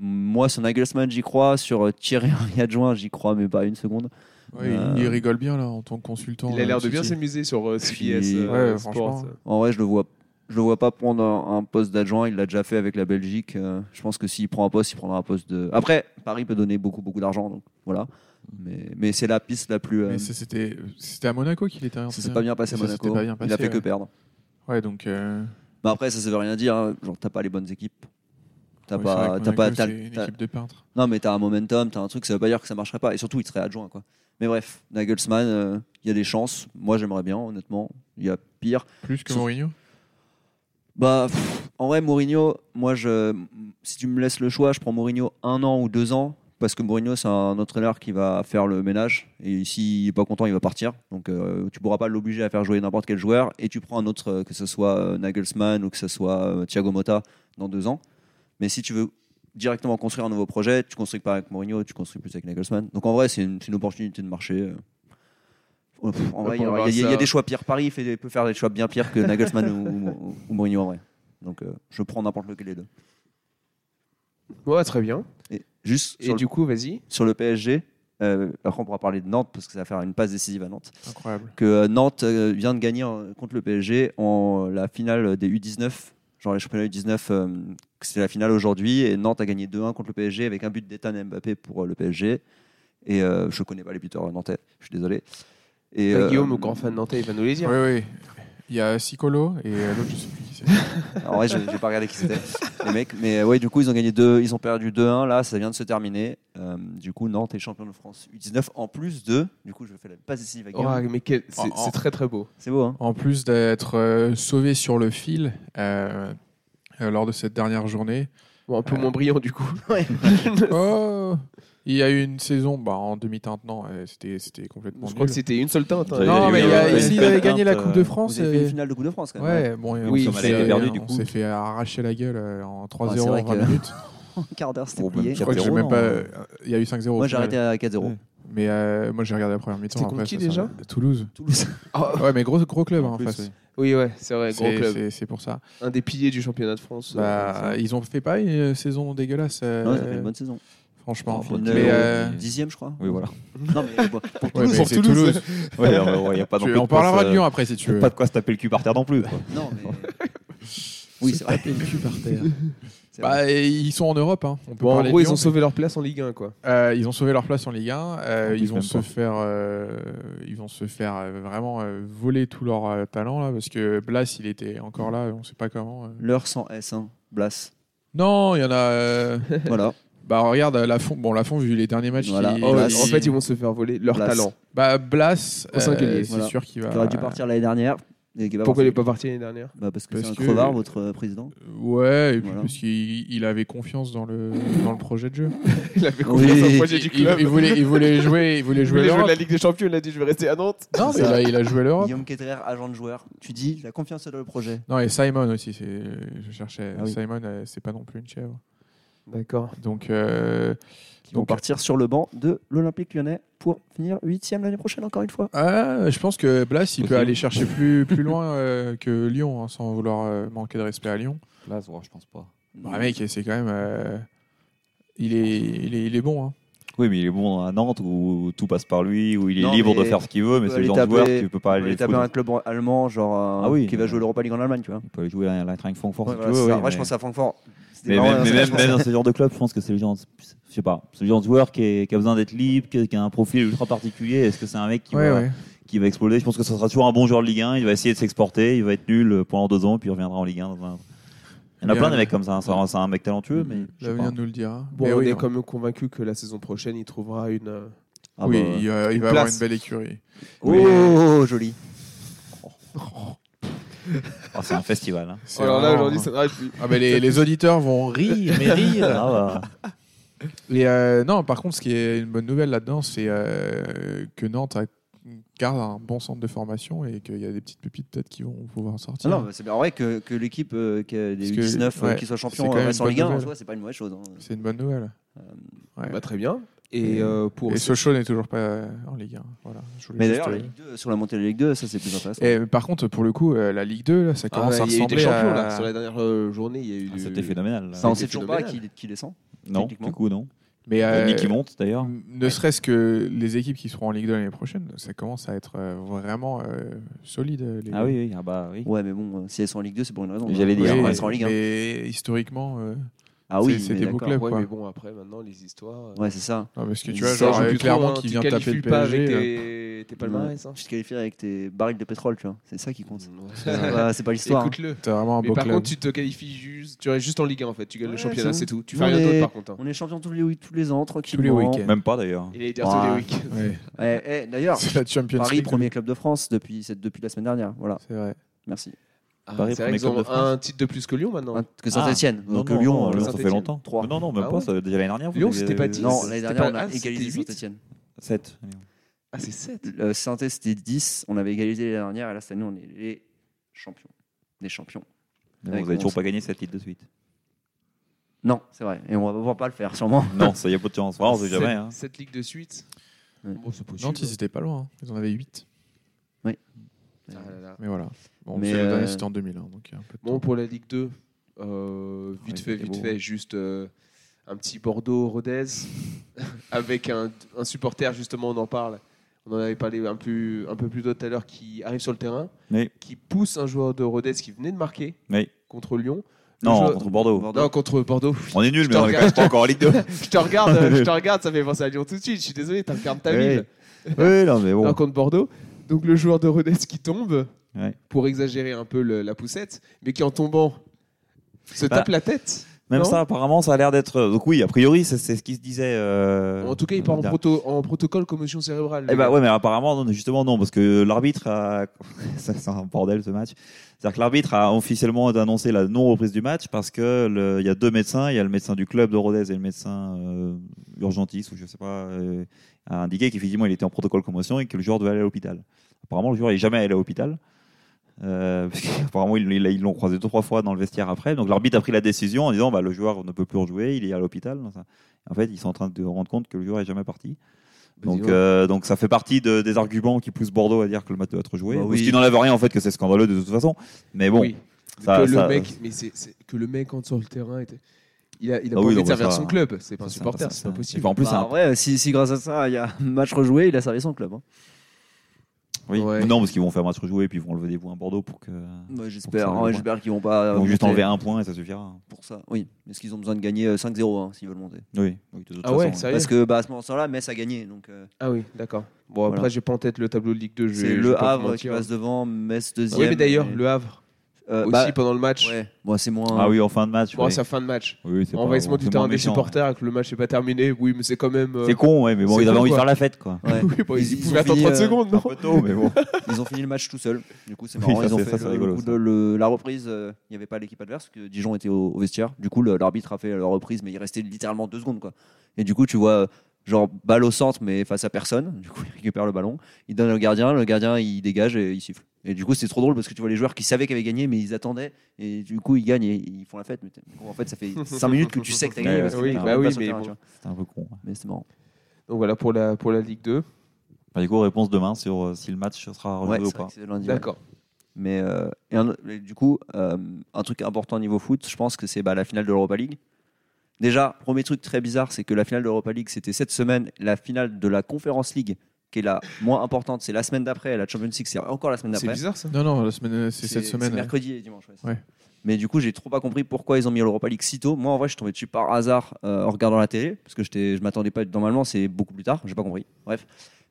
D: Moi, sur Nagelsmann, j'y crois. Sur euh, Thierry Henry adjoint, j'y crois, mais pas une seconde.
B: Ouais, il-
D: Euh,
B: Il rigole bien là en tant que consultant.
A: Il a l'air
B: euh,
A: de bien
B: City.
A: s'amuser sur euh,
D: Puis-
A: CBS euh,
B: Ouais,
A: Sports.
B: franchement.
D: En vrai, je le vois. Je le vois pas prendre un, un poste d'adjoint. Il l'a déjà fait avec la Belgique. Euh, je pense que s'il prend un poste, il prendra un poste de. Après, Paris peut donner beaucoup, beaucoup d'argent, donc voilà. Mais, mais c'est la piste la plus. euh,
B: Mais ça, c'était c'était à Monaco qu'il était.
D: ça s'est pas bien passé à
B: Ça s'était
D: Monaco.
B: pas bien
D: il a
B: passé,
D: fait que
B: ouais.
D: perdre.
B: Ouais, donc. euh,
D: Bah après, ça, ça veut rien dire. hein. Genre, t'as pas les bonnes équipes. T'as
B: ouais, c'est
D: pas.
B: vrai que
D: T'as pas
B: Monaco,
D: t'as-
B: c'est une
D: t'as-
B: équipe de peintres.
D: Non, mais t'as un momentum, t'as un truc, ça veut pas dire que ça marcherait pas. Et surtout, il serait adjoint, quoi. Mais bref, Nagelsmann, euh, il y a des chances. Moi, j'aimerais bien, honnêtement. Il y a pire.
B: Plus que
D: Sauf-
B: Mourinho.
D: Bah, pff, en vrai, Mourinho, moi, je, si tu me laisses le choix, je prends Mourinho un an ou deux ans. Parce que Mourinho, c'est un entraîneur qui va faire le ménage. Et s'il n'est pas content, il va partir. Donc, euh, tu pourras pas l'obliger à faire jouer n'importe quel joueur. Et tu prends un autre, euh, que ce soit euh, Nagelsmann ou que ce soit euh, Thiago Motta, dans deux ans. Mais si tu veux directement construire un nouveau projet, tu construis pas avec Mourinho, tu construis plus avec Nagelsmann. Donc, en vrai, c'est une, c'est une opportunité de marché. euh. Oh, pff, en
A: Là,
D: vrai, il y,
A: pour
D: aura-
A: avoir
D: il y a- il y a
A: ça-
D: des choix pires. Paris fait, peut faire des choix bien pires que Nagelsmann ou, ou, ou Mourinho en vrai. Donc euh, je prends n'importe lequel des deux.
A: Ouais, très bien.
D: Et juste
A: Et
D: sur, le,
A: du coup, vas-y.
D: sur le PSG, euh, après on pourra parler de Nantes parce que ça va faire une passe décisive à Nantes.
B: Incroyable.
D: Que euh, Nantes euh, vient de gagner euh, contre le PSG en la finale des U19, genre les championnats U19, euh, c'est la finale aujourd'hui. Et Nantes a gagné 2-1 contre le PSG avec un but d'Ethan Mbappé pour euh, le PSG. Et euh, je connais pas les buteurs nantais, je suis désolé. Et,
A: Bah,
D: euh,
A: Guillaume, le grand fan nantais, il va nous les dire.
B: Oui, oui. Il y a Sicolo et euh, l'autre, je sais plus qui c'est.
D: En vrai, j'ai j'ai pas regardé qui c'était, les mecs. Mais euh, ouais, du coup, ils ont gagné deux, ils ont perdu 2-1. Là, ça vient de se terminer. Euh, du coup, Nantes est champion de France U19 en plus de. Du coup, je fais la passe décisive à Guillaume.
A: Oh, mais quel- c'est
B: En- en-
A: c'est très très beau.
D: C'est beau, hein
B: En plus d'être euh, sauvé sur le fil euh, euh, lors de cette dernière journée,
A: Bon, un peu
B: Euh,
A: moins brillant du coup.
B: Oh Il y a eu une saison, bah, en demi-teinte, non, euh, c'était c'était complètement
A: Je crois que
B: nul.
A: c'était une seule teinte. hein.
C: Non,
B: Non,
C: Il y
B: mais
C: a eu,
B: il y a-
C: euh, une
B: s'il
C: belle
B: avait gagné la
C: teinte,
B: Coupe
C: euh,
B: de France.
D: Vous avez fait
B: euh,
D: une finale de Coupe de France, quand même.
B: Ouais, bon,
A: Oui,
B: on
A: ça
B: s'est
A: m'a
B: fait,
A: perdu,
B: on
C: du coup.
B: s'est fait arracher la gueule euh, en 3-0
D: Ouais,
B: en 20
D: c'est vrai que-
B: minutes.
D: Un quart d'heure, c'était
C: Bon, même
D: plié.
B: bah,
D: hein.
B: Je crois que j'ai
C: 4-0,
B: même
C: non
B: pas. euh, Il y a eu 5-0. au
D: Moi, j'ai
B: final.
D: arrêté à 4-0.
C: Ouais.
B: Mais euh, moi, j'ai regardé la première mi-temps.
A: C'était contre
B: après,
A: qui
B: ça, ça- Toulouse.
D: Toulouse.
B: Ouais, mais gros, gros club hein,
C: En
B: en,
C: plus,
B: face.
C: oui.
A: Ah, Oui, ouais, c'est vrai, gros
B: C'est-
A: club.
B: C'est c'est pour ça.
A: Un des piliers du championnat de France. euh,
B: Bah, ils ont fait pas une euh, saison dégueulasse. euh,
D: Non, ils ont fait une bonne saison.
B: Franchement.
C: Ils ont fait une
B: Mais,
C: finale,
B: euh,
C: ouais.
D: Dixième, je crois.
C: Oui, voilà.
D: Non, mais bon, pour
B: ouais,
D: Toulouse.
B: mais
C: pour
B: c'est
C: Toulouse.
B: Toulouse.
C: Ouais, ouais, ouais, y a pas non
B: Tu-
C: plus
B: On
C: de euh, quoi
B: parlera
C: se-
B: de Lyon après si tu
C: y a
B: veux.
C: Pas de quoi se taper le cul par terre non plus. quoi.
D: Non, mais. Oui, c'est vrai.
B: Taper le cul par terre.
D: C'est vrai.
B: Bah, et ils sont en Europe. hein. On peut
A: Bon, en
B: parler
A: gros,
B: de
A: ils
B: Lyon,
A: ont sauvé leur place en Ligue 1, quoi.
B: Euh, ils ont sauvé leur place en Ligue 1. euh,
C: En plus,
B: ils vont
C: même
B: se
C: pas.
B: faire, euh, ils vont se faire euh, vraiment euh, voler tout leur euh, talent là, parce que Blas, il était encore là, on sait pas comment. euh.
D: L'heure sans S, hein. Blas.
B: Non, il y en a. euh,
D: Voilà.
B: bah regarde, Lafont. Bon, Lafont vu les derniers matchs.
D: Voilà.
B: il-
A: Oh,
D: Blas.
B: il-
A: en fait, ils vont se faire voler leur
D: Blas.
A: talent.
B: Bah Blas, euh,
A: Au singulier.
B: c'est
D: Voilà.
B: sûr qu'il va.
D: Qui aurait dû
C: Bah.
D: partir l'année dernière. et qui va
A: Pourquoi il
D: partir.
A: n'est pas parti l'année dernière
D: Bah, Parce que
B: Parce
D: c'est un
B: que-
D: crevard, votre euh, président.
B: Ouais, et puis
D: Voilà.
B: parce qu'il il avait confiance dans le dans le projet de jeu.
A: Il avait
D: Oui,
A: confiance au
D: il-
A: projet du
B: Il,
A: club.
B: il voulait, il voulait jouer, il voulait
A: Il voulait
B: jouer
A: jouer de
B: l'Europe.
A: la Ligue des Champions, il a dit je vais rester à Nantes.
B: Non, mais
D: C'est
B: il
D: ça.
B: a, il a joué
C: Oh.
B: l'Europe.
D: Guillaume Ketterer, agent de joueur. Tu dis la confiance dans le projet.
B: Non, et Simon aussi. c'est- Je cherchais
D: Ah oui.
B: Simon, euh, c'est pas non plus une chèvre.
A: D'accord.
B: Donc, euh,
D: Qui vont
B: Donc-
D: partir sur le banc de l'Olympique lyonnais pour finir 8 l'année prochaine, encore une fois.
B: ah, je pense que Blas, il
C: Ok.
B: peut aller chercher plus, plus loin euh, que Lyon, hein, sans vouloir euh, manquer de respect à Lyon.
C: Là, je pense pas.
B: Bah, mec, c'est quand même. euh, il, est, il, est, il est bon. Hein.
C: Oui, mais il est bon à Nantes où tout passe par lui, où il est
D: Non,
C: libre de
D: mais
C: faire ce qu'il veut, mais
D: peut
C: c'est le
D: aller
C: genre de joueur
D: taper-
C: que tu peux pas
D: On va
C: aller
D: les taper
C: foutre.
D: un club allemand, genre euh,
C: Ah oui,
D: qui va
C: euh,
D: jouer l'Europa League en Allemagne, tu vois.
C: Il peut aller jouer à la Francfort
D: Ouais,
C: si tu
D: voilà,
C: veux.
D: c'est ça.
C: oui,
D: Moi, je
C: mais-
D: pense à Francfort. C'était
C: Mais
D: marrant,
C: même,
D: hein,
C: mais
D: ça,
C: même-
D: je pense à-
C: même dans ce genre de club, je pense que c'est le genre, de- je sais pas, c'est le genre de joueur qui, est- qui a besoin d'être libre, qui a- qui a un profil ultra particulier. Est-ce que c'est un mec qui,
B: Ouais,
C: va,
B: ouais.
C: qui va exploser Je pense que ce sera toujours un bon joueur de Ligue 1. Il va essayer de s'exporter, il va être nul pendant deux ans, puis il reviendra en Ligue 1. dans un- Il y en a
B: Bien.
C: plein de
D: euh,
C: mecs comme ça. hein. C'est un- C'est un mec talentueux, mais je sais
B: L'avenir
C: pas.
B: nous le dira.
A: Bon,
B: Mais
A: on
B: oui,
A: est
B: non.
A: quand même convaincu que la saison prochaine, il trouvera une. euh,
D: Ah
B: oui,
D: bah,
B: il, euh, il
A: une
B: va avoir
A: place.
B: une belle écurie.
D: Oh,
B: oui.
D: oh, oh, joli.
C: Ah, c'est un festival. hein.
B: C'est
A: Oh là là,
B: vraiment-
A: aujourd'hui, ça n'arrête plus.
B: Ah, mais les, les auditeurs vont rire, mais rire.
C: Ah, bah.
B: Et euh, non, par contre, ce qui est une bonne nouvelle là-dedans, c'est euh, que Nantes a- garde un bon centre de formation et qu'il y a des petites pépites peut-être qui vont pouvoir en
D: Ah
B: sortir.
D: non, bah, c'est bien. En vrai, que, que l'équipe euh, qui a des
B: Parce que-
D: U19 euh,
B: ouais,
D: qui soit
B: c'est
D: champion
B: quand
D: euh,
B: même
D: reste en
B: une
D: Ligue 1,
B: bonne
D: en
B: nouvelle.
D: soi, c'est pas une mauvaise chose. hein.
B: C'est une bonne nouvelle.
D: Euh,
B: Ouais.
A: Bah, très bien. Et
B: Et-
A: euh, pour.
B: et Sochaux n'est toujours pas euh, en Ligue 1. Voilà, je voulais
D: Mais
B: juste,
D: d'ailleurs, la
B: euh,
D: Ligue 2, sur la montée de la Ligue 2, ça c'est plus intéressant.
B: Et par contre, pour le coup, euh, la Ligue 2, là, ça
A: Ah,
B: commence à
A: il y a eu
B: ressembler
A: des champions,
B: à...
A: là. Sur la dernière euh, journée, il y a eu. du-
C: Ah, C'était phénoménal. là.
D: ça, on
A: c'est
D: sait toujours pas qui,
A: phénoménal.
D: qui descend.
C: Non,
D: techniquement.
C: du coup, non.
B: Mais
C: Il y a
B: euh,
C: Nick qui monte d'ailleurs.
B: ne serait-ce que les équipes qui seront en Ligue 2 l'année prochaine, ça commence à être euh, vraiment euh, solide. euh, Les...
C: Ah oui, oui, ah bah oui.
D: Ouais, mais bon, euh, si elles sont en Ligue 2, c'est pour une raison.
C: J'allais
B: Oui,
C: dire,
D: elles
C: ouais.
D: sont en Ligue 1.
B: mais historiquement, euh,
D: Ah oui,
B: c'est- c'est
D: mais
B: des beaux
D: d'accord.
B: clubs.
A: Ouais,
B: quoi.
A: mais bon, après, maintenant, les histoires. euh,
D: Ouais, c'est ça.
B: non, parce que tu
D: Ça
B: vois,
D: joue
B: genre,
A: plus
B: euh,
A: trop,
B: clairement,
A: hein,
B: qui
A: tu
B: vient taper le
A: qualifies pas avec
B: PSG. euh,
A: tes, tes palmarès. hein.
D: Tu te qualifies avec tes barils de pétrole, tu vois. C'est ça qui compte.
A: Ouais.
D: Ouais, c'est pas l'histoire. hein.
A: Écoute-le.
B: euh, T'as vraiment un
A: Mais
B: beau
A: par
B: club.
A: contre, tu te qualifies juste, tu restes juste en Ligue 1 en fait, tu gagnes le
D: Ouais,
A: championnat,
D: c'est
A: c'est
D: bon.
A: tout. Tu
D: Nous,
A: fais
D: on
A: rien
D: est-
A: d'autre par contre. hein.
D: On est champion tous les, tous les ans, tranquillement.
B: Tous les week-ends.
C: Même pas d'ailleurs.
A: Il est dire
D: Ouais.
A: tous les week-ends.
B: Ouais.
D: Eh, eh, D'ailleurs,
B: C'est la Champions
D: Paris,
B: League.
D: premier club de France depuis, c'est depuis la semaine dernière. Voilà,
B: C'est vrai.
D: merci.
A: Ah,
C: Paris,
A: c'est vrai
C: premier
A: qu'ils
C: club de
A: ont
C: France.
A: un titre de plus que Lyon maintenant.
D: Hein, Que Saint-Etienne,
C: Non,
D: que
C: non,
D: Lyon.
C: non,
D: euh,
C: Lyon, ça fait
A: Saint-Etienne.
C: longtemps.
D: Trois.
C: Mais Non, non, même
A: Ah
C: pas.
A: ouais.
C: ça- Déjà l'année dernière. vous
A: Lyon,
C: avez-
A: c'était pas dix.
D: Non,
A: C'était
D: l'année dernière, on
A: pas-
D: a
A: ah, c'était
D: égalisé
A: huit
D: Saint-Etienne.
C: Sept.
A: Ah, c'est 7
D: Le Saint-Etienne, c'était 10. On avait égalisé l'année dernière. Et là, cette année, on est les champions. Des champions.
C: Mais
D: Ouais,
C: bon, vous n'avez
D: comment
C: toujours pas gagné 7 titres de suite.
D: Non, c'est vrai. Et on va pouvoir pas le faire, sûrement.
C: Non, ça y a pas de chance. Vraiment, on sait jamais. hein.
A: 7 ligues de suite.
D: Ouais.
A: Bon, c'est possible.
B: Nantes, hein. ils étaient pas loin. hein. Ils en avaient 8.
A: Ah là là.
B: Mais voilà. Bon,
D: Mais,
B: c'est le
D: euh,
B: dernier, c'était en 2000. hein, donc il y a un peu de
A: Bon,
B: temps.
A: pour la Ligue 2, euh, vite
C: Ouais,
A: fait,
C: c'était
A: vite
C: beau.
A: fait, juste euh, un petit Bordeaux-Rodez avec un, un supporter, justement, on en parle. On en avait parlé un peu, un peu plus tôt tout à l'heure, qui arrive sur le terrain,
C: Mais,
A: qui pousse un joueur de Rodez qui venait de marquer
C: mais,
A: contre Lyon. Le
C: non,
A: joueur-
C: contre Bordeaux.
D: Bordeaux.
A: Non, contre Bordeaux.
C: On est nul,
A: Je
C: mais
A: te
C: on est quand même
A: regarde.
C: pas encore en Ligue 2.
A: je te regarde, euh, je te regarde, ça fait penser à Lyon tout de suite. Je suis désolé, t'incarnes ta
C: Ouais.
A: ville.
C: oui, non, mais
A: Non,
C: bon.
A: contre Bordeaux. Donc le joueur de Rodez qui tombe,
C: Ouais.
A: pour exagérer un peu le- la poussette, mais qui en tombant se
C: Bah,
A: tape la tête.
C: Même
A: Non
C: ça, apparemment, ça a l'air d'être. euh, Donc, oui, a priori, c'est c'est ce qui se disait. euh,
A: En tout cas, il part en,
C: dernier-
A: proto- en protocole commotion cérébrale.
C: Eh
A: le
C: ben
A: gars.
C: ouais, mais apparemment, non, justement, non, parce que l'arbitre a. ça, c'est un bordel ce match. C'est-à-dire que l'arbitre a officiellement annoncé la non-reprise du match parce que le- il y a deux médecins, il y a le médecin du club de Rodez et le médecin euh, urgentiste, ou je sais pas, euh, a indiqué qu'effectivement il était en protocole commotion et que le joueur devait aller à l'hôpital. Apparemment, le joueur n'est jamais allé à l'hôpital. Euh, parce qu'apparemment, ils ils- ils l'ont croisé deux trois fois dans le vestiaire après. Donc l'arbitre a pris la décision en disant bah, le joueur ne peut plus rejouer, il est à l'hôpital. En fait, ils sont en train de rendre compte que le joueur n'est jamais parti.
A: Bah, dis
C: Donc,
A: donc.
C: euh, donc ça fait partie de- des arguments qui poussent Bordeaux à dire que le match doit être joué.
D: Bah
C: Ou
D: oui.
C: Ce qui n'enlève rien en fait que c'est scandaleux de toute façon. Mais bon,
A: Oui.
C: ça-
A: que,
C: ça- euh,
A: le mec, mais c'est- c'est- que le mec entre sur le terrain, était... il a, il a
C: Ah
A: pas
C: oui,
A: envie
C: non,
A: de
C: mais
A: servir
C: ça-
A: son club. C'est pas un
C: ça-
A: supporter,
C: ça-
A: c'est pas
C: ça-
A: possible.
C: Enfin, en plus, hein.
D: Bah,
C: c'est un-
D: en vrai, si, si grâce à ça, il y a un match rejoué, il a servi son club. hein.
C: oui.
A: ouais.
C: Non, parce qu'ils vont faire match rejoué et puis ils vont enlever des points à Bordeaux pour que.
A: Ah.
D: Ouais, Bah, J'espère
C: Pour ça,
D: ouais,
C: ouais.
D: j'espère qu'ils vont pas.
C: Ils vont juste
D: monter
C: enlever un point et ça suffira. hein.
D: Pour ça. Oui, est-ce qu'ils ont besoin de gagner euh, 5-0 hein, s'ils veulent monter
C: Oui. oui, de toute
A: Ah ouais,
C: façon.
A: sérieux
D: Parce que bah, à ce moment-là, Metz a gagné. Donc, euh,
A: Ah oui, d'accord. Bon, après,
D: Voilà.
A: j'ai pas en tête le tableau de Ligue 2. je vais-
D: c'est
A: je vais
D: le
A: pas te
D: Havre qui
A: mentir.
D: passe devant, Metz deuxième.
A: Oui, mais d'ailleurs,
D: et-
A: le Havre
D: Euh,
A: aussi
D: bah,
A: pendant le match.
D: ouais. Bon, c'est moins.
C: Ah oui, en fin de match.
A: Bon,
C: oui.
A: c'est la fin de match.
C: Oui, c'est pas-
A: Envahissement
C: bon,
A: du
C: c'est
A: terrain
C: moins
A: des
C: méchant,
A: supporters, et que le match n'est pas terminé. Oui, mais c'est quand même. euh,
C: ouais. C'est con, ouais, mais bon,
A: C'est
C: ils avaient
A: con,
C: envie de
A: quoi.
C: faire la fête, quoi.
D: Ouais.
A: oui, bon, ils,
D: Ils- ils
A: pouvaient
D: ont
A: attendre
D: fini,
A: 30
D: euh,
A: secondes,
C: Un
A: non
C: peu tôt, mais bon.
D: Ils ont fini le match tout seuls. Du coup, c'est
C: Oui,
D: marrant.
C: ça,
D: ils ont
C: c'est-
D: fait
C: ça, c'est
D: le- le
C: rigolo,
D: coup
C: ça.
D: de- le- la reprise. euh, Il n'y avait pas l'équipe adverse, parce que Dijon était au, au vestiaire. Du coup, le- l'arbitre a fait la reprise, mais il restait littéralement deux secondes. Quoi. Et du coup, tu vois, euh, genre, balle au centre, mais face à personne. Du coup, il récupère le ballon, il donne au gardien, le gardien, il dégage et il siffle. Et du coup, c'est trop drôle parce que tu vois les joueurs qui savaient qu'ils avaient gagné, mais ils attendaient. Et du coup, ils gagnent et ils font la fête. Mais t'es- du coup, en fait, ça fait 5 minutes que tu sais que t'as gagné.
C: Ouais,
D: parce que
C: oui,
D: t'es
C: bah
D: pas
A: oui,
D: sur le
A: mais
D: terrain,
A: bon.
D: tu vois.
C: C'est un peu con. ouais.
D: Mais c'était marrant.
A: Donc voilà pour la, pour la Ligue 2.
C: Bah, du coup, réponse demain sur euh, si le match sera
D: Ouais,
C: rejoué ou
D: c'est vrai
C: pas.
D: que c'est lundi, ouais.
A: D'accord.
D: Mais euh, et un- et du coup, euh, un truc important au niveau foot, je pense que c'est bah, la finale de l'Europa League. Déjà, premier truc très bizarre, c'est que la finale de l'Europa League, c'était cette semaine. La finale de la Conference League, qui est la moins importante, c'est la semaine d'après. La Champions League, c'est encore la semaine
A: C'est
D: d'après.
A: bizarre ça.
B: Non, non, la semaine- c'est cette
D: C'est
B: semaine. ouais.
D: mercredi et dimanche. ouais, c'est
B: Ouais.
D: ça. Mais du coup, j'ai trop pas compris pourquoi ils ont mis l'Europa League si tôt. Moi, en vrai, je suis tombé dessus par hasard euh, en regardant la télé, parce que j'étais- je m'attendais pas. Normalement, c'est beaucoup plus tard. J'ai pas compris. Bref.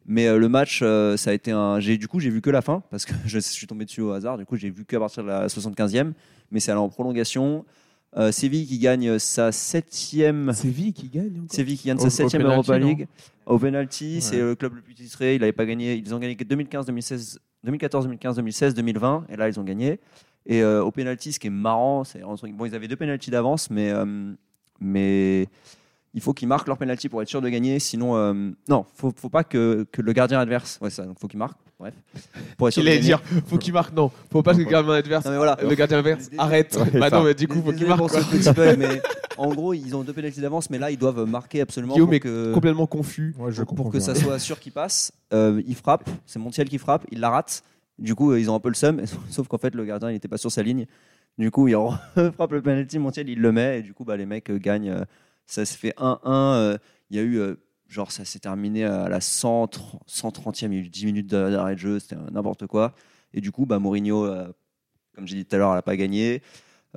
D: Mais euh, le match, euh, ça a été un. J'ai du coup, j'ai vu que la fin parce que je, suis tombé dessus au hasard. Du coup, j'ai vu qu'à partir de la 75e, mais c'est allé en prolongation. Euh, Séville qui gagne sa septième.
A: Séville qui gagne encore.
D: Séville qui gagne
B: Au-
D: sa
B: au
D: septième
B: penalty,
D: Europa
B: non
D: League au penalty.
B: Ouais.
D: C'est euh, le club le plus titré. Ils n'avaient pas gagné. Ils ont gagné que 2015, 2016, 2014, 2015, 2016, 2020. Et là, ils ont gagné. Et euh, au penalty, ce qui est marrant, c'est entre- bon, ils avaient deux penalties d'avance, mais euh, mais il faut qu'ils marquent leur penalty pour être sûr de gagner. Sinon, euh, non, faut faut pas que, que le gardien adverse. Ouais, ça. Donc, faut qu'ils marquent. Bref. Pour être sûr
A: Il
D: de
A: allait
D: gagner.
A: dire, faut qu'il marque, non. Faut pas que le gardien adverse.
D: Non, mais voilà.
A: Le gardien adverse
D: Ah, Désolé.
A: arrête. bah non, mais du coup, faut
D: Désolé
A: qu'il marque.
D: pour
A: quoi.
D: ce petit bug, mais en gros, ils ont deux pénalités d'avance, mais là, ils doivent marquer absolument
A: Guillaume
D: pour
A: est
D: que,
A: complètement confus.
B: Ouais, je
D: pour- pour
B: comprends
D: que
B: bien.
D: ça soit sûr qu'ils passent. Euh, ils frappent, c'est Montiel qui frappe, il la rate. Du coup, euh, ils ont un peu le seum, sauf qu'en fait, le gardien, il n'était pas sur sa ligne. Du coup, il frappe le penalty, Montiel, il le met, et du coup, bah, les mecs euh, gagnent. euh, Ça se fait 1-1. euh, Il y a eu, euh, genre, ça s'est terminé à la 100, 130e, il y a eu 10 minutes d'a- d'arrêt de jeu, c'était euh, n'importe quoi. Et du coup, bah, Mourinho, euh, comme j'ai dit tout à l'heure, elle n'a pas gagné.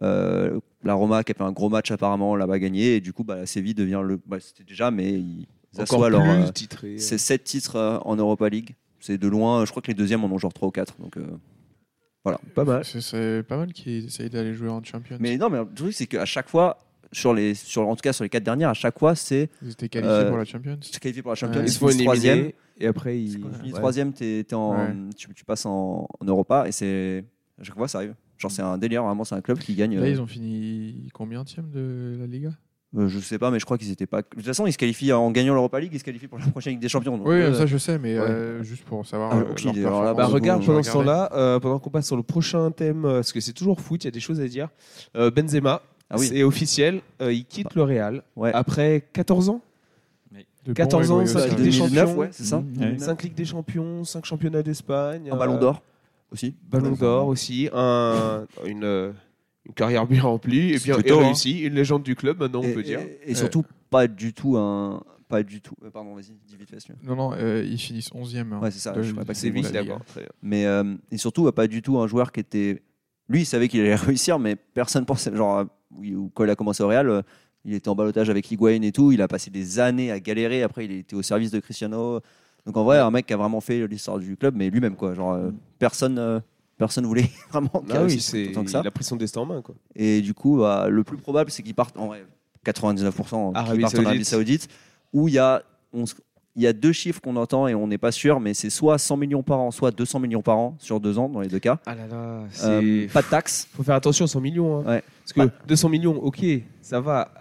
D: Euh, la Roma, qui a fait un gros match apparemment, l'a pas gagné. Et du coup, bah, la Séville devient le. bah, c'était déjà, mais ils ils
A: Encore
D: assoient leur, euh,
A: plus titré.
D: c'est 7 titres euh, en Europa League. C'est de loin, euh, je crois que les deuxièmes en ont genre 3 ou 4. Donc, euh,
A: pas mal.
B: C'est- C'est pas mal qu'ils essayent d'aller jouer en Champions.
D: Mais non, mais le truc, c'est qu'à chaque fois, sur les, sur, en tout cas sur les 4 dernières, à chaque fois, c'est
B: Ils étaient qualifiés
D: Euh,
B: pour la Champions.
D: tu te qualifies pour la Champions
B: Ouais.
A: Ils
D: League,
A: se font
D: tu finis troisième.
A: éliminer. Et après, ils.
D: Quand tu finis
A: Ouais.
D: troisième, t'es- t'es en-
B: Ouais.
D: tu, tu passes en, en Europa et c'est. À chaque fois, ça arrive. Genre, c'est un délire, vraiment, c'est un club qui gagne.
B: Là,
D: euh,
B: ils ont fini combien de la Liga
D: euh, je sais pas, mais je crois qu'ils étaient pas. De toute façon, ils se qualifient en gagnant l'Europa League, ils se qualifient pour la prochaine Ligue des Champions. donc,
B: Oui,
D: euh,
B: ça je sais, mais
D: ouais.
B: euh, juste pour savoir.
D: Ah,
B: euh,
D: aucune
B: leur
D: idée. Alors là,
A: Bah
D: Bon,
B: performance.
A: regarde
D: je
A: pendant
B: vais
A: ce
B: regarder.
A: temps-là, euh, pendant qu'on passe sur le prochain thème, euh, parce que c'est toujours foot, il y a des choses à dire. Euh, Benzema,
D: Ah oui.
A: c'est officiel, euh, il quitte le Real
D: Ouais.
A: après 14 ans
B: De de
A: 14
B: bons
A: ans,
B: et
A: ça,
B: loyaux
A: Ligue
B: services.
A: des
D: 2009,
A: Champions.
D: ouais, c'est ça.
C: Ouais.
A: 5 Ligues des Champions, 5 championnats d'Espagne.
D: Un
A: euh,
D: ballon d'or aussi.
A: Ballon d'or aussi, un- une, euh, une carrière bien remplie et
C: C'est
A: bien et
C: plutôt, hein.
A: réussie, une légende du club maintenant on
D: et,
A: peut dire.
D: et- et surtout, pas du tout un. Pas du tout. euh, Pardon, vas-y, dis vite fait. celui-là.
B: Non, non, euh, ils finissent 11e. hein.
D: Ouais, c'est ça.
B: De-
D: je ferai pas que
A: C'est
D: c'est bon,
A: vite
D: la Ligue.
A: d'accord. très bien.
D: Mais euh, et surtout, euh, pas du tout un joueur qui était. Lui, il savait qu'il allait réussir, mais personne pensait. Genre, euh, oui, ou quand il a commencé au Real, euh, il était en balotage avec Higuain et tout. Il a passé des années à galérer. Après, il était au service de Cristiano. Donc en vrai, un mec qui a vraiment fait l'histoire du club, mais lui-même quoi. Genre, euh, personne, euh, personne voulait vraiment. qu'il
A: Ah oui,
D: réussisse
A: c'est
D: autant que ça.
A: il a pris son destin en main quoi.
D: Et du coup, bah, le plus probable, c'est qu'ils partent en vrai, 99%
A: Arabie
D: qu'ils partent en Arabie
A: Saoudite.
D: Saoudite, où il y a, on se- il y a deux chiffres qu'on entend et on n'est pas sûr, mais c'est soit 100 millions par an, soit 200 millions par an sur deux ans dans les deux cas.
A: Ah là là, c'est
D: Euh, pas de taxes.
A: faut faire attention 100 millions hein.
D: Ouais.
A: Parce que 200 millions, OK, ça va,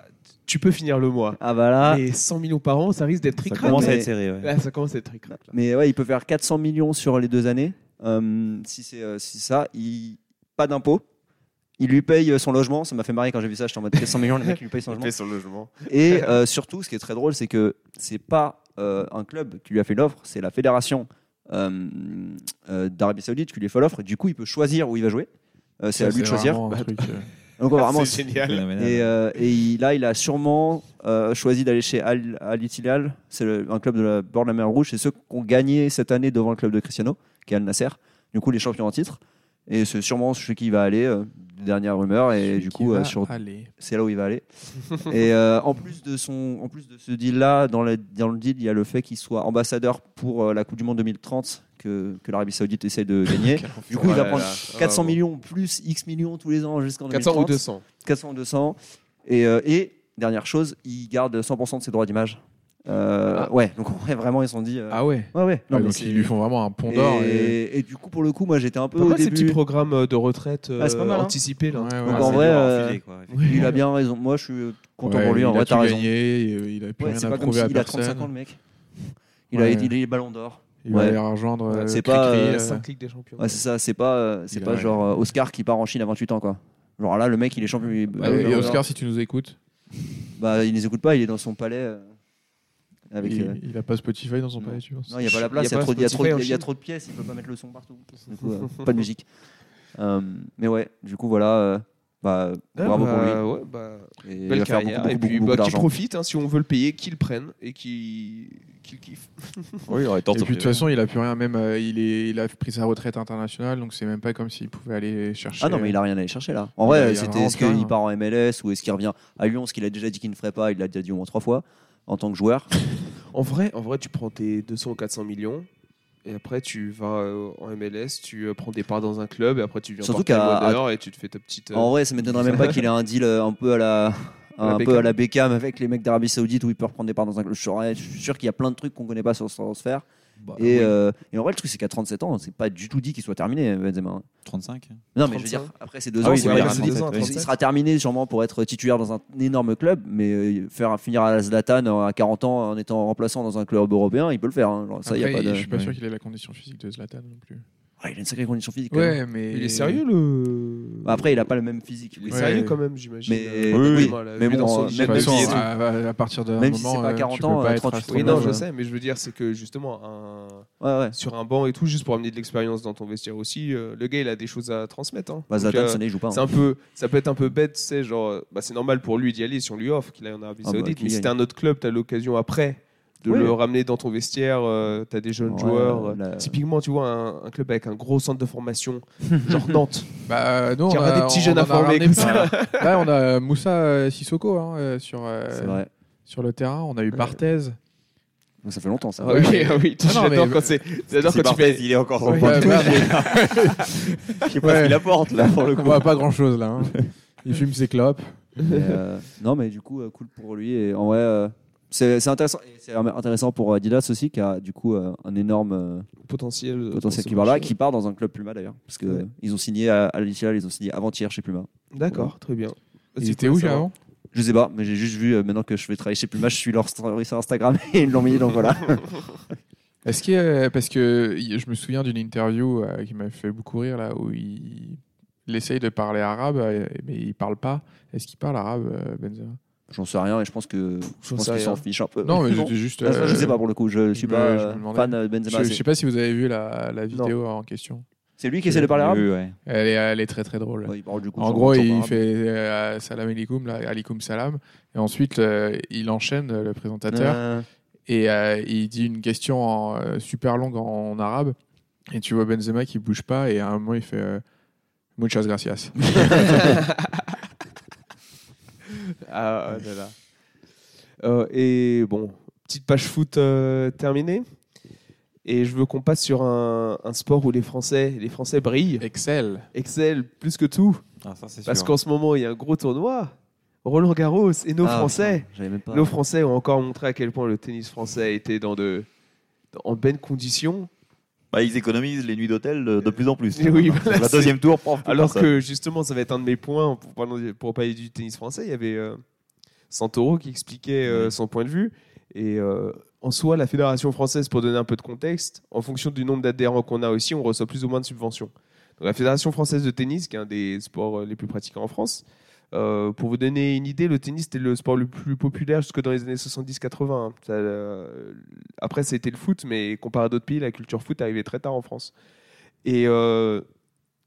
A: tu peux finir le mois.
D: Ah voilà. Mais,
A: Mais 100 millions par an, ça risque d'être
C: Ça
A: tric
C: commence à
D: mais-
C: être serré. ouais.
A: Là, ça commence à être tric
D: ouais, il peut faire 400 millions sur les deux années. Euh, si c'est euh, si c'est ça, il, pas d'impôts. Il lui paye euh, son logement. Ça m'a fait marrer quand j'ai vu ça. J'étais en mode 400 millions, le mec il lui paye son logement.
A: sur le logement.
D: Et euh, surtout, ce qui est très drôle, c'est que c'est pas euh, un club qui lui a fait l'offre, c'est la fédération euh, euh, d'Arabie Saoudite qui lui a fait l'offre. Du coup, il peut choisir où il va jouer. Euh, c'est à
B: Ça,
D: lui de choisir.
B: vraiment un truc, euh,
D: Donc vraiment.
A: c'est génial.
C: Phénoménal.
D: Et, euh, et il- là, il a sûrement euh, choisi d'aller chez Al, Al Ittihad. c'est le- un club de la bord de la mer Rouge. C'est ceux qui ont gagné cette année devant le club de Cristiano, qui est Al Nasser. Du coup, les champions en titre. Et c'est sûrement chez qui il va aller, euh, dernière rumeur. Et
B: celui
D: du
B: qui
D: coup, euh,
B: va
D: sur
B: aller.
D: c'est là où il va aller. et euh, en plus de son, en plus de ce deal-là, dans le, dans le deal, il y a le fait qu'il soit ambassadeur pour euh, la Coupe du Monde 2030 que, que l'Arabie Saoudite essaie de gagner. du coup, il va prendre 400 millions plus X millions tous les ans jusqu'en
A: 400 ou
D: 2030.
A: 200.
D: 400 ou 200. Et, euh, et dernière chose, il garde 100% de ses droits d'image. Euh, Ouais, donc en vrai, vraiment, ils se sont dit. euh,
B: Ah ouais.
D: Ouais, ouais. Non,
B: Ouais,
D: mais
B: donc
D: c'est-
B: ils lui font vraiment un pont d'or. et-
D: et, et du coup, pour le coup, moi, j'étais un peu
A: Pas
D: au
A: mal ces petits
D: début.
A: programmes euh, de retraite euh,
D: Ah, c'est pas mal, hein.
A: anticipés là.
B: Ouais, ouais.
D: Donc,
C: Ah,
D: en
C: c'est
D: vrai,
C: dur à
D: euh,
C: enfiler, quoi,
D: Il a bien raison. Moi, je suis content pour lui. En
B: il
D: vrai,
B: a tout
D: t'as raison.
B: gagné, et il a plus
D: Ouais, c'est
B: rien à
D: pas comme
B: prouver à
D: s'il a
B: personne.
D: 35 ans, le mec. Il, a,
B: Ouais.
D: il est ballon d'or.
B: Il va
D: Ouais.
B: aller rejoindre. euh,
D: C'est pas,
B: Cricri,
D: euh,
B: euh,
A: La 5 Ligue des Champions.
D: Ouais, c'est ça, c'est pas, euh, c'est
B: Il
D: pas
B: a-
D: genre euh, Oscar qui part en Chine à 28 ans, quoi. Genre là, le mec, il est champion. il-
B: bah,
D: euh,
B: et
D: ballon d'or.
B: Oscar, si tu nous écoutes,
D: Bah, il les écoute pas, il est dans son palais. euh, avec,
B: il,
D: euh,
B: il a pas Spotify dans son
D: non.
B: palais, tu penses
D: Non, il n'y a pas la place,
A: Il y
D: il y
A: a
D: a
A: pas
D: trop- il y a trop-
A: Spotify en
D: il y a
A: Chine.
D: trop de pièces, il peut pas mettre le son partout. Du coup, euh, pas de musique. Euh, mais ouais, du coup, voilà. euh, bah,
A: Ah,
D: bravo pour lui.
A: bah, ouais, bah,
D: Et il
A: belle
D: va faire
A: carrière.
D: beaucoup,
A: et
D: beaucoup,
A: puis
D: beaucoup
A: bah, qui
D: d'argent.
A: profite, hein, si on veut le payer, qu'il le prenne et qu'il qu'il kiffe.
C: Oui, il aurait tort
B: Et puis de toute façon, il a plus rien, même euh, il, est, il a pris sa retraite internationale, donc c'est même pas comme s'il pouvait aller chercher.
D: Ah non, mais il a rien à aller chercher là. En
B: Il a- il
D: vrai,
B: a
D: c'était
B: vraiment
D: est-ce
B: plus rien.
D: qu'il part en MLS ou est-ce qu'il revient à Lyon Ce qu'il a déjà dit qu'il ne ferait pas, il l'a déjà dit au moins trois fois en tant que joueur.
A: En vrai, en vrai, tu prends tes 200 ou 400 millions. Et après, tu vas euh, en MLS, tu euh, prends des parts dans un club, et après, tu viens
D: Surtout
A: porter le
D: qu'à-
A: mot d'honneur et tu te fais ta petite. euh,
D: En vrai, ça m'étonnerait même pas qu'il ait un deal euh, un peu à la.
A: À la
D: Un peu
A: Beckham.
D: à la Beckham avec les mecs d'Arabie Saoudite où il peut reprendre des parts dans un club. Je serais- je suis sûr qu'il y a plein de trucs qu'on connaît pas sur ce transfert.
A: bah,
D: Et,
A: oui.
D: euh, et en vrai, le truc, c'est qu'à 37 ans, c'est pas du tout dit qu'il soit terminé, Benzema.
C: 35.
D: Non, mais je veux
A: 35.
D: dire, après ces deux
A: Ah
D: ans,
A: oui,
D: il
A: c'est
D: va
A: vrai,
D: dire,
A: c'est
D: il-
A: deux ans,
D: il- il
A: 37.
D: sera terminé sûrement pour être titulaire dans un énorme club, mais euh, faire finir à la Zlatan euh, à 40 ans en étant remplaçant dans un club européen, il peut le faire. hein. Genre, ça, il y a pas
B: Après,
D: de.
B: Je suis pas
C: ouais.
B: sûr qu'il ait la condition physique de Zlatan non plus.
D: Ah, il a une sacrée condition physique. quand même.
B: Ouais, mais.
A: Il est sérieux, le.
D: Bah, après, il a pas le même physique.
A: Il est
B: Ouais.
A: sérieux quand même, j'imagine.
D: Mais-
A: Euh,
C: Oui, oui.
A: moi, la
D: Mais
A: vue
D: bon,
A: dans son
D: euh,
A: lit,
B: De
D: même
B: toute
A: la
D: si
A: vie et
B: façon,
A: tout.
D: c'est-
B: à, à partir d'un
D: Même si
B: moment,
D: c'est pas
B: euh,
D: 40
B: tu peux
D: ans,
B: pas
D: euh,
B: être
D: 38,
A: Oui, non, je
B: astronaute.
A: sais, mais je veux dire, c'est que justement, un-
D: Ouais, ouais.
A: sur un banc et tout, juste pour amener de l'expérience dans ton vestiaire aussi, euh, le gars, il a des choses à transmettre. hein.
D: Bah,
A: Donc,
D: Zlatan,
A: euh,
D: ça ne joue pas. hein.
A: c'est un peu, ça peut être un peu bête, tu sais, genre, euh, bah, c'est normal pour lui d'y aller si on lui offre qu'il aille en Arabie
D: Ah bah,
A: Saoudite,
D: qu'il
A: mais si
D: gagne.
A: t'es un autre club, t'as l'occasion après de
D: Oui.
A: le ramener dans ton vestiaire, euh, t'as des jeunes
D: hein. Ouais,
A: joueurs. euh,
D: la-
A: Typiquement, tu vois, un, un club avec un gros centre de formation, genre Nantes,
B: Bah, non,
A: qui aura des petits jeunes à former comme ça.
B: Là, on a Moussa euh, Sissoko hein, euh, sur, euh,
D: C'est vrai.
B: sur le terrain. On a eu Barthez.
D: Donc, ça fait longtemps ça.
A: Ah oui, ah oui,
B: Ah non,
A: j'adore
B: mais-
A: quand c'est, j'adore quand tu fais.
C: il est encore
B: Ouais,
C: point de
B: bah,
C: touche. Je sais pas
B: Ouais.
C: ce qu'il apporte là pour le
B: On
C: coup.
B: voit pas grand chose là. hein. Il fume ses clopes.
D: Mais, euh, non, mais du coup, euh, cool pour lui. Et en vrai, euh, c'est c'est intéressant. Et C'est intéressant pour Adidas aussi, qui a du coup euh, un énorme euh,
A: potentiel, euh,
D: potentiel
A: pour
D: qui
A: ce
D: part là,
A: marché.
D: qui part dans un club Puma d'ailleurs. Parce qu'ils
A: Ouais.
D: ils ont signé à, à l'Italien, ils ont signé avant-hier chez Puma.
A: D'accord, très bien.
B: Il
A: C'est
B: était
A: cool,
B: où
A: ça va.
B: avant
D: Je sais pas, mais j'ai juste vu euh, maintenant que je vais travailler chez Puma, je suis leur story sur Instagram et ils l'ont mis, donc voilà.
B: Est-ce que euh, parce que y- je me souviens d'une interview euh, qui m'a fait beaucoup rire là où il, il essaye de parler arabe euh, mais il parle pas. Est-ce qu'il parle arabe euh, Benzema
D: J'en sais rien et je pense que je
A: J'en
D: pense
A: sais
D: qu'ils s'en
A: rien.
D: fichent un peu.
B: Euh, Non, mais
D: Bon.
B: j'étais juste.
D: Ah, ça, je
B: euh,
D: sais pas pour le coup, je,
B: je
D: suis
B: me-
D: pas
B: je me
D: euh,
B: demandais.
D: fan de
B: je- je
D: Benzema. c'est-
B: sais pas si vous avez vu la, la vidéo en question.
D: C'est lui qui essaie de parler arabe
C: Oui, ouais.
B: Elle est, elle est très très drôle.
D: Ouais, bon, du coup,
B: En
D: j'en-
B: gros,
D: j'en
B: il
D: parle.
B: fait euh, salam alaikum, là, alaikum salam, et ensuite euh, il enchaîne euh, le présentateur
D: Euh,
B: et euh, il dit une question en, euh, super longue en, en arabe. Et tu vois Benzema qui bouge pas et à un moment il fait euh, muchas gracias.
A: Ah, oh là là. Euh, et bon, petite page foot euh, terminée. Et je veux qu'on passe sur un, un sport où les Français, les Français brillent,
B: Excel.
A: excellent plus que tout.
C: Ah, ça, c'est
A: Parce
C: sûr.
A: qu'en ce moment, il y a un gros tournoi. Roland Garros et nos
D: ah,
A: Français.
D: putain, J'avais même pas.
A: Nos Français ont encore montré à quel point le tennis français était dans de, dans- en bonne condition.
C: Bah, ils économisent les nuits d'hôtel de, de plus en plus.
A: Oui,
C: Hein.
A: voilà,
C: la
A: c'est-
C: deuxième tour, prend plus
A: Alors
C: personne.
A: que justement, ça va être un de mes points pour parler, pour parler du tennis français. Il y avait euh, Santoro qui expliquait euh,
C: Ouais.
A: son point de vue. Et euh, en soi, la Fédération française, pour donner un peu de contexte, en fonction du nombre d'adhérents qu'on a aussi, on reçoit plus ou moins de subventions. Donc, la Fédération française de tennis, qui est un des sports euh, les plus pratiqués en France, euh, pour vous donner une idée, le tennis était le sport le plus populaire jusque dans les années 70-80. hein. Ça, euh, Après, c'était le foot, mais comparé à d'autres pays, la culture foot arrivait très tard en France. Et, euh,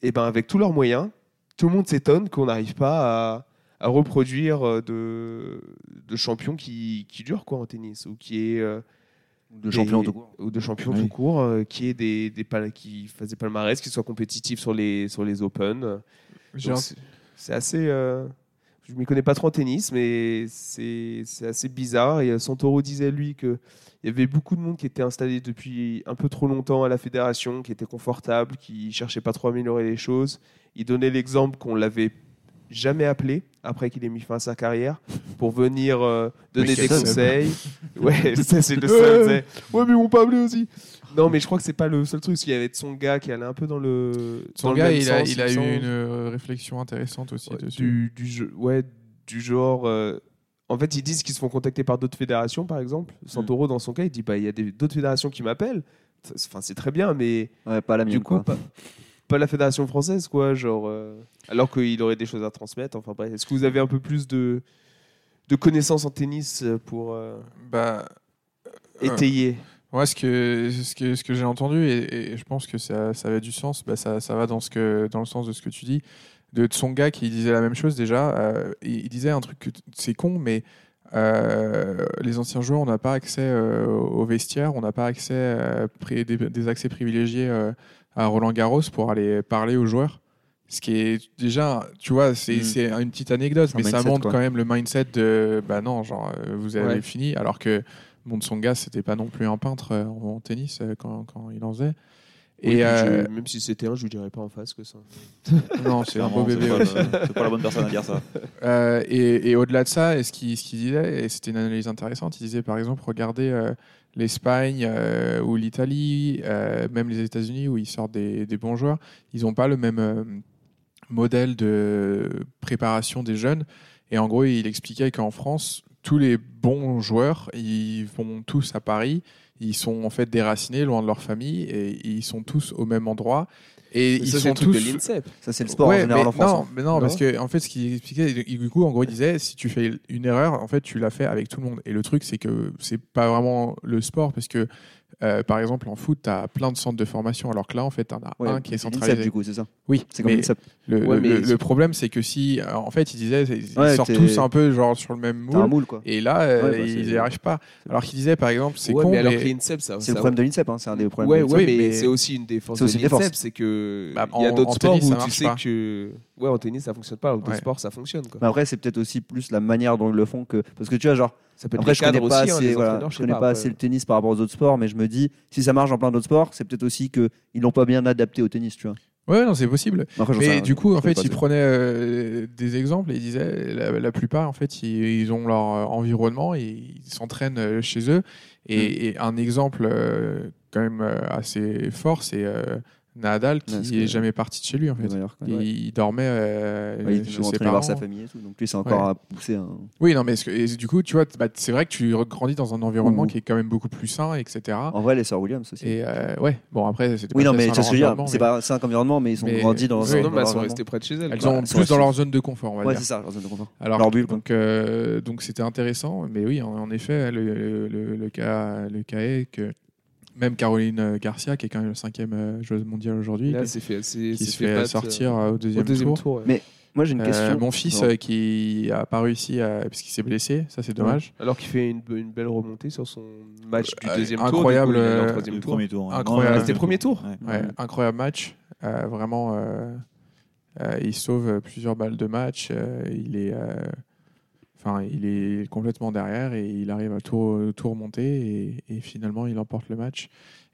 A: et ben, avec tous leurs moyens, tout le monde s'étonne qu'on n'arrive pas à, à reproduire euh, de, de champions qui, qui durent quoi, en tennis ou qui est euh,
D: de champion
A: des-
D: de cours.
A: ou de champions
C: Oui.
A: tout court, euh, qui est des, des pal- qui fassent des palmarès, qui soient compétitifs sur les sur les Open.
B: J'ai
A: Donc,
B: un-
A: c'est- C'est assez. euh, je m'y connais pas trop en tennis, mais c'est c'est assez bizarre. Et euh, Santoro disait lui que il y avait beaucoup de monde qui était installé depuis un peu trop longtemps à la fédération, qui était confortable, qui cherchait pas trop à améliorer les choses. Il donnait l'exemple qu'on l'avait jamais appelé après qu'il ait mis fin à sa carrière pour venir euh, donner
B: Mais
A: des
B: quel sub.
A: conseils. Ouais, ça c'est le
B: Euh.
A: seul. c'est- Ouais, mais ils m'ont pas appelé aussi. Non, mais je crois que c'est pas le seul truc. Il y avait son gars qui allait un peu dans le.
B: Son
A: dans le
B: gars,
A: même
B: il a,
A: sens,
B: il a
A: me
B: eu
A: semble.
B: une euh, réflexion intéressante aussi
A: Ouais,
B: dessus.
A: du, du jeu- ouais, du genre. euh, en fait, ils disent qu'ils se font contacter par d'autres fédérations, par exemple.
B: Hmm.
A: Santoro, dans son cas, il dit bah, il y a des- d'autres fédérations qui m'appellent. Ça, c'est- Enfin, c'est très bien, mais
D: Ouais, pas la mienne.
A: du coup,
D: quoi.
A: pas, pas la fédération française, quoi. Genre, euh, alors qu'il aurait des choses à transmettre. Enfin, bref, est-ce que vous avez un peu plus de, de connaissances en tennis euh, pour euh,
B: Bah, Ouais.
A: étayer
B: Moi, ce que, ce que, ce que j'ai entendu, et, et je pense que ça, ça avait du sens, bah, ça, ça va dans, ce que, dans le sens de ce que tu dis, de Tsonga qui disait la même chose déjà. euh, il, il disait un truc que t- c'est con, mais euh, les anciens joueurs, on n'a pas accès euh, aux vestiaires, on n'a pas accès euh, pri- des, des accès privilégiés euh, à Roland Garros pour aller parler aux joueurs. Ce qui est déjà, tu vois, c'est
C: Mm.
B: c'est une petite anecdote,
C: Un
B: mais ça
C: mindset,
B: montre
C: quoi.
B: quand même le mindset de bah non, genre euh, vous avez
A: Ouais.
B: fini, alors que Monsonga c'était pas non plus un peintre euh, en tennis euh, quand, quand il en faisait.
A: Oui,
B: Et euh,
A: je- Même si c'était un, je vous dirais pas en face que ça.
B: non, c'est un beau
C: Clairement, c'est
B: bébé.
C: pas
B: ouais.
C: le- C'est pas la bonne personne à dire ça.
B: Euh, et et au-delà de ça, et ce qu'il ce qu'il disait, et c'était une analyse intéressante, il disait par exemple, regardez euh, l'Espagne euh, ou l'Italie, euh, même les États-Unis où ils sortent des, des bons joueurs, ils n'ont pas le même euh, modèle de préparation des jeunes. Et en gros, il expliquait qu'en France, tous les bons joueurs, ils vont tous à Paris. Ils sont en fait déracinés, loin de leur famille, et ils sont tous au même endroit. Et
A: Mais
B: ils
A: ça, c'est
B: sont
A: le truc
B: tous
A: de l'INSEP.
D: Ça, c'est le sport en
B: Ouais,
D: général
B: mais
D: en France. hein.
B: Non, mais non,
A: Ah
B: parce que en fait, ce qu'il expliquait, il- du coup, en gros, il disait si tu fais une erreur, en fait, tu la fais avec tout le monde. Et le truc, c'est que c'est pas vraiment le sport, parce que euh, par exemple, en foot, t'as plein de centres de formation, alors que là, en fait, t'en as
D: Ouais,
B: un qui est
D: c'est l'INSEP,
B: centralisé.
D: Du coup, c'est ça.
B: Oui,
D: C'est comme
B: mais
D: l'INSEP.
B: le,
A: Ouais,
B: le-
A: mais
B: le-
A: ils-
B: le problème, c'est que si, euh, en fait, il disait, ils
D: Ouais,
B: sortent
D: t'es-
B: tous un peu genre sur le même
D: T'as un
B: moule.
D: moule, quoi.
B: Et là, euh,
D: Ouais, bah,
B: ils
D: c'est-
B: n'y arrivent pas. Alors qu'il disait, par exemple, c'est
A: Ouais,
B: con,
A: mais alors
B: mais-
A: que l'INSEP, ça,
D: C'est
A: ça-
D: le problème de l'INSEP, hein, c'est un des problèmes.
A: Ouais,
D: de
A: ouais,
D: l'INSEP.
B: Oui,
A: mais,
B: mais-
A: c'est aussi une des forces
D: C'est
A: de
D: aussi une des
A: l'INSEP,
D: forces.
A: c'est que
B: Bah,
A: il y a
B: en- en
A: d'autres sports
B: tennis,
A: où
B: ça
A: tu
B: marche
A: sais
B: pas.
A: que ouais en tennis ça fonctionne pas, dans d'autres
B: Ouais.
A: sports ça fonctionne quoi.
D: Mais après, c'est peut-être aussi plus la manière dont ils le font que. Parce que tu vois, genre.
A: Ça peut être
D: Après,
A: les
D: je connais
A: cadres
D: pas
A: aussi, hein,
D: assez,
A: les
D: voilà,
A: entraîneurs,
D: je
A: sais
D: connais pas,
A: après.
D: assez le tennis par rapport aux autres sports, mais je me dis, si ça marche dans plein d'autres sports, c'est peut-être aussi qu'ils l'ont pas bien adapté au tennis, tu vois.
B: Ouais, non, c'est possible.
D: Après, j'en sais
B: Mais
D: rien,
B: du coup,
D: je
B: en
D: sais
B: fait,
D: pas,
B: ils
D: c'est-
B: prenaient euh, des exemples et ils disaient la, la plupart, en fait, ils, ils ont leur euh, environnement et ils s'entraînent euh,
D: Hmm.
B: chez eux. Et, et un exemple euh, quand même euh, assez fort, c'est euh, Nadal qui
D: parce
B: n'est
D: que-
B: jamais parti de chez lui en fait.
D: de Mallorca.
B: Il,
D: Ouais.
B: il dormait euh,
D: Ouais, il était
B: chez
D: souvent
B: ses
D: entraîné par
B: parents.
D: sa famille et tout. Donc lui, c'est encore
B: Ouais.
D: à pousser un.
B: Oui, non, mais est-ce que- et du coup, tu vois, t- bah, c'est vrai que tu grandis dans un environnement
D: Ouh.
B: qui est quand même beaucoup plus sain, etc.
D: Mmh. En vrai, les sœurs Williams aussi.
B: Et euh, ouais, bon après, c'était
D: Oui,
B: pas
D: non,
B: très
D: mais
B: sain leur
D: tu vois ce que je veux
B: environnement,
D: dire.
B: mais
D: C'est pas c'est un comme environnement, mais ils ont
B: Mais- bah,
D: grandi dans
B: Oui,
D: un.
A: non,
D: dans
A: mais
D: un
A: bah, elles sont
D: environnement.
A: restées près de chez elles.
B: Elles
A: quoi.
B: ont
D: elles sont
B: plus dans
D: restés-
B: leur zone de confort, on va
D: Ouais,
B: dire.
D: c'est ça, leur zone de confort.
B: Alors,
D: leur bulle, quoi.
B: donc, euh, donc c'était intéressant, mais oui, en, en effet, le, le- le- le cas, le cas est que même Caroline euh, Garcia, qui est quand même la cinquième euh, joueuse mondiale aujourd'hui,
A: Là,
B: qui
A: c'est fait. c'est-
B: qui
A: c'est
B: se fait
A: battre,
B: sortir euh, au
A: euh, au
B: deuxième,
A: deuxième
B: tour.
A: tour. ouais.
D: Mais- Moi, j'ai une
B: Euh,
D: question.
B: mon fils
D: Non.
B: euh, qui a pas réussi à- parce qu'il s'est blessé, ça c'est dommage.
A: Alors qu'il fait une, une belle remontée sur son match du
B: Euh,
A: deuxième
B: incroyable,
A: tour. du coup, il est allé en
B: euh,
A: troisième
C: Le
A: tour. hein.
C: premier tour. ouais.
B: Incroyable.
C: Non,
B: Ah,
C: ouais,
A: c'était
C: ouais.
A: le premier tour
C: Ouais.
B: Ouais, Incroyable match, euh, vraiment. euh, euh, il sauve plusieurs balles de match. euh, il est, euh, enfin, il est complètement derrière et il arrive à tout, tout remonter et, et finalement il emporte le match.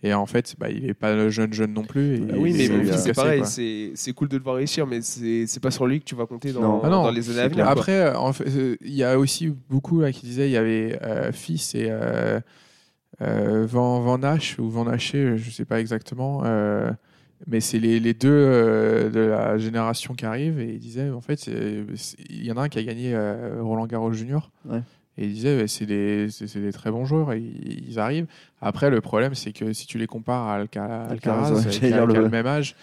B: Et en fait, bah, il est pas le jeune jeune non plus. et
A: Bah
B: il
A: oui, mais
B: est-
A: mon
B: il est
A: fils, c'est
B: cassé,
A: pareil.
B: quoi.
A: C'est c'est cool de le voir réussir, mais c'est c'est pas sur lui que tu vas compter dans,
D: Non.
B: Ah non,
A: dans les années à
D: c'est
A: venir.
D: clair.
A: quoi.
B: Après, euh, en fait, euh, il y a aussi beaucoup là, qui disaient il y avait euh, Fils et euh, euh, Van, Van Hache ou Van Haché, je ne sais pas exactement. euh, mais c'est les, les deux euh, de la génération qui arrivent et ils disaient en fait, c'est- c'est- il y en a un qui a gagné euh, Roland Garros Junior.
D: Ouais.
B: Et ils disaient, bah, c'est des, c'est- c'est des très bons joueurs, et ils ils arrivent. Après, le problème, c'est que si tu les compares à Alca-
D: Alcaraz,
B: Alcaraz, euh,
D: ouais,
B: qui
D: j'allais
B: a
D: dire
B: qui a
D: le-
B: le même âge,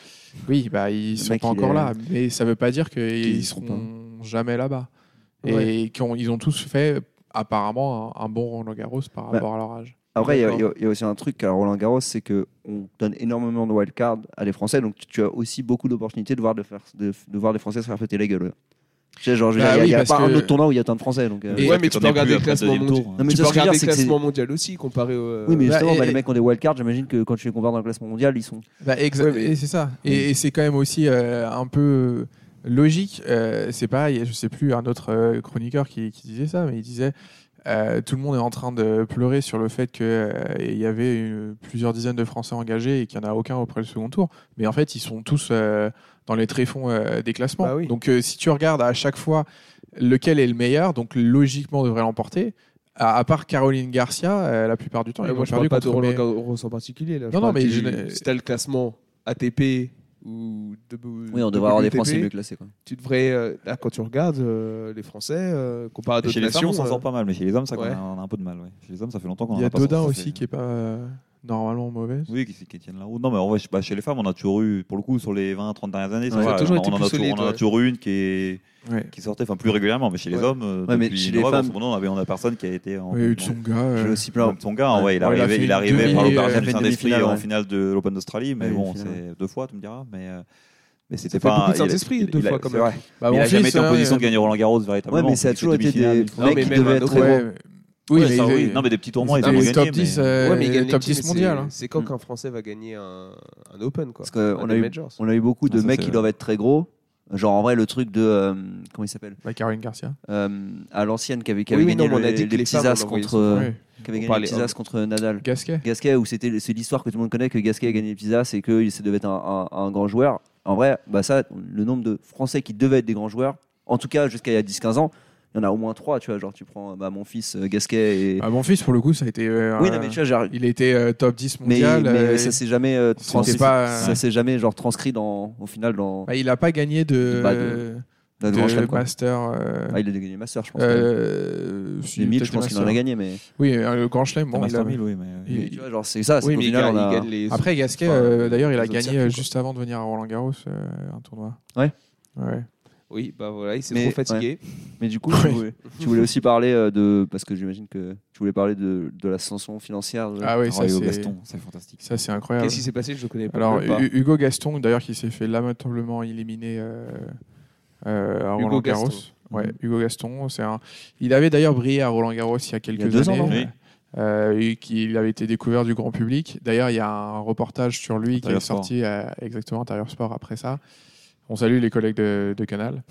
B: oui, bah, ils
D: Le
B: sont
D: mec,
B: pas
D: il
B: encore
D: est-
B: là, mais ça veut pas dire
D: Qu'ils
B: qu'ils
D: y seront
B: seront jamais là-bas.
A: Ouais.
B: Et qu'on- ils ont tous fait apparemment un, un bon Roland Garros par
D: Bah,
B: rapport à leur âge.
D: Après, il y a- il
A: D'accord.
D: y, a- il y a aussi un truc à Roland Garros, c'est que on donne énormément de wildcards à des Français, donc tu, tu as aussi beaucoup d'opportunités de voir, de, faire, de, de voir des Français se faire péter la gueule. ouais. Tu sais, genre, je veux
B: Bah
D: dire, il y a-
B: oui,
D: il n'y a,
B: parce
D: pas un
B: que-
D: autre tournoi où il y a tant de Français. Donc, euh,
A: Et- Ouais, mais tu peux regarder le classement mondial.
D: Non,
A: tu
D: mais ça,
A: peux
D: ce que je veux dire,
A: regarder
D: c'est
A: le
D: que c'est-
A: classement euh, mondial aussi, comparé au.
D: Oui, mais
B: Bah,
D: justement,
B: et-
D: bah, les mecs qui ont des wildcards, j'imagine que quand tu les compares dans le classement mondial, ils sont.
A: Mm. Ouais, mais-
B: Bah, Et c'est ça. Et, et c'est quand même aussi euh, un peu logique. Euh, c'est pareil, je sais plus un autre euh, chroniqueur qui, qui disait ça, mais il disait euh, tout le monde est en train de pleurer sur le fait qu'il y avait une- plusieurs dizaines de Français engagés et qu'il n'y en a aucun après le second tour. Mais en fait, ils sont tous euh, dans les tréfonds euh, des classements.
A: Bah oui.
B: Donc euh, si tu regardes à chaque fois lequel est le meilleur, donc logiquement on devrait l'emporter. À, à part Caroline Garcia, euh, la plupart du temps, ils ont
A: moi, je
B: perdu
A: parle pas de
B: contre
A: Roland
B: mes-
A: Garros en particulier. Là. Je
B: Non, non,
A: parle
B: mais
A: du-
B: je-
A: Si t'as le classement ATP ou W-
D: Oui, on devrait avoir des Français
A: WTP,
D: mieux classés. Quoi.
A: Tu devrais. euh, là, quand tu regardes euh, les Français, euh, comparé à d'autres
C: Chez les femmes,
A: nations.
C: on s'en
A: euh,
C: sort pas mal, mais chez les hommes, ça,
A: Ouais.
C: on a un peu de mal. ouais. Chez les hommes, ça fait longtemps qu'on
B: Il y a
C: en pas sorti,
B: Dodin
C: ça
B: aussi
C: fait-
B: qui est pas euh, normalement mauvaise.
C: Oui, qui, qui tiennent la route. Non, mais en vrai, je- bah, chez les femmes, on a toujours eu, pour le coup, sur les 20-30 dernières années, ça
A: Ouais,
C: va,
A: ça a toujours
C: on,
A: été
C: en a
A: plus
C: toujours-
A: solide,
C: on en a
A: ouais.
C: toujours eu une qui, est,
B: Ouais.
C: qui sortait, enfin plus régulièrement, mais chez les
A: Ouais.
C: hommes, euh,
D: Ouais, mais
C: depuis
D: chez les
C: Noah, grosso
D: femmes-
C: modo, on avait, on a personne qui a été en.
B: Il y a eu
C: en-
B: Tsonga.
D: J'ai
B: euh,
D: aussi plein.
C: Son gars, ouais, il
B: Ouais, il a
C: arrivait,
B: fait
C: il
B: une
C: arrivait
B: demi-
C: par le
B: il a
C: barrage
D: fait
C: du
D: une
C: Saint-Esprit
D: demi-finale,
C: en
D: ouais.
C: finale de l'Open d'Australie, mais
D: Ouais,
C: bon,
D: une finale,
C: c'est deux fois, tu me diras, mais, euh, mais
A: Ça
C: c'était
A: fait
C: pas.
A: beaucoup de
C: il a-
A: Saint-Esprit,
C: il-
A: deux
C: il a-
A: fois, quand
C: c'est
A: même.
C: vrai.
B: bah,
C: il
B: mon
C: a jamais
B: fils,
C: été en
B: hein,
C: position
B: euh,
C: de gagner Roland Garros
D: Ouais,
C: véritablement.
D: mais ça a
C: Il fait
D: toujours été
C: demi-finale,
D: des
C: une fois.
A: Non,
D: mecs
A: mais
D: qui
A: même un
D: devaient être
A: autre
D: très
A: élément.
D: bons.
B: ouais, Oui,
A: Ouais,
B: mais,
A: ça,
B: il-
A: oui.
C: Non, mais des petits
B: il
C: tournois, ils
B: était
A: Non,
C: ont
A: mais
B: dans le top
C: gagné.
B: 10
C: mais-
B: euh,
A: ouais, mais ils gagnent
B: top
A: les teams,
B: 10
A: c'est-
B: mondial. hein.
A: C'est quand
D: Mm.
A: qu'un Français va gagner un, un Open, quoi.
D: Parce que
A: Un
D: on
A: des
D: a eu-
A: Majors.
D: On a eu beaucoup de
C: Ah, ça,
D: mecs
C: c'est-
D: qui doivent être très gros. Genre, en vrai, le truc de. euh, Comment il s'appelle
B: Bah, Caroline Garcia.
D: Euh, À l'ancienne, qui avait qui
A: Oui,
D: avait
A: oui,
D: gagné
A: non, mais on a
D: le-
A: dit que
D: les
A: les
D: petits
A: femmes, on
D: as
A: l'envoyait
D: contre. euh,
B: Ouais.
D: Qui avait
A: On
D: gagné
A: parlait
D: les petits as contre Nadal.
B: Gasquet.
D: Gasquet, où c'était c'est l'histoire que tout le monde connaît que Gasquet a gagné les petits as et que ça devait être un, un- un grand joueur. En vrai, bah ça, le nombre de Français qui devaient être des grands joueurs, en tout cas jusqu'à il y a 10-15 ans, il y en a au moins trois. Tu vois, genre tu prends bah, mon fils euh, Gasquet et.
B: Ah, mon fils, pour le coup, ça a été. euh,
D: oui,
B: un-
D: non, mais tu vois, genre,
B: il était euh, top 10
D: mais,
B: mondial.
D: mais
B: euh,
D: ça s'est jamais euh,
B: c'était
D: transcrit-
B: pas-
D: ça s'est jamais genre transcrit dans au final dans,
B: bah, il n'a pas gagné de,
D: Bah, de- dans le
B: de
D: grand chelem. quoi.
B: master. euh,
D: Ah, il a gagné le master, je pense.
B: euh, si,
D: les 1000,
B: peut-être
D: je pense
B: des
D: qu'il en a
B: masters.
D: gagné, mais,
B: Oui, euh, le Grand Chelem.
C: Bon,
B: bon, il a-
C: Master 1000, oui, mais.
B: il-
D: mais tu vois, genre c'est ça. c'est
A: Oui,
D: qu'au
A: mais il
D: final,
A: gagne,
D: on a-
A: il gagne les.
B: Après, Gasquet,
A: Enfin,
B: euh, d'ailleurs, il a
A: les autres
B: gagné
A: circuits,
B: euh,
A: quoi.
B: juste avant de venir à Roland Garros euh, un tournoi.
D: Ouais.
B: Ouais.
A: Oui, bah voilà, il s'est
D: Mais-
A: trop fatigué.
D: Mais du coup, tu
B: Oui.
D: voulais, tu voulais aussi parler euh, de. Parce que j'imagine que tu voulais parler de, de l'ascension financière. euh, de-
B: Ah oui, ça,
C: Roy au
B: c'est-
C: Gaston, c'est fantastique.
B: ça, c'est incroyable.
A: Qu'est-ce qui s'est passé Je ne connais pas.
B: Alors,
A: je peux pas.
B: Hu- Hugo Gaston, d'ailleurs, qui s'est fait lamentablement éliminer euh, euh, à
A: Hugo
B: Roland Garros.
A: Gaston.
B: Ouais, Hugo Gaston, c'est un. Il avait d'ailleurs brillé à Roland Garros il y a quelques
D: deux ans,
B: années.
D: non
C: Oui.
B: euh, et qu'il avait été découvert du grand public. D'ailleurs, il y a un reportage sur lui qui
C: Intérieur
B: est sorti à, exactement Intérieur Sport après ça. On salue les collègues de, de Canal.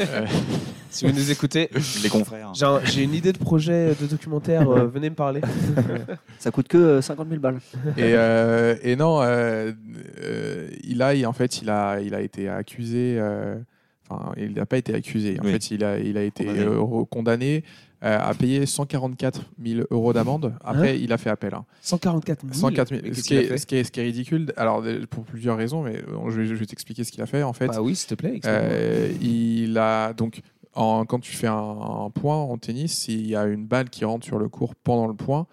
B: Euh,
A: Si vous nous écoutez,
C: Les confrères.
A: j'ai un- j'ai une idée de projet de documentaire, euh, venez me parler.
D: Ça coûte que euh, 50 000 balles.
B: et, euh, et non, euh, euh, il a, il- en fait, il a, il a été accusé. euh, Enfin, il n'a pas été accusé. En
C: Oui.
B: fait, il a, il a été
C: Condamné.
B: euh, re- condamné euh, à payer 144 000 euros d'amende. Après, il a fait appel. hein.
A: 144 000.
B: 104 000.
A: Mais qu'est-ce
B: Ce qui,
A: qu'il a
B: est,
A: fait
B: ce, qui est, ce qui est ridicule, alors euh, pour plusieurs raisons, mais euh, je vais, je vais t'expliquer ce qu'il a fait. En fait,
A: Bah oui, s'il te plaît. explique-moi.
B: euh, il a donc en- quand tu fais un, un point en tennis, s'il y a une balle qui rentre sur le court pendant le point,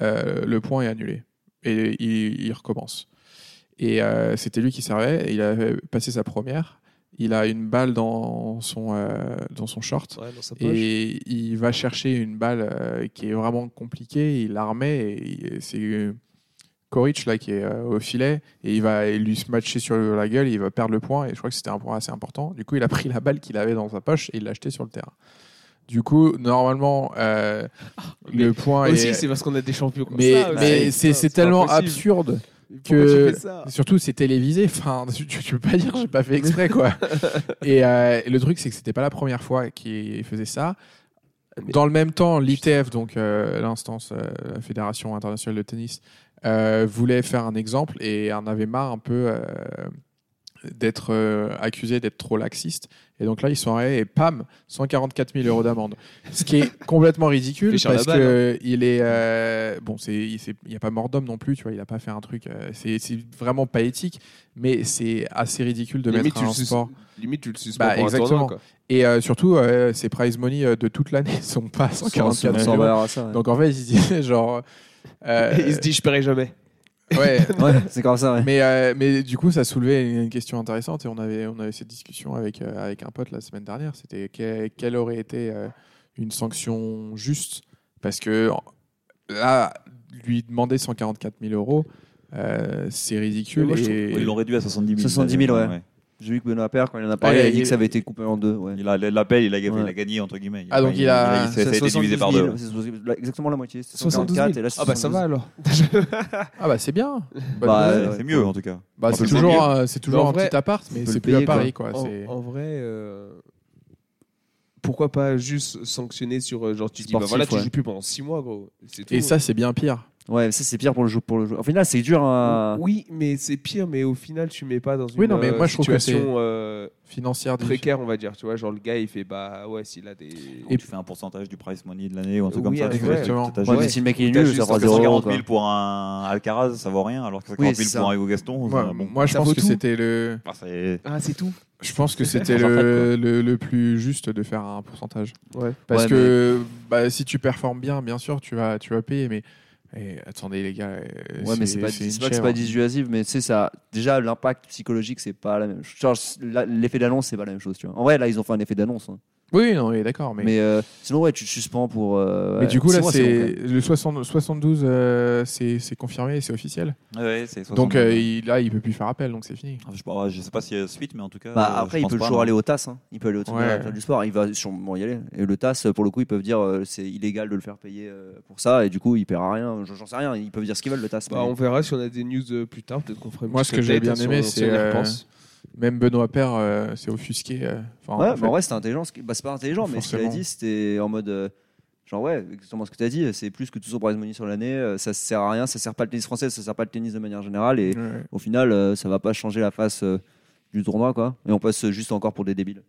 B: euh, le point est annulé et il, il recommence. Et euh, c'était lui qui servait. et Il avait passé sa première. Il a une balle dans son euh, dans son short.
A: Ouais, dans sa poche.
B: Et il va chercher une balle euh, qui est vraiment compliquée, il la remet, et il- c'est euh, Koric là qui est euh, au filet, et il va lui se matcher sur la gueule, il va perdre le point, et je crois que c'était un point assez important. Du coup, il a pris la balle qu'il avait dans sa poche et il l'a jetée sur le terrain. Du coup, normalement, euh, le point
A: Aussi,
B: est-
A: c'est parce qu'on a des champions comme
B: Mais,
A: ça.
B: mais c'est c'est tellement absurde. que-
A: que.
B: Surtout, c'est télévisé. Enfin, tu, tu- tu peux pas dire, j'ai pas fait exprès, quoi. et euh, le truc, c'est que c'était pas la première fois qu'il faisait ça. Dans le même temps, l'ITF, donc euh, l'instance, euh, la Fédération internationale de tennis, euh, voulait faire un exemple et en avait marre un peu euh, d'être euh, accusé d'être trop laxiste. Et donc là, ils sont arrêtés et pam, 144 000 euros d'amende. Ce qui est complètement ridicule
A: Fait cher la
B: parce
A: balle, hein.
B: que il est euh, bon, c'est il c'est- il y a pas mort d'homme non plus, tu vois, il a pas fait un truc. euh, c'est c'est vraiment pas éthique, mais c'est assez ridicule de
A: Limite,
B: mettre
A: tu
B: un
A: le sus-
B: sport.
A: Limite, tu le suspends.
B: Bah,
A: pour un tournoi,
B: exactement.
A: quoi.
B: Et euh, surtout, euh, ces prize money euh, de toute l'année sont pas
D: On s'en- on
B: 144
D: s'en
B: 000 euros.
D: valera à ça. ouais.
B: Donc en fait, ils se disaient genre. euh,
A: Il se dit, je paierai jamais.
B: ouais,
D: Ouais, c'est comme ça, ouais.
B: mais, euh, mais du coup, ça soulevait une, une question intéressante et on avait, on avait cette discussion avec, euh, avec un pote la semaine dernière. C'était que- quelle aurait été euh, une sanction juste Parce que en- là, lui demander 144 000 euros, euh, c'est ridicule.
C: Moi, je trouve-
B: et-
C: Ils l'ont réduit à 70 000.
D: 70 000, ouais. J'ai vu que Benoît Appert, quand il en a parlé,
B: Ouais,
D: il a dit
B: il-
D: que ça avait été coupé en deux. Ouais.
C: Il a l'appel, il, a- il
D: Ouais.
C: a gagné, entre guillemets.
B: Ah, donc il a-
C: Ça a été divisé par
D: 72 000,
C: deux.
D: c'est 72 000, Exactement la moitié. c'est
A: 72 000.
D: 144, et là, c'est
A: Ah, bah ça va alors.
B: Ah bah c'est bien. Bonne
D: Bah,
B: nouvelle.
D: ouais.
C: C'est mieux, en tout cas.
B: Bah,
C: euh, on peut
B: c'est
C: le
B: toujours,
C: payer.
B: un- c'est toujours
A: en
B: un
A: vrai,
B: petit appart, mais
D: peut
B: c'est
D: le
B: plus à
D: payer, quoi.
B: Paris. Quoi. c'est-
A: En, en vrai, euh, pourquoi pas juste sanctionner sur euh, genre tu dis bah
D: Sportif,
A: voilà tu
D: ouais.
A: joues plus pendant 6 mois gros. C'est tout. hein.
B: Et ça, c'est bien pire.
D: Ouais, ça c'est pire pour le jeu. Pour le jeu. Au final, c'est dur. hein.
A: oui mais c'est pire mais au final tu mets pas dans une
B: Oui, non, mais
A: euh,
B: moi, je trouve que
A: situation euh,
B: Financière, difficile.
A: précaire on va dire tu vois genre le gars il fait bah ouais s'il a des
C: Et tu fais un pourcentage du price money de l'année ou un truc
A: Oui,
C: comme ça. tu fais-
B: exactement.
C: t'as
D: Ouais, mais
C: juste-
D: si le mec il est
A: T'as
D: nul,
A: juste
D: ça fera 0 euros.
C: 140
D: quoi.
C: 000 pour un Alcaraz, ça vaut rien, alors que 50
D: Oui,
C: 000
D: c'est
C: pour
D: ça.
C: un Hugo Gaston,
B: Moi,
C: ça- bon,
B: moi, je
A: ça
B: pense
A: vaut
B: que
A: tout.
B: c'était le,
C: bah, c'est-
A: ah c'est tout
B: je pense que c'était le, le, le plus juste de faire un pourcentage.
A: ouais
B: Parce
D: Ouais,
B: que bah, si tu performes bien, bien sûr, tu vas, tu vas payer. Mais eh, attendez, les gars. euh,
D: Ouais, mais c'est pas,
B: une
D: c'est pas que c'est
B: chèvre.
D: pas dissuasif, mais tu sais, ça. Déjà, l'impact psychologique, c'est pas la même chose. Genre, la- L'effet d'annonce, c'est pas la même chose. Tu vois. En vrai, là, ils ont fait un effet d'annonce. hein.
B: Oui, non, mais d'accord. Mais,
D: Mais,
B: mais,
D: euh, sinon, ouais, tu te suspends pour. euh, ouais,
B: du coup,
D: six
B: là,
D: mois,
B: c'est
D: long,
B: le 60 72, euh, c'est c'est confirmé, c'est officiel.
C: Ouais, c'est 60 000.
B: Donc euh, il- là, il peut plus faire appel, donc c'est fini.
C: Je sais pas, je sais pas s'il y a suite, mais en tout cas.
D: quand même. Bah,
C: euh,
D: après,
C: je
D: il
C: pense
D: peut
C: pas,
D: toujours
C: non.
D: aller au TAS. hein. Il peut aller au tribunal
B: Ouais.
D: international du sport. Il va sûrement y aller. Et le TAS, pour le coup, ils peuvent dire euh, c'est illégal de le faire payer euh, pour ça. Et du coup, il paiera rien. J'en j'en sais rien. Ils peuvent dire ce qu'ils veulent, le TAS.
A: bah
D: mais-
A: on verra si on a des news euh, plus tard peut-être qu'on ferait une
B: Moi, ce
A: petite
B: que j'ai
A: update
B: bien
A: si
B: aimé,
A: on-
B: c'est,
A: si on y
B: euh,
A: repense.
B: Même Benoît Père s'est offusqué. euh, enfin,
D: Ouais,
B: en
D: mais
B: fait.
D: en vrai, c'était intelligent. ce qui- Bah, c'est pas intelligent, mais ce qu'il a
B: Forcément.
D: dit, c'était en mode. euh, Genre, ouais, exactement ce que tu as dit, c'est plus que tout son prize money sur l'année, euh, ça sert à rien, ça sert pas le tennis français, ça sert pas le tennis de manière générale, et
B: Ouais.
D: au final, euh, ça va pas changer la face euh, du tournoi, quoi. Et on passe juste encore pour des débiles.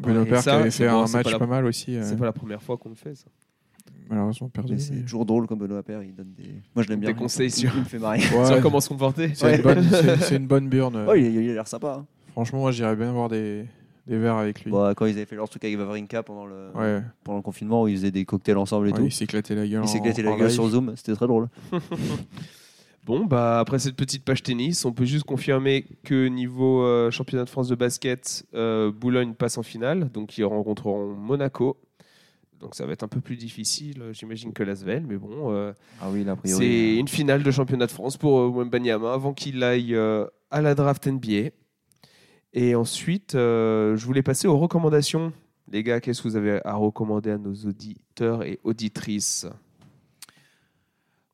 B: Benoît
A: Ouais,
B: Paire qui
A: ça,
B: avait
A: c'est
B: fait
A: bon,
B: un
A: c'est
B: match
A: pas
B: pas,
A: la-
B: mal aussi. euh,
A: c'est pas la première fois qu'on le fait ça
B: Malheureusement perdu.
D: Mais c'est
B: mais-
D: toujours drôle comme Benoît Appert, il donne des. Moi, je l'aime
A: Des
D: bien.
A: conseils
D: Il-
A: sur-
D: Il me fait marrer.
B: Ouais,
A: sur comment se comporter
B: c'est une bonne- C'est c'est une bonne burne.
D: Oh, il, il a l'air sympa. hein.
B: Franchement, moi, j'irais bien voir des, des verres avec lui. Ouais.
D: Bah, quand ils avaient fait leur truc avec Vavrinka pendant le,
B: Ouais,
D: pendant le confinement, où ils faisaient des cocktails ensemble et
B: il
D: tout.
B: s'est éclaté la gueule.
D: Ils s'éclataient la
B: en
D: gueule
B: live.
D: sur Zoom, c'était très drôle.
A: Bon, bah, après cette petite page tennis, on peut juste confirmer que niveau euh, championnat de France de basket, euh, Boulogne passe en finale, donc ils rencontreront Monaco. Donc ça va être un peu plus difficile, euh, j'imagine, que l'Asvel, mais bon, euh,
C: Ah oui, là, a priori.
A: c'est
B: hein.
A: une finale de championnat de France pour euh, Wembanyama avant qu'il aille euh, à la draft NBA. Et ensuite, euh, je voulais passer aux recommandations. Les gars, qu'est-ce que vous avez à recommander à nos auditeurs et auditrices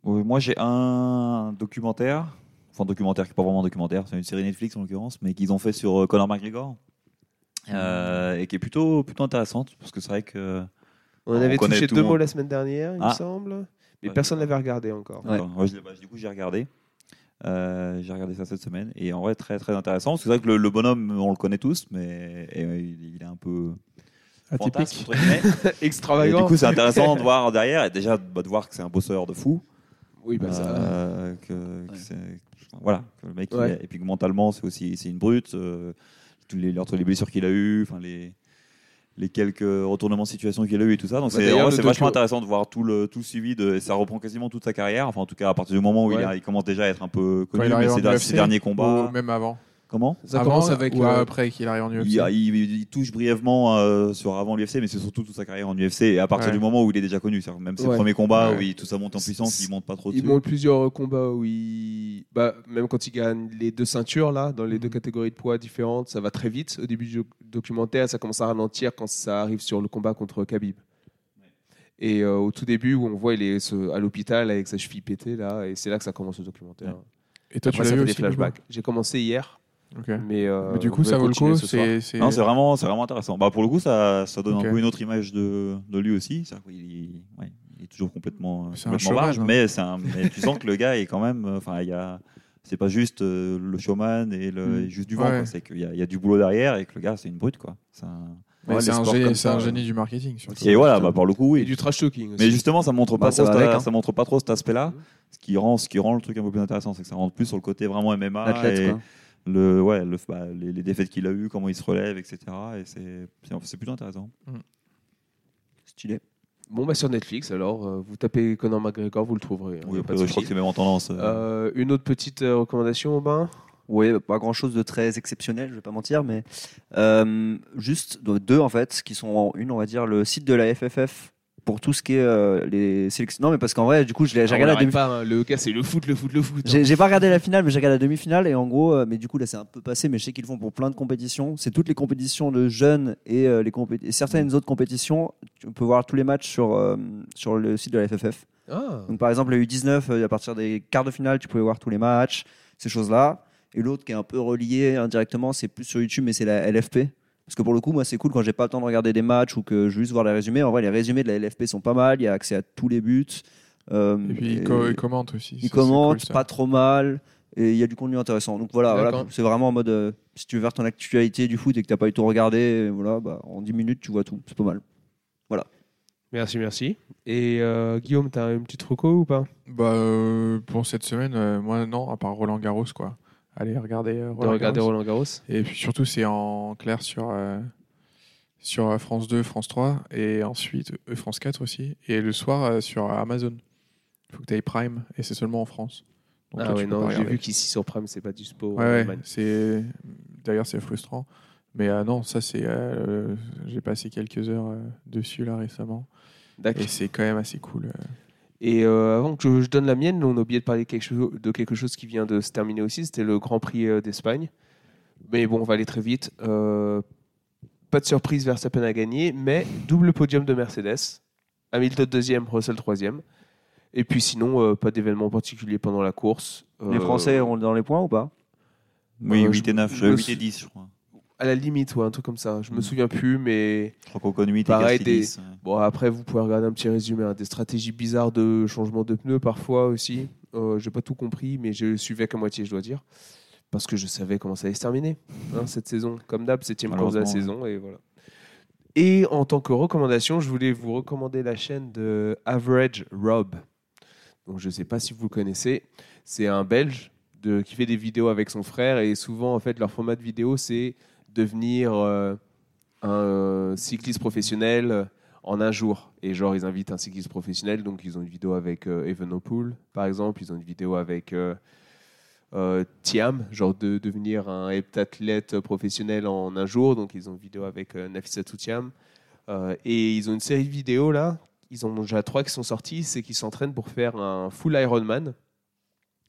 C: Oui, moi, j'ai un documentaire, enfin documentaire qui n'est pas vraiment un documentaire, c'est une série Netflix en l'occurrence, mais qu'ils ont fait sur euh, Conor McGregor
D: Hmm.
C: Euh, et qui est plutôt plutôt intéressante parce que c'est vrai que
A: On
C: On
A: avait
C: connaît
A: touché
C: tout
A: deux
C: le
A: mots
C: monde.
A: la semaine dernière, il me
C: Ah.
A: semble, mais
C: Ouais.
A: personne n'avait regardé encore.
D: Ouais.
C: D'accord. Ouais, je l'ai- bah, du coup j'ai regardé. Euh, j'ai regardé ça cette semaine et en vrai très très intéressant. C'est vrai que le, le bonhomme on le connaît tous, mais et, euh, il, il est un peu fantasque,
B: Atypique.
C: entre guillemets. Et
A: Extravagant.
C: du coup c'est intéressant de voir derrière et déjà bah, de voir que c'est un bosseur de fou.
A: Oui, bah, ça-
C: Euh, que, que
D: Ouais.
C: c'est- voilà, que le mec, il
A: Ouais.
C: est- et puis que mentalement, c'est aussi c'est une brute. euh, tous les, entre les blessures qu'il a eues, enfin les, les quelques retournements de situation qu'il a eu et tout ça. Donc
A: Bah,
C: c'est
A: d'ailleurs,
C: en vrai,
A: le
C: c'est vachement
A: docu-
C: intéressant de voir tout le, tout le suivi. De, et ça reprend quasiment toute sa carrière. Enfin, en tout cas, à partir du moment où il,
A: Ouais.
C: a- il commence déjà à être un peu
B: Quand
C: connu,
B: il
C: mais
B: arrive en
C: ses, derniers-
B: UFC,
C: ses derniers combats.
A: bah,
B: Ou même avant.
C: Comment
A: ça
B: avant
A: commence avec.
B: ou
A: euh,
B: après qu'il arrive en
C: il,
B: UFC.
C: il- il touche brièvement euh, sur avant l'UFC, mais c'est surtout toute sa carrière en UFC. Et à partir
B: Ouais.
C: du moment où il est déjà connu, c'est-à-dire même ses
A: Ouais.
C: premiers combats
B: Ouais.
C: où il, tout ça monte en puissance,
A: C'est-
C: il monte pas trop
A: Il
C: dessus.
A: monte plusieurs euh, combats où il. Bah, même quand il gagne les deux ceintures, là, dans les deux
B: Mhm.
A: catégories de poids différentes, ça va très vite. Au début du doc- documentaire, ça commence à ralentir quand ça arrive sur le combat contre Khabib. Et euh, au tout début, où on voit, il est ce- à l'hôpital avec sa cheville pétée, là, et c'est là que ça commence le documentaire.
B: Et toi,
A: Après,
B: tu l'as
A: ça
B: vu
A: fait des
B: aussi du coup
A: flashbacks. J'ai commencé hier,
B: Ok.
A: mais. euh,
B: Mais du
A: on
B: coup, ça
A: va
B: vaut le
A: continuer
B: coup.
A: ce soir.
B: C'est c'est-
C: Non, c'est vraiment, c'est vraiment intéressant. Bah, pour le coup, ça, ça donne
B: Ok.
C: un peu une autre image de, de lui aussi. C'est-à-dire qu'il- ouais, il est toujours complètement,
B: C'est un
C: complètement
B: showman,
C: barge,
B: hein.
C: mais, c'est un- mais tu sens que le gars est quand même. euh, Enfin, il y a. C'est pas juste euh, le showman et le,
A: Mm.
C: juste du vent.
B: Ouais.
C: quoi. C'est qu'il y, a- il y a du boulot derrière et que le gars, c'est une brute, quoi. C'est un-
B: mais
A: Ouais,
B: c'est
A: les
B: un
A: sports
B: génie-
A: comme
B: c'est
A: ça,
B: un
A: euh,
B: génie du marketing. surtout.
C: Et voilà, bah, pour le coup,
A: Et
C: oui.
A: du trash talking aussi.
C: Mais justement, ça montre
D: Bah,
C: pas
D: ça
C: trop.
D: va
C: cet-
D: avec, hein.
C: Ça montre pas trop cet aspect-là.
A: Mhm.
C: Ce qui rend, ce qui rend le truc un peu plus intéressant, c'est que ça rentre plus sur le côté vraiment MMA
D: L'athlète,
C: et
D: quoi.
C: le, ouais, le, bah, les, les défaites qu'il a eues, comment il se relève, etc. Et c'est, c'est- c'est plutôt intéressant.
D: Stylé.
A: Bon, bah sur Netflix, alors, euh, vous tapez Conan McGregor, vous le trouverez. hein,
C: Oui,
A: y a pas
C: après,
A: de
C: je crois
A: souci.
C: que c'est même en tendance. euh,
A: Euh, une autre petite euh, recommandation, Aubin
D: Oui, bah, pas grand chose de très exceptionnel, je vais pas mentir, mais euh, juste donc, deux en fait, qui sont en une, on va dire, le site de la FFF pour tout ce qui est euh, les sélections. Non, mais parce qu'en vrai, du coup, je l'ai- j'ai
A: Ah, on
D: regardé la
A: l'arrête
D: demi
A: pas, hein, le gars, c'est le foot, le foot, le foot. hein.
D: J'ai j'ai pas regardé la finale, mais j'ai regardé la demi-finale. Et en gros, euh, mais du coup, là, c'est un peu passé, mais je sais qu'ils le font pour plein de compétitions. C'est toutes les compétitions de jeunes et, euh, les compé- et
B: Mm.
D: certaines autres compétitions. Tu peux voir tous les matchs sur, euh, sur le site de la FFF.
B: Mm.
A: Ah.
D: Donc, par exemple, la U19, euh, à partir des quarts de finale, tu pouvais voir tous les matchs, ces choses-là. Et l'autre qui est un peu relié indirectement, c'est plus sur YouTube, mais c'est la LFP. Parce que pour le coup, moi, c'est cool quand j'ai pas le temps de regarder des matchs ou que je veux juste voir les résumés. En vrai, les résumés de la LFP sont pas mal. Il y a accès à tous les buts. Euh,
B: Et puis,
D: et-
B: il, co- il commente aussi.
D: il
B: ça, c'est cool,
D: commente,
B: ça.
D: pas trop mal, et il y a du contenu intéressant. Donc voilà,
A: D'accord.
D: voilà, c'est vraiment en mode, euh, si tu veux voir ton actualité du foot et que t'as pas eu tout regardé, euh, voilà, bah, en 10 minutes, tu vois tout, c'est pas mal.
A: Merci, merci. Et euh, Guillaume, t'as une petite reco ou pas
B: Bah, euh, pour cette semaine, euh, moi, non, à part Roland Garros, quoi. Allez, regardez euh,
A: De
B: Roland
A: regarder
B: Garros.
A: Roland Garros
B: Et puis surtout, c'est en clair sur, euh, sur euh, France 2, France 3, et ensuite euh, France 4 aussi. Et le soir, euh, sur Amazon. Il faut que tu ailles Prime, et c'est seulement en France. Donc
A: Ah
B: toi, tu
A: ouais,
B: peux pas
A: non, j'ai
B: regarder.
A: vu qu'ici sur Prime, c'est pas du sport.
B: Ouais, ouais, c'est... D'ailleurs, c'est frustrant. Mais euh, non, ça, c'est. euh, j'ai passé quelques heures euh, dessus, là, récemment.
A: D'accord.
B: Et c'est quand même assez cool. euh.
A: Et euh, avant que je, je donne la mienne, on a oublié de parler quelque chose, de quelque chose qui vient de se terminer aussi, c'était le Grand Prix euh, d'Espagne. Mais bon, on va aller très vite. Euh, pas de surprise, Verstappen a gagné, mais double podium de Mercedes. Hamilton deuxième, Russell troisième. Et puis sinon, euh, pas d'événement particulier pendant la course.
D: Les
A: Euh,
D: Français ont dans les points ou pas
C: Oui,
A: Euh,
C: 8
A: je-
C: et 9,
A: je me
C: 8 et
A: sou-
C: 10, je crois.
A: À la limite, ouais, un truc comme ça. Je me
C: Mm.
A: souviens plus, mais
C: Je crois qu'Ocon 8 et
A: Pareil,
C: Gasly
A: des-
C: 10. ouais.
A: bon, après, vous pouvez regarder un petit résumé. hein. Des stratégies bizarres de changement de pneus parfois aussi. Euh, j'ai pas tout compris, mais je suivais qu'à moitié, je dois dire. Parce que je savais comment ça allait se terminer hein, cette saison. Comme d'hab, septième course de la
C: Malheureusement,
A: saison. Et voilà. Et en tant que recommandation, je voulais vous recommander la chaîne de Average Rob. Donc, je sais pas si vous le connaissez. C'est un Belge de, qui fait des vidéos avec son frère. Et souvent, en fait, leur format de vidéo, c'est devenir euh, un euh, cycliste professionnel euh, en un jour. Et genre, ils invitent un cycliste professionnel. Donc, ils ont une vidéo avec euh, Evenepoel, par exemple. Ils ont une vidéo avec euh, euh, Thiam, genre de devenir un heptathlète professionnel en un jour. Donc, ils ont une vidéo avec euh, Nafissatou Thiam. Euh, et ils ont une série de vidéos là. Ils en ont déjà trois qui sont sortis. C'est qu'ils s'entraînent pour faire un full Ironman.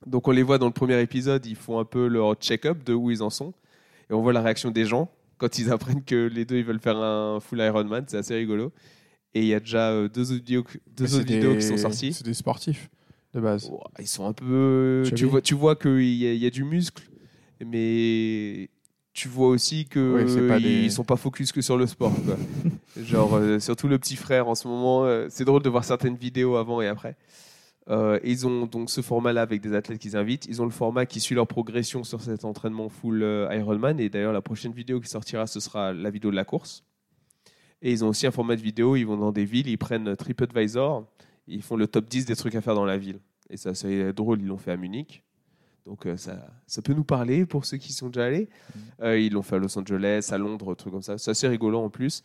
A: Donc, on les voit dans le premier épisode. Ils font un peu leur check-up de où ils en sont. Et on voit la réaction des gens quand ils apprennent que les deux ils veulent faire un full Ironman. C'est assez rigolo. Et il y a déjà euh, deux autres vidéos,
B: Mais
A: deux
B: c'est
A: autres vidéos
B: des-
A: qui sont sorties.
B: C'est des sportifs, de base.
A: Ouah, Ils sont un peu.
B: Chubby.
A: Tu vois, tu vois qu'il y, a- il y a du muscle, mais tu vois aussi
B: Oui,
A: que
B: c'est pas
A: ils
B: des-
A: sont pas focus que sur le sport. quoi. Genre, euh, surtout le petit frère en ce moment. euh, c'est drôle de voir certaines vidéos avant et après. Euh, ils ont donc ce format-là avec des athlètes qu'ils invitent. Ils ont le format qui suit leur progression sur cet entraînement full euh, Ironman. Et d'ailleurs, la prochaine vidéo qui sortira, ce sera la vidéo de la course. Et ils ont aussi un format de vidéo. Ils vont dans des villes, ils prennent TripAdvisor, ils font le top 10 des trucs à faire dans la ville. Et ça, c'est drôle, ils l'ont fait à Munich. Donc euh, ça, ça peut nous parler pour ceux qui sont déjà allés. Euh, ils l'ont fait à Los Angeles, à Londres, trucs comme ça. C'est assez rigolo en plus.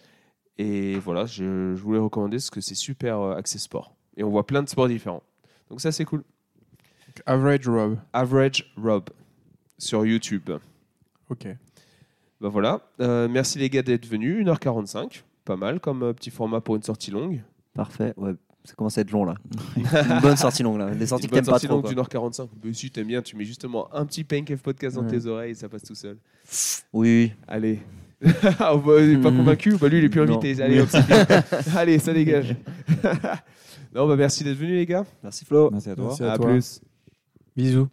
A: Et voilà, je, je voulais recommander parce que c'est super euh, axé sport. Et on voit plein de sports différents. Donc ça, c'est cool.
B: Donc, Average Rob.
A: Average Rob sur YouTube.
B: Ok.
A: Ben voilà. Euh, merci les gars d'être venus. 1h45. Pas mal comme euh, petit format pour une sortie longue.
D: Parfait. Ouais, ça commence à être long là. Une bonne sortie longue là. Des sorties
A: une
D: que t'aimes
A: bonne
D: pas
A: sortie
D: trop.
A: longue
D: quoi.
A: d'une heure 45. Ben si, t'aimes bien. Tu mets justement un petit PNKF podcast dans
D: Ouais.
A: tes oreilles et ça passe tout seul.
D: Oui.
A: Allez. Ah, bah, il est pas
D: Hmm.
A: convaincu Bah, Lui, il est plus
D: Non.
A: invité. Allez, hop, c'est bien. Allez, ça dégage. non, bah, merci d'être venus, les gars.
D: Merci Flo.
C: Merci à toi.
B: Merci à
A: à
B: toi.
A: plus.
B: Bisous.